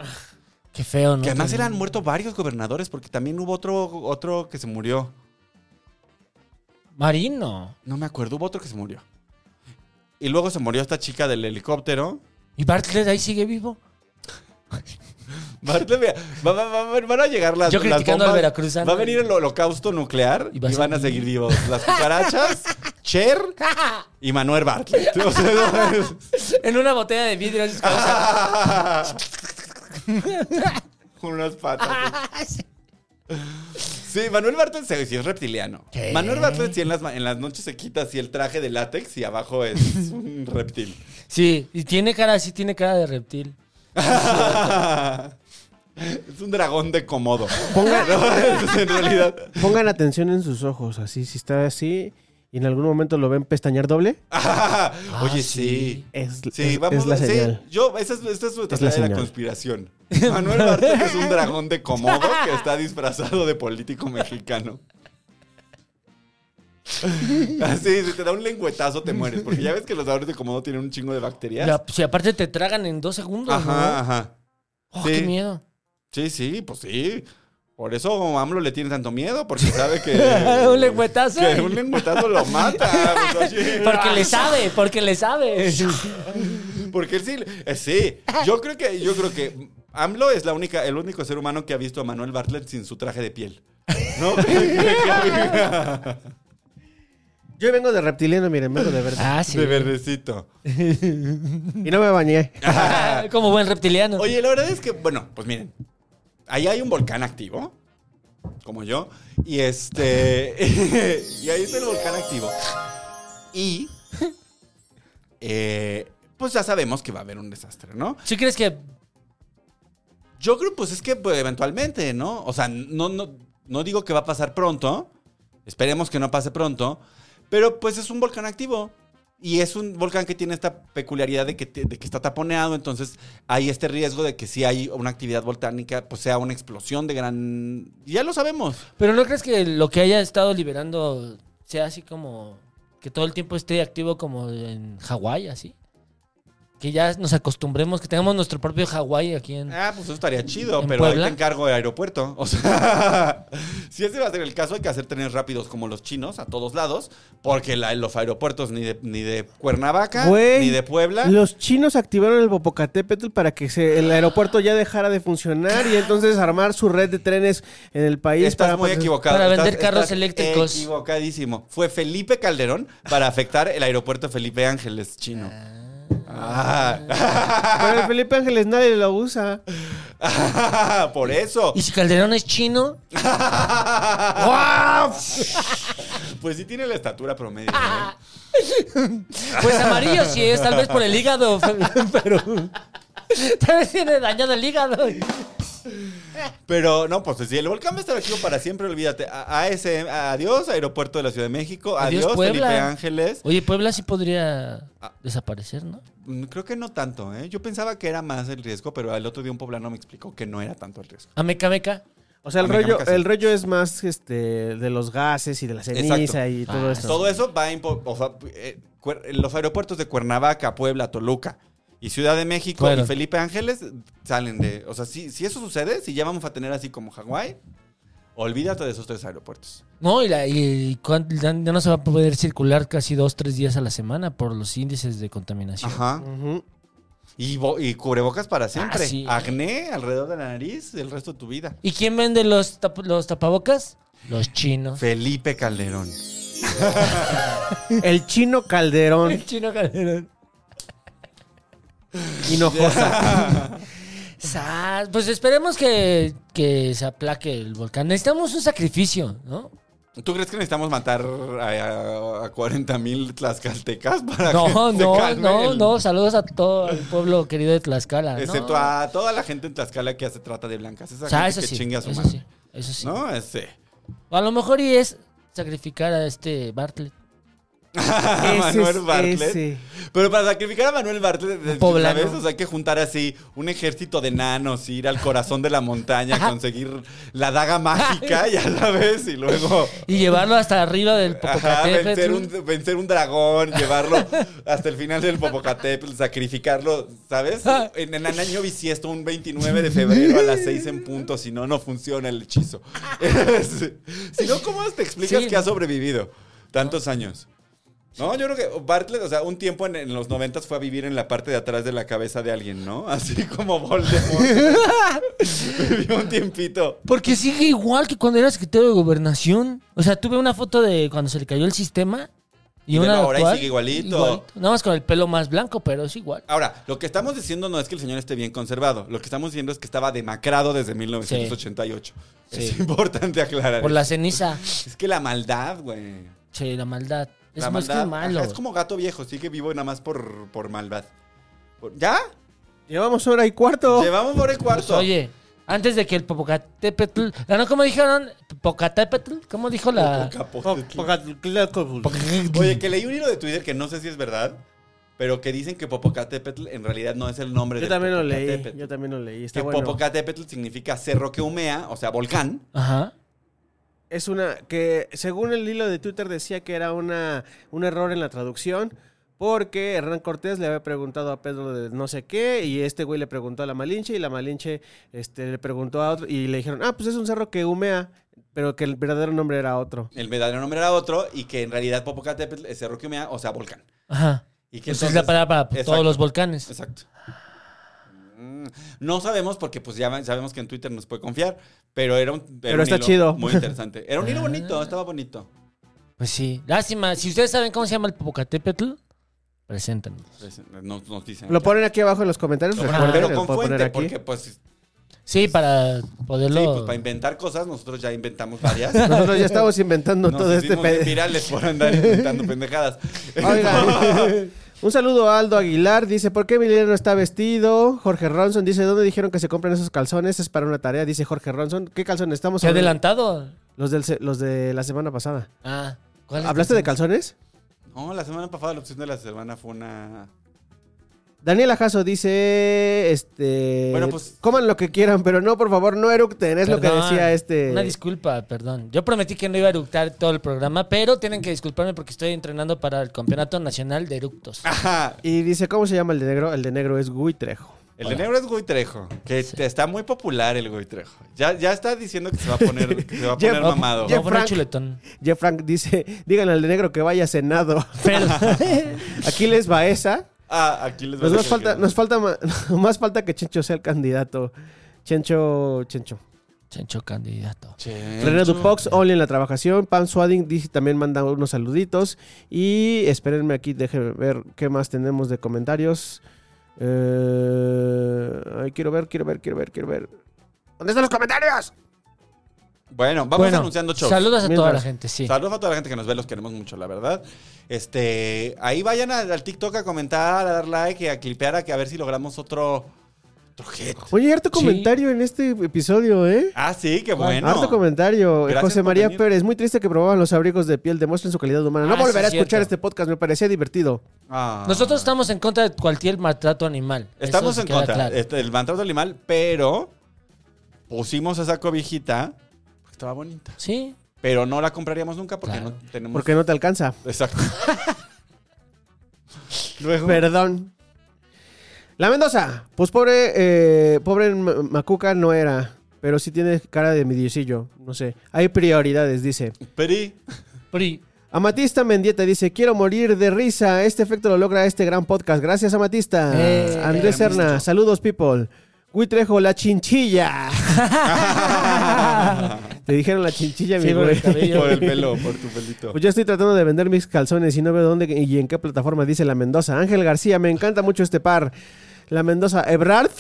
[SPEAKER 4] qué feo, ¿no?
[SPEAKER 3] Que además eran muertos varios gobernadores porque también hubo otro, otro que se murió.
[SPEAKER 4] Marino.
[SPEAKER 3] No me acuerdo, hubo otro que se murió. Y luego se murió esta chica del helicóptero.
[SPEAKER 4] ¿Y Bartlett ahí sigue vivo?
[SPEAKER 3] Bartlett, mira, va- va- va- van a llegar las,
[SPEAKER 4] Yo
[SPEAKER 3] las
[SPEAKER 4] criticando al
[SPEAKER 3] bombas.
[SPEAKER 4] veracruzano.
[SPEAKER 3] Va a venir el holocausto nuclear
[SPEAKER 4] Y
[SPEAKER 3] y,
[SPEAKER 4] va a
[SPEAKER 3] van a
[SPEAKER 4] salir.
[SPEAKER 3] seguir vivos las cucarachas, Cher y Manuel Bartlett. O sea, no es-
[SPEAKER 4] en una botella de vidrio. así es como-
[SPEAKER 3] Con unas patas. Sí, Manuel Bartlett se- sí es reptiliano.
[SPEAKER 4] ¿Qué?
[SPEAKER 3] Manuel Bartlett sí en las, ma- en las noches se quita así el traje de látex y abajo es un reptil.
[SPEAKER 4] Sí, y tiene cara, sí tiene cara de reptil.
[SPEAKER 3] es un dragón de comodo. en realidad.
[SPEAKER 1] Pongan atención en sus ojos, así, si está así y en algún momento lo ven pestañear doble,
[SPEAKER 3] Ah, Oye,
[SPEAKER 4] sí.
[SPEAKER 3] sí.
[SPEAKER 1] Ah, es,
[SPEAKER 3] Sí,
[SPEAKER 1] es-
[SPEAKER 3] vamos
[SPEAKER 1] es la
[SPEAKER 3] sí,
[SPEAKER 1] señal.
[SPEAKER 3] Yo, esa es, esta es nuestra
[SPEAKER 1] Es
[SPEAKER 3] teoría
[SPEAKER 1] la
[SPEAKER 3] de la
[SPEAKER 1] señal.
[SPEAKER 3] conspiración. Manuel Bartlett es un dragón de comodo que está disfrazado de político mexicano. Así, si te da un lengüetazo te mueres. Porque ya ves que los dragones de comodo tienen un chingo de bacterias.
[SPEAKER 4] La- si aparte te tragan en dos segundos,
[SPEAKER 3] ajá,
[SPEAKER 4] ¿no?
[SPEAKER 3] ajá.
[SPEAKER 4] Oh,
[SPEAKER 3] sí.
[SPEAKER 4] qué miedo.
[SPEAKER 3] Sí, sí, pues sí. Por eso AMLO le tiene tanto miedo, porque sabe que.
[SPEAKER 4] Un lengüetazo.
[SPEAKER 3] Que un lengüetazo lo mata. Pues, oye.
[SPEAKER 4] Porque le sabe, porque le sabe.
[SPEAKER 3] Porque él sí, eh, sí. Yo creo que, yo creo que AMLO es la única, el único ser humano que ha visto a Manuel Bartlett sin su traje de piel. ¿No?
[SPEAKER 1] Yo vengo de reptiliano, miren, vengo de verde.
[SPEAKER 4] Ah, sí.
[SPEAKER 3] De verdecito.
[SPEAKER 4] Ah.
[SPEAKER 1] Y no me bañé.
[SPEAKER 4] Como buen reptiliano.
[SPEAKER 3] Oye, la verdad es que, bueno, pues miren, ahí hay un volcán activo, como yo, y este. y ahí está el volcán activo. Y. eh, pues ya sabemos que va a haber un desastre, ¿no?
[SPEAKER 4] ¿Sí crees que
[SPEAKER 3] Yo creo, pues es que pues, eventualmente, ¿no? O sea, no, no, no digo que va a pasar pronto. Esperemos que no pase pronto. Pero pues es un volcán activo. Y es un volcán que tiene esta peculiaridad de que, te- de que está taponeado. Entonces hay este riesgo de que si hay una actividad volcánica, pues sea una explosión de gran... Ya lo sabemos.
[SPEAKER 4] Pero no crees que lo que haya estado liberando sea así como que todo el tiempo esté activo como en Hawái, así. Que ya nos acostumbremos, que tengamos nuestro propio Hawái aquí en...
[SPEAKER 3] Ah, pues eso estaría chido,
[SPEAKER 4] ¿En
[SPEAKER 3] pero ahí
[SPEAKER 4] Puebla?
[SPEAKER 3] te encargo el aeropuerto. O sea, si ese va a ser el caso, hay que hacer trenes rápidos como los chinos a todos lados, porque la- los aeropuertos ni de, ni de Cuernavaca,
[SPEAKER 1] Güey,
[SPEAKER 3] ni de Puebla.
[SPEAKER 1] Los chinos activaron el Popocatépetl para que se- el aeropuerto ya dejara de funcionar y entonces armar su red de trenes en el país.
[SPEAKER 3] Estás
[SPEAKER 1] para
[SPEAKER 3] muy
[SPEAKER 1] poder-
[SPEAKER 3] equivocado.
[SPEAKER 4] para vender
[SPEAKER 3] Estás-
[SPEAKER 4] carros
[SPEAKER 3] estás
[SPEAKER 4] eléctricos.
[SPEAKER 3] Equivocadísimo. Fue Felipe Calderón para afectar el aeropuerto Felipe Ángeles chino.
[SPEAKER 1] Pero el Felipe Ángeles nadie lo usa.
[SPEAKER 3] Ah. Por eso.
[SPEAKER 4] ¿Y si Calderón es chino?
[SPEAKER 3] Pues sí tiene la estatura promedio. ¿eh?
[SPEAKER 4] Pues amarillo sí es, tal vez por el hígado, pero... Tal vez tiene dañado el hígado.
[SPEAKER 3] Pero no, pues sí, el volcán va a estar activo para siempre, olvídate. A- ASM, adiós, Aeropuerto de la Ciudad de México.
[SPEAKER 4] Adiós,
[SPEAKER 3] Adiós,
[SPEAKER 4] Puebla.
[SPEAKER 3] Felipe Ángeles.
[SPEAKER 4] Oye, Puebla sí podría desaparecer, ¿no?
[SPEAKER 3] Mm, Creo que no tanto, ¿eh? Yo pensaba que era más el riesgo, pero el otro día un poblano me explicó que no era tanto el riesgo.
[SPEAKER 4] Ameca, meca.
[SPEAKER 1] O sea, el
[SPEAKER 3] Amiga,
[SPEAKER 1] rollo,
[SPEAKER 3] nunca sí.
[SPEAKER 1] el rollo es más este de los gases y de la ceniza
[SPEAKER 3] Exacto.
[SPEAKER 1] y todo
[SPEAKER 4] Ah,
[SPEAKER 1] eso.
[SPEAKER 3] Todo eso va a impo- o sea, eh, cuer- los aeropuertos de Cuernavaca, Puebla, Toluca y Ciudad de México
[SPEAKER 4] Fueron.
[SPEAKER 3] y Felipe Ángeles salen de, o sea, si, si eso sucede, si ya vamos a tener así como Hawái, olvídate de esos tres aeropuertos.
[SPEAKER 4] No, y, la- y cuan- ya ya no se va a poder circular casi dos, tres días a la semana por los índices de contaminación.
[SPEAKER 3] Ajá.
[SPEAKER 1] Ujú.
[SPEAKER 3] Y, bo- y cubrebocas para siempre.
[SPEAKER 4] Ah, sí.
[SPEAKER 3] Acné alrededor de la nariz el resto de tu vida.
[SPEAKER 4] ¿Y quién vende los, tap- los tapabocas? Los chinos.
[SPEAKER 3] Felipe Calderón.
[SPEAKER 1] El chino Calderón
[SPEAKER 4] El chino Calderón.
[SPEAKER 1] Hinojosa.
[SPEAKER 4] Sas, Pues esperemos que, que se aplaque el volcán. Necesitamos un sacrificio, ¿no?
[SPEAKER 3] ¿Tú crees que necesitamos matar a, a, 40 mil tlaxcaltecas para que
[SPEAKER 4] No,
[SPEAKER 3] se
[SPEAKER 4] no,
[SPEAKER 3] calme
[SPEAKER 4] no,
[SPEAKER 3] el-
[SPEAKER 4] no. Saludos a todo el pueblo querido de Tlaxcala.
[SPEAKER 3] Excepto
[SPEAKER 4] no.
[SPEAKER 3] a toda la gente en Tlaxcala que hace trata de blancas. Esa
[SPEAKER 4] O sea,
[SPEAKER 3] gente
[SPEAKER 4] eso
[SPEAKER 3] que
[SPEAKER 4] sí.
[SPEAKER 3] chinga a su
[SPEAKER 4] eso
[SPEAKER 3] madre.
[SPEAKER 4] sí. Eso sí.
[SPEAKER 3] ¿No? Ese.
[SPEAKER 4] A lo mejor y es sacrificar a este Bartlett.
[SPEAKER 3] A Manuel Bartlett.
[SPEAKER 1] ese.
[SPEAKER 3] Pero para sacrificar a Manuel Bartlett,
[SPEAKER 4] poblano.
[SPEAKER 3] ¿sabes? O sea, hay que juntar así un ejército de nanos, ir al corazón de la montaña, conseguir la daga mágica, ya sabes, y luego
[SPEAKER 4] Y llevarlo hasta arriba del
[SPEAKER 3] ajá, vencer,
[SPEAKER 4] Popocatépetl.
[SPEAKER 3] un, vencer un dragón, llevarlo hasta el final del Popocatépetl, sacrificarlo, ¿sabes?
[SPEAKER 4] Ah.
[SPEAKER 3] En el año bisiesto, un 29 de febrero a las 6 en punto, si no, no funciona el hechizo. Es- si no, ¿cómo te explicas
[SPEAKER 4] Sí,
[SPEAKER 3] que ha
[SPEAKER 4] no.
[SPEAKER 3] sobrevivido tantos años? No, yo creo que Bartlett, o sea, un tiempo en, en los noventas fue a vivir en la parte de atrás de la cabeza de alguien, ¿no? Así como Voldemort. Vivió un tiempito.
[SPEAKER 4] Porque sigue igual que cuando era secretario de gobernación. O sea, tuve una foto de cuando se le cayó el sistema. Y,
[SPEAKER 3] Y
[SPEAKER 4] una
[SPEAKER 3] bueno, ahora ahí
[SPEAKER 4] actual,
[SPEAKER 3] sigue igualito.
[SPEAKER 4] Nada más con el pelo más blanco, pero es igual.
[SPEAKER 3] Ahora, lo que estamos diciendo no es que el señor esté bien conservado. Lo que estamos diciendo es que estaba demacrado desde 1988. Es
[SPEAKER 4] Sí.
[SPEAKER 3] importante aclarar.
[SPEAKER 4] Por
[SPEAKER 3] eso.
[SPEAKER 4] la ceniza.
[SPEAKER 3] Ah, Es que la maldad, güey.
[SPEAKER 4] Che, la maldad. Es
[SPEAKER 3] La
[SPEAKER 4] más
[SPEAKER 3] maldad,
[SPEAKER 4] que malo.
[SPEAKER 3] ajá, es como gato viejo, sigue vivo nada más por, por maldad. Por- ¿Ya?
[SPEAKER 1] Llevamos hora y cuarto.
[SPEAKER 3] Llevamos por el
[SPEAKER 4] Pues,
[SPEAKER 3] cuarto.
[SPEAKER 4] oye, antes de que el Popocatépetl... Ah, ¿No? ¿Cómo dijeron? ¿Popocatépetl? ¿Cómo dijo la...?
[SPEAKER 3] Popocatépetl.
[SPEAKER 4] Popocatépetl.
[SPEAKER 3] Oye, que leí un hilo de Twitter que no sé si es verdad, pero que dicen que Popocatépetl en realidad no es el nombre
[SPEAKER 1] Yo
[SPEAKER 3] del
[SPEAKER 1] también lo leí.
[SPEAKER 3] Popocatépetl.
[SPEAKER 1] Yo también lo leí. Está
[SPEAKER 3] Que
[SPEAKER 1] bueno.
[SPEAKER 3] Popocatépetl significa cerro que humea, o sea, volcán.
[SPEAKER 4] Ajá.
[SPEAKER 1] Es una que, según el hilo de Twitter, decía que era una, un error en la traducción. Porque Hernán Cortés le había preguntado a Pedro de no sé qué, y este güey le preguntó a la Malinche, y la Malinche este, le preguntó a otro, y le dijeron, ah, pues es un cerro que humea, pero que el verdadero nombre era otro.
[SPEAKER 3] El verdadero nombre era otro y que en realidad Popocatépetl es cerro que humea, o sea, volcán.
[SPEAKER 4] Ajá.
[SPEAKER 3] Y que
[SPEAKER 4] Pues es la
[SPEAKER 3] entonces-
[SPEAKER 4] palabra para
[SPEAKER 3] Exacto.
[SPEAKER 4] todos los volcanes.
[SPEAKER 3] Exacto. Mm, No sabemos porque pues ya sabemos que en Twitter nos puede confiar, pero era un, era
[SPEAKER 1] Pero
[SPEAKER 3] un
[SPEAKER 1] está
[SPEAKER 3] hilo
[SPEAKER 1] chido.
[SPEAKER 3] muy interesante. Era un hilo
[SPEAKER 4] Ah.
[SPEAKER 3] bonito, estaba bonito.
[SPEAKER 4] Pues sí. Lástima. Si ustedes saben cómo se llama el Popocatépetl, preséntanos.
[SPEAKER 3] Pues, Nos, nos dicen.
[SPEAKER 1] Lo ponen aquí abajo en los comentarios,
[SPEAKER 3] Pero
[SPEAKER 1] recuerden,
[SPEAKER 3] pero
[SPEAKER 1] lo
[SPEAKER 3] con
[SPEAKER 1] puedo poner
[SPEAKER 3] fuente,
[SPEAKER 1] aquí.
[SPEAKER 3] porque pues, sí,
[SPEAKER 4] Sí, para poderlo...
[SPEAKER 3] pues para inventar cosas, nosotros ya inventamos varias.
[SPEAKER 1] Nosotros ya estamos inventando
[SPEAKER 3] Nos
[SPEAKER 1] todo este
[SPEAKER 3] hicimos bien
[SPEAKER 1] pedo.
[SPEAKER 3] virales por andar inventando pendejadas.
[SPEAKER 1] Oigan, un saludo a Aldo Aguilar. Dice, ¿por qué Emiliano está vestido? Jorge Ronson dice, ¿dónde dijeron que se compran esos calzones? Es para una tarea, dice Jorge Ronson. ¿Qué calzones estamos
[SPEAKER 4] ¿Se ha
[SPEAKER 1] hablando?
[SPEAKER 4] adelantado?
[SPEAKER 1] Los, del se- los de la semana pasada.
[SPEAKER 4] Ah. ¿cuál es?
[SPEAKER 1] ¿Hablaste de calzones?
[SPEAKER 3] No, la semana pasada la opción de la semana fue una...
[SPEAKER 1] Daniel Ajazo dice, este...
[SPEAKER 3] Bueno, pues-
[SPEAKER 1] Coman lo que quieran, pero no, por favor, no eructen. Es lo que
[SPEAKER 4] Perdón,
[SPEAKER 1] decía este...
[SPEAKER 4] Una disculpa, perdón. Yo prometí que no iba a eructar todo el programa, pero tienen que disculparme porque estoy entrenando para el Campeonato Nacional de Eructos.
[SPEAKER 1] Ah,
[SPEAKER 3] Ajá.
[SPEAKER 1] Y dice, ¿cómo se llama el de negro? El de negro es Gui Trejo.
[SPEAKER 3] El de negro es Güey Trejo, que te- está muy popular el Güey Trejo. Ya, ya está diciendo que se va a poner, que se va a poner
[SPEAKER 1] Jeff-
[SPEAKER 3] mamado.
[SPEAKER 4] Vamos a
[SPEAKER 1] Jeff
[SPEAKER 4] poner
[SPEAKER 1] Frank.
[SPEAKER 4] chuletón.
[SPEAKER 1] Jeff Frank dice, díganle al de negro que vaya cenado.
[SPEAKER 4] Pero-
[SPEAKER 1] Aquí les va esa.
[SPEAKER 3] Ah, aquí les voy
[SPEAKER 1] Nos,
[SPEAKER 3] a
[SPEAKER 1] más,
[SPEAKER 3] decir
[SPEAKER 1] falta,
[SPEAKER 3] que-
[SPEAKER 1] nos falta ma- más falta que Chencho sea el candidato. Chencho, Chencho.
[SPEAKER 4] Chencho candidato.
[SPEAKER 1] René Dupox, Oli en la trabajación. Pam Swading dice- también manda unos saluditos. Y espérenme aquí, déjenme ver qué más tenemos de comentarios. Eh, ay, quiero ver, quiero ver, quiero ver, quiero ver. ¿Dónde están los comentarios?
[SPEAKER 3] Bueno, vamos
[SPEAKER 4] Bueno,
[SPEAKER 3] anunciando shows. Saludos.
[SPEAKER 4] Saludos a toda
[SPEAKER 1] Mientras-
[SPEAKER 4] la gente, sí.
[SPEAKER 3] a toda la gente que nos ve, los queremos mucho, la verdad. Este, ahí vayan al, al TikTok a comentar, a dar like, y a clipear, a, que a ver si logramos otro, otro hit.
[SPEAKER 1] Oye, harto
[SPEAKER 4] Sí.
[SPEAKER 1] comentario en este episodio, ¿eh?
[SPEAKER 3] Ah, sí, qué bueno.
[SPEAKER 1] Harto comentario.
[SPEAKER 3] Gracias
[SPEAKER 1] José
[SPEAKER 3] por
[SPEAKER 1] María
[SPEAKER 3] venir.
[SPEAKER 1] Pérez, muy triste que probaban los abrigos de piel, demuestren su calidad humana. No
[SPEAKER 4] Ah, sí,
[SPEAKER 1] volveré a
[SPEAKER 4] cierto.
[SPEAKER 1] escuchar este podcast, me parecía divertido.
[SPEAKER 3] Ah.
[SPEAKER 4] Nosotros estamos en contra de cualquier maltrato animal. Eso
[SPEAKER 3] Estamos
[SPEAKER 4] sí
[SPEAKER 3] en
[SPEAKER 4] queda
[SPEAKER 3] contra
[SPEAKER 4] claro.
[SPEAKER 3] este, del maltrato animal, pero pusimos esa cobijita porque estaba bonita.
[SPEAKER 4] Sí.
[SPEAKER 3] Pero no la compraríamos nunca porque
[SPEAKER 4] Claro.
[SPEAKER 3] no tenemos.
[SPEAKER 1] Porque no te alcanza.
[SPEAKER 3] Exacto. Luego.
[SPEAKER 1] Perdón. La Mendoza. Pues pobre, eh, pobre M- Macuca no era. Pero sí tiene cara de mediosillo. No sé. Hay prioridades, dice.
[SPEAKER 3] Peri.
[SPEAKER 4] Pri.
[SPEAKER 1] Amatista Mendieta dice: Quiero morir de risa. Este efecto lo logra este gran podcast. Gracias, Amatista.
[SPEAKER 4] Eh,
[SPEAKER 3] queremos
[SPEAKER 1] Andrés Serna.
[SPEAKER 3] mucho.
[SPEAKER 1] Saludos, people. Huitrejo, la chinchilla. Te dijeron la chinchilla,
[SPEAKER 4] Sí,
[SPEAKER 1] mi
[SPEAKER 4] por el
[SPEAKER 1] güey.
[SPEAKER 4] cabello.
[SPEAKER 3] por el pelo, por tu pelito.
[SPEAKER 1] Pues yo estoy tratando de vender mis calzones y no veo dónde y en qué plataforma dice la Mendoza. Ángel García, me encanta mucho este par. La Mendoza, Ebrard,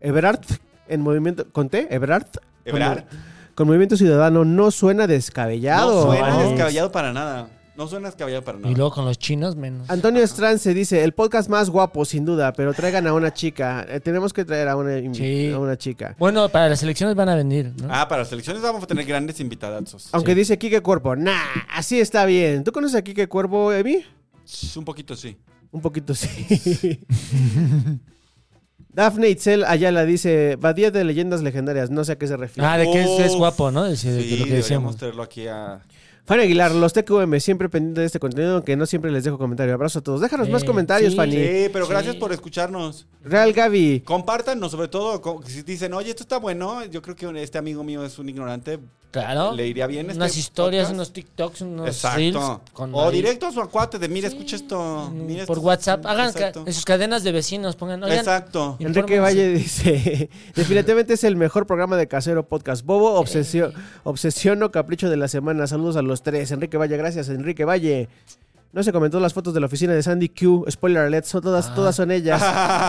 [SPEAKER 1] Ebrard, en movimiento, ¿conté? Ebrard.
[SPEAKER 3] Ebrard.
[SPEAKER 1] Con- con Movimiento Ciudadano no suena descabellado.
[SPEAKER 3] No suena
[SPEAKER 1] Ay.
[SPEAKER 3] descabellado para nada. No suena descabellado para
[SPEAKER 4] Y
[SPEAKER 3] nada.
[SPEAKER 4] luego con los chinos, menos.
[SPEAKER 1] Antonio Strance dice, el podcast más guapo, sin duda, pero traigan a una chica. Eh, tenemos que traer a una, invi-
[SPEAKER 4] Sí.
[SPEAKER 1] a una chica.
[SPEAKER 4] Bueno, para las elecciones van a venir, ¿no?
[SPEAKER 3] Ah, para las elecciones vamos a tener grandes invitadazos.
[SPEAKER 1] Aunque dice Quique Cuervo, nah, así está bien. ¿Tú conoces a Quique Cuervo, Emi?
[SPEAKER 3] Un poquito sí.
[SPEAKER 1] Un poquito sí. Daphne Itzel Ayala dice, Badía de leyendas legendarias, no sé a qué se refiere.
[SPEAKER 4] Ah, de que es, es
[SPEAKER 3] Uf.
[SPEAKER 4] guapo, ¿no? De, de- de
[SPEAKER 3] Sí,
[SPEAKER 4] lo que
[SPEAKER 3] deberíamos
[SPEAKER 4] decíamos.
[SPEAKER 3] traerlo aquí a...
[SPEAKER 1] Fanny Aguilar, los TQM, siempre pendiente de este contenido, aunque no siempre les dejo comentario. Abrazo a todos. Déjanos
[SPEAKER 4] Eh,
[SPEAKER 1] más comentarios,
[SPEAKER 4] sí.
[SPEAKER 1] Fanny.
[SPEAKER 3] Sí, pero gracias por escucharnos.
[SPEAKER 1] Real Gaby.
[SPEAKER 3] Compártanos, sobre todo, co- si dicen, oye, esto está bueno, yo creo que este amigo mío es un ignorante,
[SPEAKER 4] Claro.
[SPEAKER 3] le iría bien este
[SPEAKER 4] unas historias,
[SPEAKER 3] podcast.
[SPEAKER 4] unos TikToks, unos
[SPEAKER 3] Exacto.
[SPEAKER 4] reels. con
[SPEAKER 3] o
[SPEAKER 4] ahí.
[SPEAKER 3] directo a su acuate de, mira,
[SPEAKER 4] Sí,
[SPEAKER 3] escucha esto. mira
[SPEAKER 4] Por
[SPEAKER 3] esto".
[SPEAKER 4] WhatsApp. Hagan ca-
[SPEAKER 3] Exacto.
[SPEAKER 4] en sus cadenas de vecinos, pongan. Oigan,
[SPEAKER 3] Exacto.
[SPEAKER 4] Y
[SPEAKER 1] Enrique
[SPEAKER 4] infórmense.
[SPEAKER 1] Valle dice, definitivamente es el mejor programa de casero podcast. Bobo, obsesio- obsesión o capricho de la semana. Saludos a los tres. Enrique Valle, gracias, Enrique Valle. No se comentó las fotos de la oficina de Sandy Q. Spoiler alert, son todas, todas son ellas.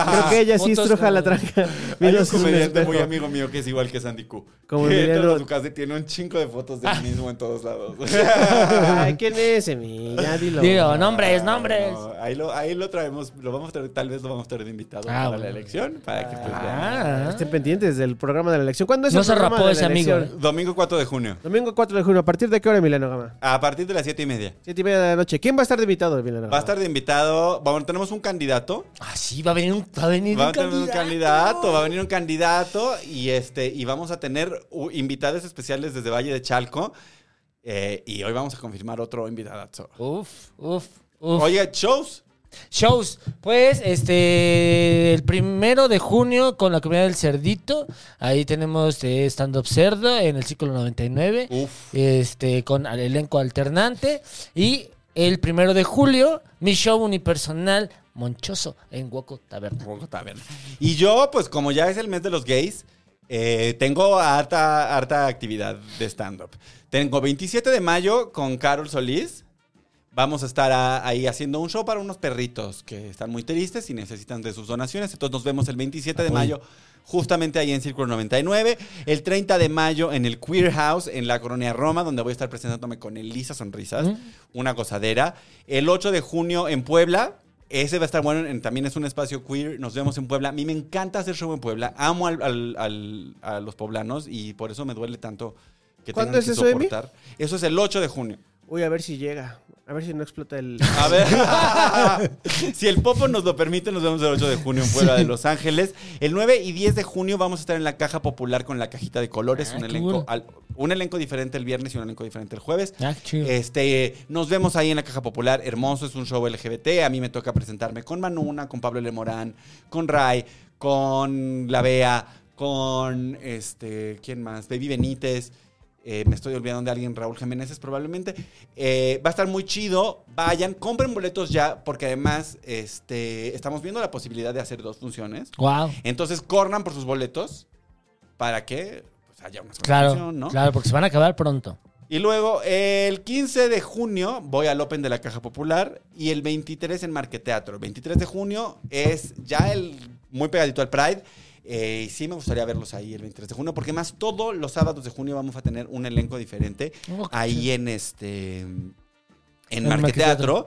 [SPEAKER 1] Creo que ella sí
[SPEAKER 4] Ah. Fotos
[SPEAKER 1] estruja la
[SPEAKER 4] como-
[SPEAKER 1] tranca.
[SPEAKER 3] Hay
[SPEAKER 1] Viendo
[SPEAKER 3] un
[SPEAKER 1] sus
[SPEAKER 3] comediante
[SPEAKER 1] espejos.
[SPEAKER 3] muy amigo mío que es igual que Sandy Q.
[SPEAKER 1] Como
[SPEAKER 3] que entra
[SPEAKER 1] Emiliano-
[SPEAKER 3] a su casa y tiene un chingo de fotos
[SPEAKER 4] Ah.
[SPEAKER 3] del mismo en todos lados.
[SPEAKER 1] Ay, ¿quién es, Emi? Ya dilo.
[SPEAKER 4] Digo, nombres, nombres.
[SPEAKER 3] No, ahí, lo, ahí lo traemos, lo vamos a traer, tal vez lo vamos a traer de invitado
[SPEAKER 4] Ah,
[SPEAKER 3] para
[SPEAKER 4] bueno.
[SPEAKER 3] la elección, para que pues, ya.
[SPEAKER 4] Ah.
[SPEAKER 1] Estén pendientes del programa de la elección. ¿Cuándo es
[SPEAKER 4] No
[SPEAKER 1] el
[SPEAKER 4] se
[SPEAKER 1] programa
[SPEAKER 4] rapó
[SPEAKER 1] de la
[SPEAKER 4] ese amigo, ¿eh?
[SPEAKER 1] elección?
[SPEAKER 3] Domingo 4 de junio,
[SPEAKER 1] Domingo 4 de junio. ¿A partir de qué hora, Emiliano Gama?
[SPEAKER 3] a partir de las 7 y media.
[SPEAKER 1] Siete y media de la noche. ¿Quién va a estar de invitado, Emiliano
[SPEAKER 3] Va a
[SPEAKER 1] Gama?
[SPEAKER 3] estar de invitado, vamos, tenemos un candidato.
[SPEAKER 4] Ah, sí, va a venir un, va a venir
[SPEAKER 3] Va
[SPEAKER 4] un
[SPEAKER 3] a tener un candidato, va a venir un candidato y este y vamos a tener uh, invitados especiales desde Valle de Chalco. eh, y hoy vamos a confirmar otro invitado.
[SPEAKER 4] Uf, uf, uf.
[SPEAKER 3] Oye, shows.
[SPEAKER 4] Shows, pues, este, el primero de junio con la comunidad del cerdito, ahí tenemos eh, Stand Up Cerdo en el ciclo 99,
[SPEAKER 3] Uf.
[SPEAKER 4] este, con al elenco alternante, y el primero de julio, mi show unipersonal, Monchoso, en Hueco Taberna.
[SPEAKER 3] Hugo Taberna. Y yo, pues como ya es el mes de los gays, eh, tengo harta, harta actividad de stand-up. Tengo 27 de mayo con Carol Solís. Vamos a estar a- ahí haciendo un show para unos perritos que están muy tristes y necesitan de sus donaciones. Entonces nos vemos el 27 de mayo justamente ahí en Círculo 99. El 30 de mayo en el Queer House en la Colonia Roma, donde voy a estar presentándome con Elisa Sonrisas,
[SPEAKER 1] Mm.
[SPEAKER 3] una gozadera. El 8 de junio en Puebla. Ese va a estar bueno, en- también es un espacio queer. Nos vemos en Puebla. A mí me encanta hacer show en Puebla. Amo al- al- al- a los poblanos y por eso me duele tanto que tengan
[SPEAKER 1] ¿Cuándo es
[SPEAKER 3] que
[SPEAKER 1] eso, Emi?
[SPEAKER 3] soportar. Eso es el 8 de junio.
[SPEAKER 1] Uy, a ver si llega. A ver si no explota el...
[SPEAKER 3] A ver. si el Popo nos lo permite, nos vemos el 8 de junio en Puebla de Los Ángeles. El 9 y 10 de junio vamos a estar en la caja popular con la cajita de colores.
[SPEAKER 4] Ah,
[SPEAKER 3] un,
[SPEAKER 4] qué
[SPEAKER 3] elenco,
[SPEAKER 4] cool.
[SPEAKER 3] al- un elenco diferente el viernes y un elenco diferente el jueves.
[SPEAKER 4] Ah, qué chido.
[SPEAKER 3] Este, nos vemos ahí en la Caja Popular. Hermoso, es un show LGBT. A mí me toca presentarme con Manuna, con Pablo Lemorán, con Ray, con La Bea, con este, ¿quién más? Baby Benítez. Eh, me estoy olvidando de alguien, Raúl Jiménez es probablemente. Eh, va a estar muy chido. Vayan, compren boletos ya, porque además este, estamos viendo la posibilidad de hacer dos funciones.
[SPEAKER 4] Wow.
[SPEAKER 3] Entonces, corran por sus boletos para que pues, haya una sola
[SPEAKER 4] Claro,
[SPEAKER 3] función, ¿no?
[SPEAKER 4] claro, porque se van a acabar pronto.
[SPEAKER 3] Y luego, el 15 de junio voy al Open de la Caja Popular y el 23 en Marqueteatro. El 23 de junio es ya el muy pegadito al Pride. eh, y sí me gustaría verlos ahí el 23 de junio, porque más todos los sábados de junio vamos a tener un elenco diferente
[SPEAKER 4] Oh, qué
[SPEAKER 3] ahí
[SPEAKER 4] chido.
[SPEAKER 3] en este en,
[SPEAKER 4] Marqueteatro.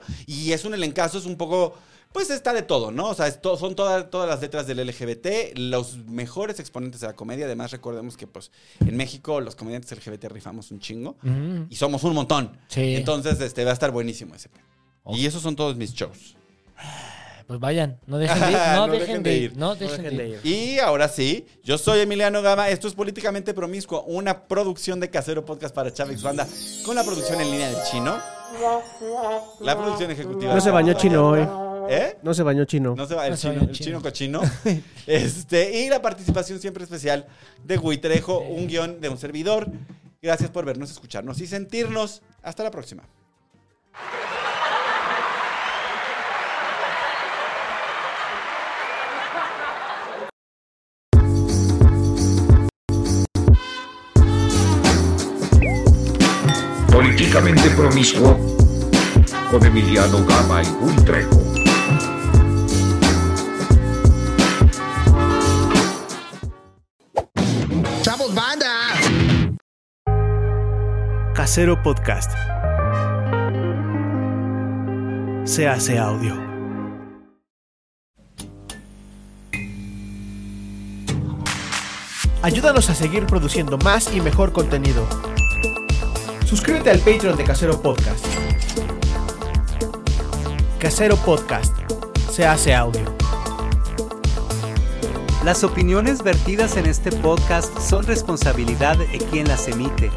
[SPEAKER 3] Marqueteatro. Y es un elencazo, es un poco. Pues está de todo, ¿no? O sea, es to- son todas todas las letras del LGBT, los mejores exponentes de la comedia. Además, recordemos que, pues, en México los comediantes LGBT rifamos un chingo
[SPEAKER 4] Mm.
[SPEAKER 3] y somos un montón.
[SPEAKER 4] Sí.
[SPEAKER 3] Entonces, este, va a estar buenísimo ese. pe- Y esos son todos mis shows.
[SPEAKER 4] Pues vayan, no dejen de ir, no, dejen, de ir, no
[SPEAKER 1] No
[SPEAKER 4] dejen, de ir.
[SPEAKER 3] Y ahora sí, yo soy Emiliano Gama. Esto es Políticamente Promiscuo, una producción de Casero Podcast para Chávez Banda, con la producción en línea del chino. La producción ejecutiva.
[SPEAKER 1] No se bañó chino hoy.
[SPEAKER 3] ¿Eh?
[SPEAKER 1] No se bañó chino.
[SPEAKER 3] No se va el,
[SPEAKER 4] No se
[SPEAKER 3] chino,
[SPEAKER 4] vaya el
[SPEAKER 3] el chino cochino. este, y la participación siempre especial de Huitrejo, un guión de un servidor. Gracias por vernos, escucharnos y sentirnos. Hasta la próxima.
[SPEAKER 2] Políticamente promiscuo con Emiliano Gama y un trejo.
[SPEAKER 6] ¡Chavos, banda! Acero Podcast. Se hace audio.
[SPEAKER 5] Ayúdanos a seguir produciendo más y mejor contenido. Suscríbete al Patreon de Casero Podcast. Casero Podcast. Se hace audio.
[SPEAKER 7] Las opiniones vertidas en este podcast son responsabilidad de quien las emite.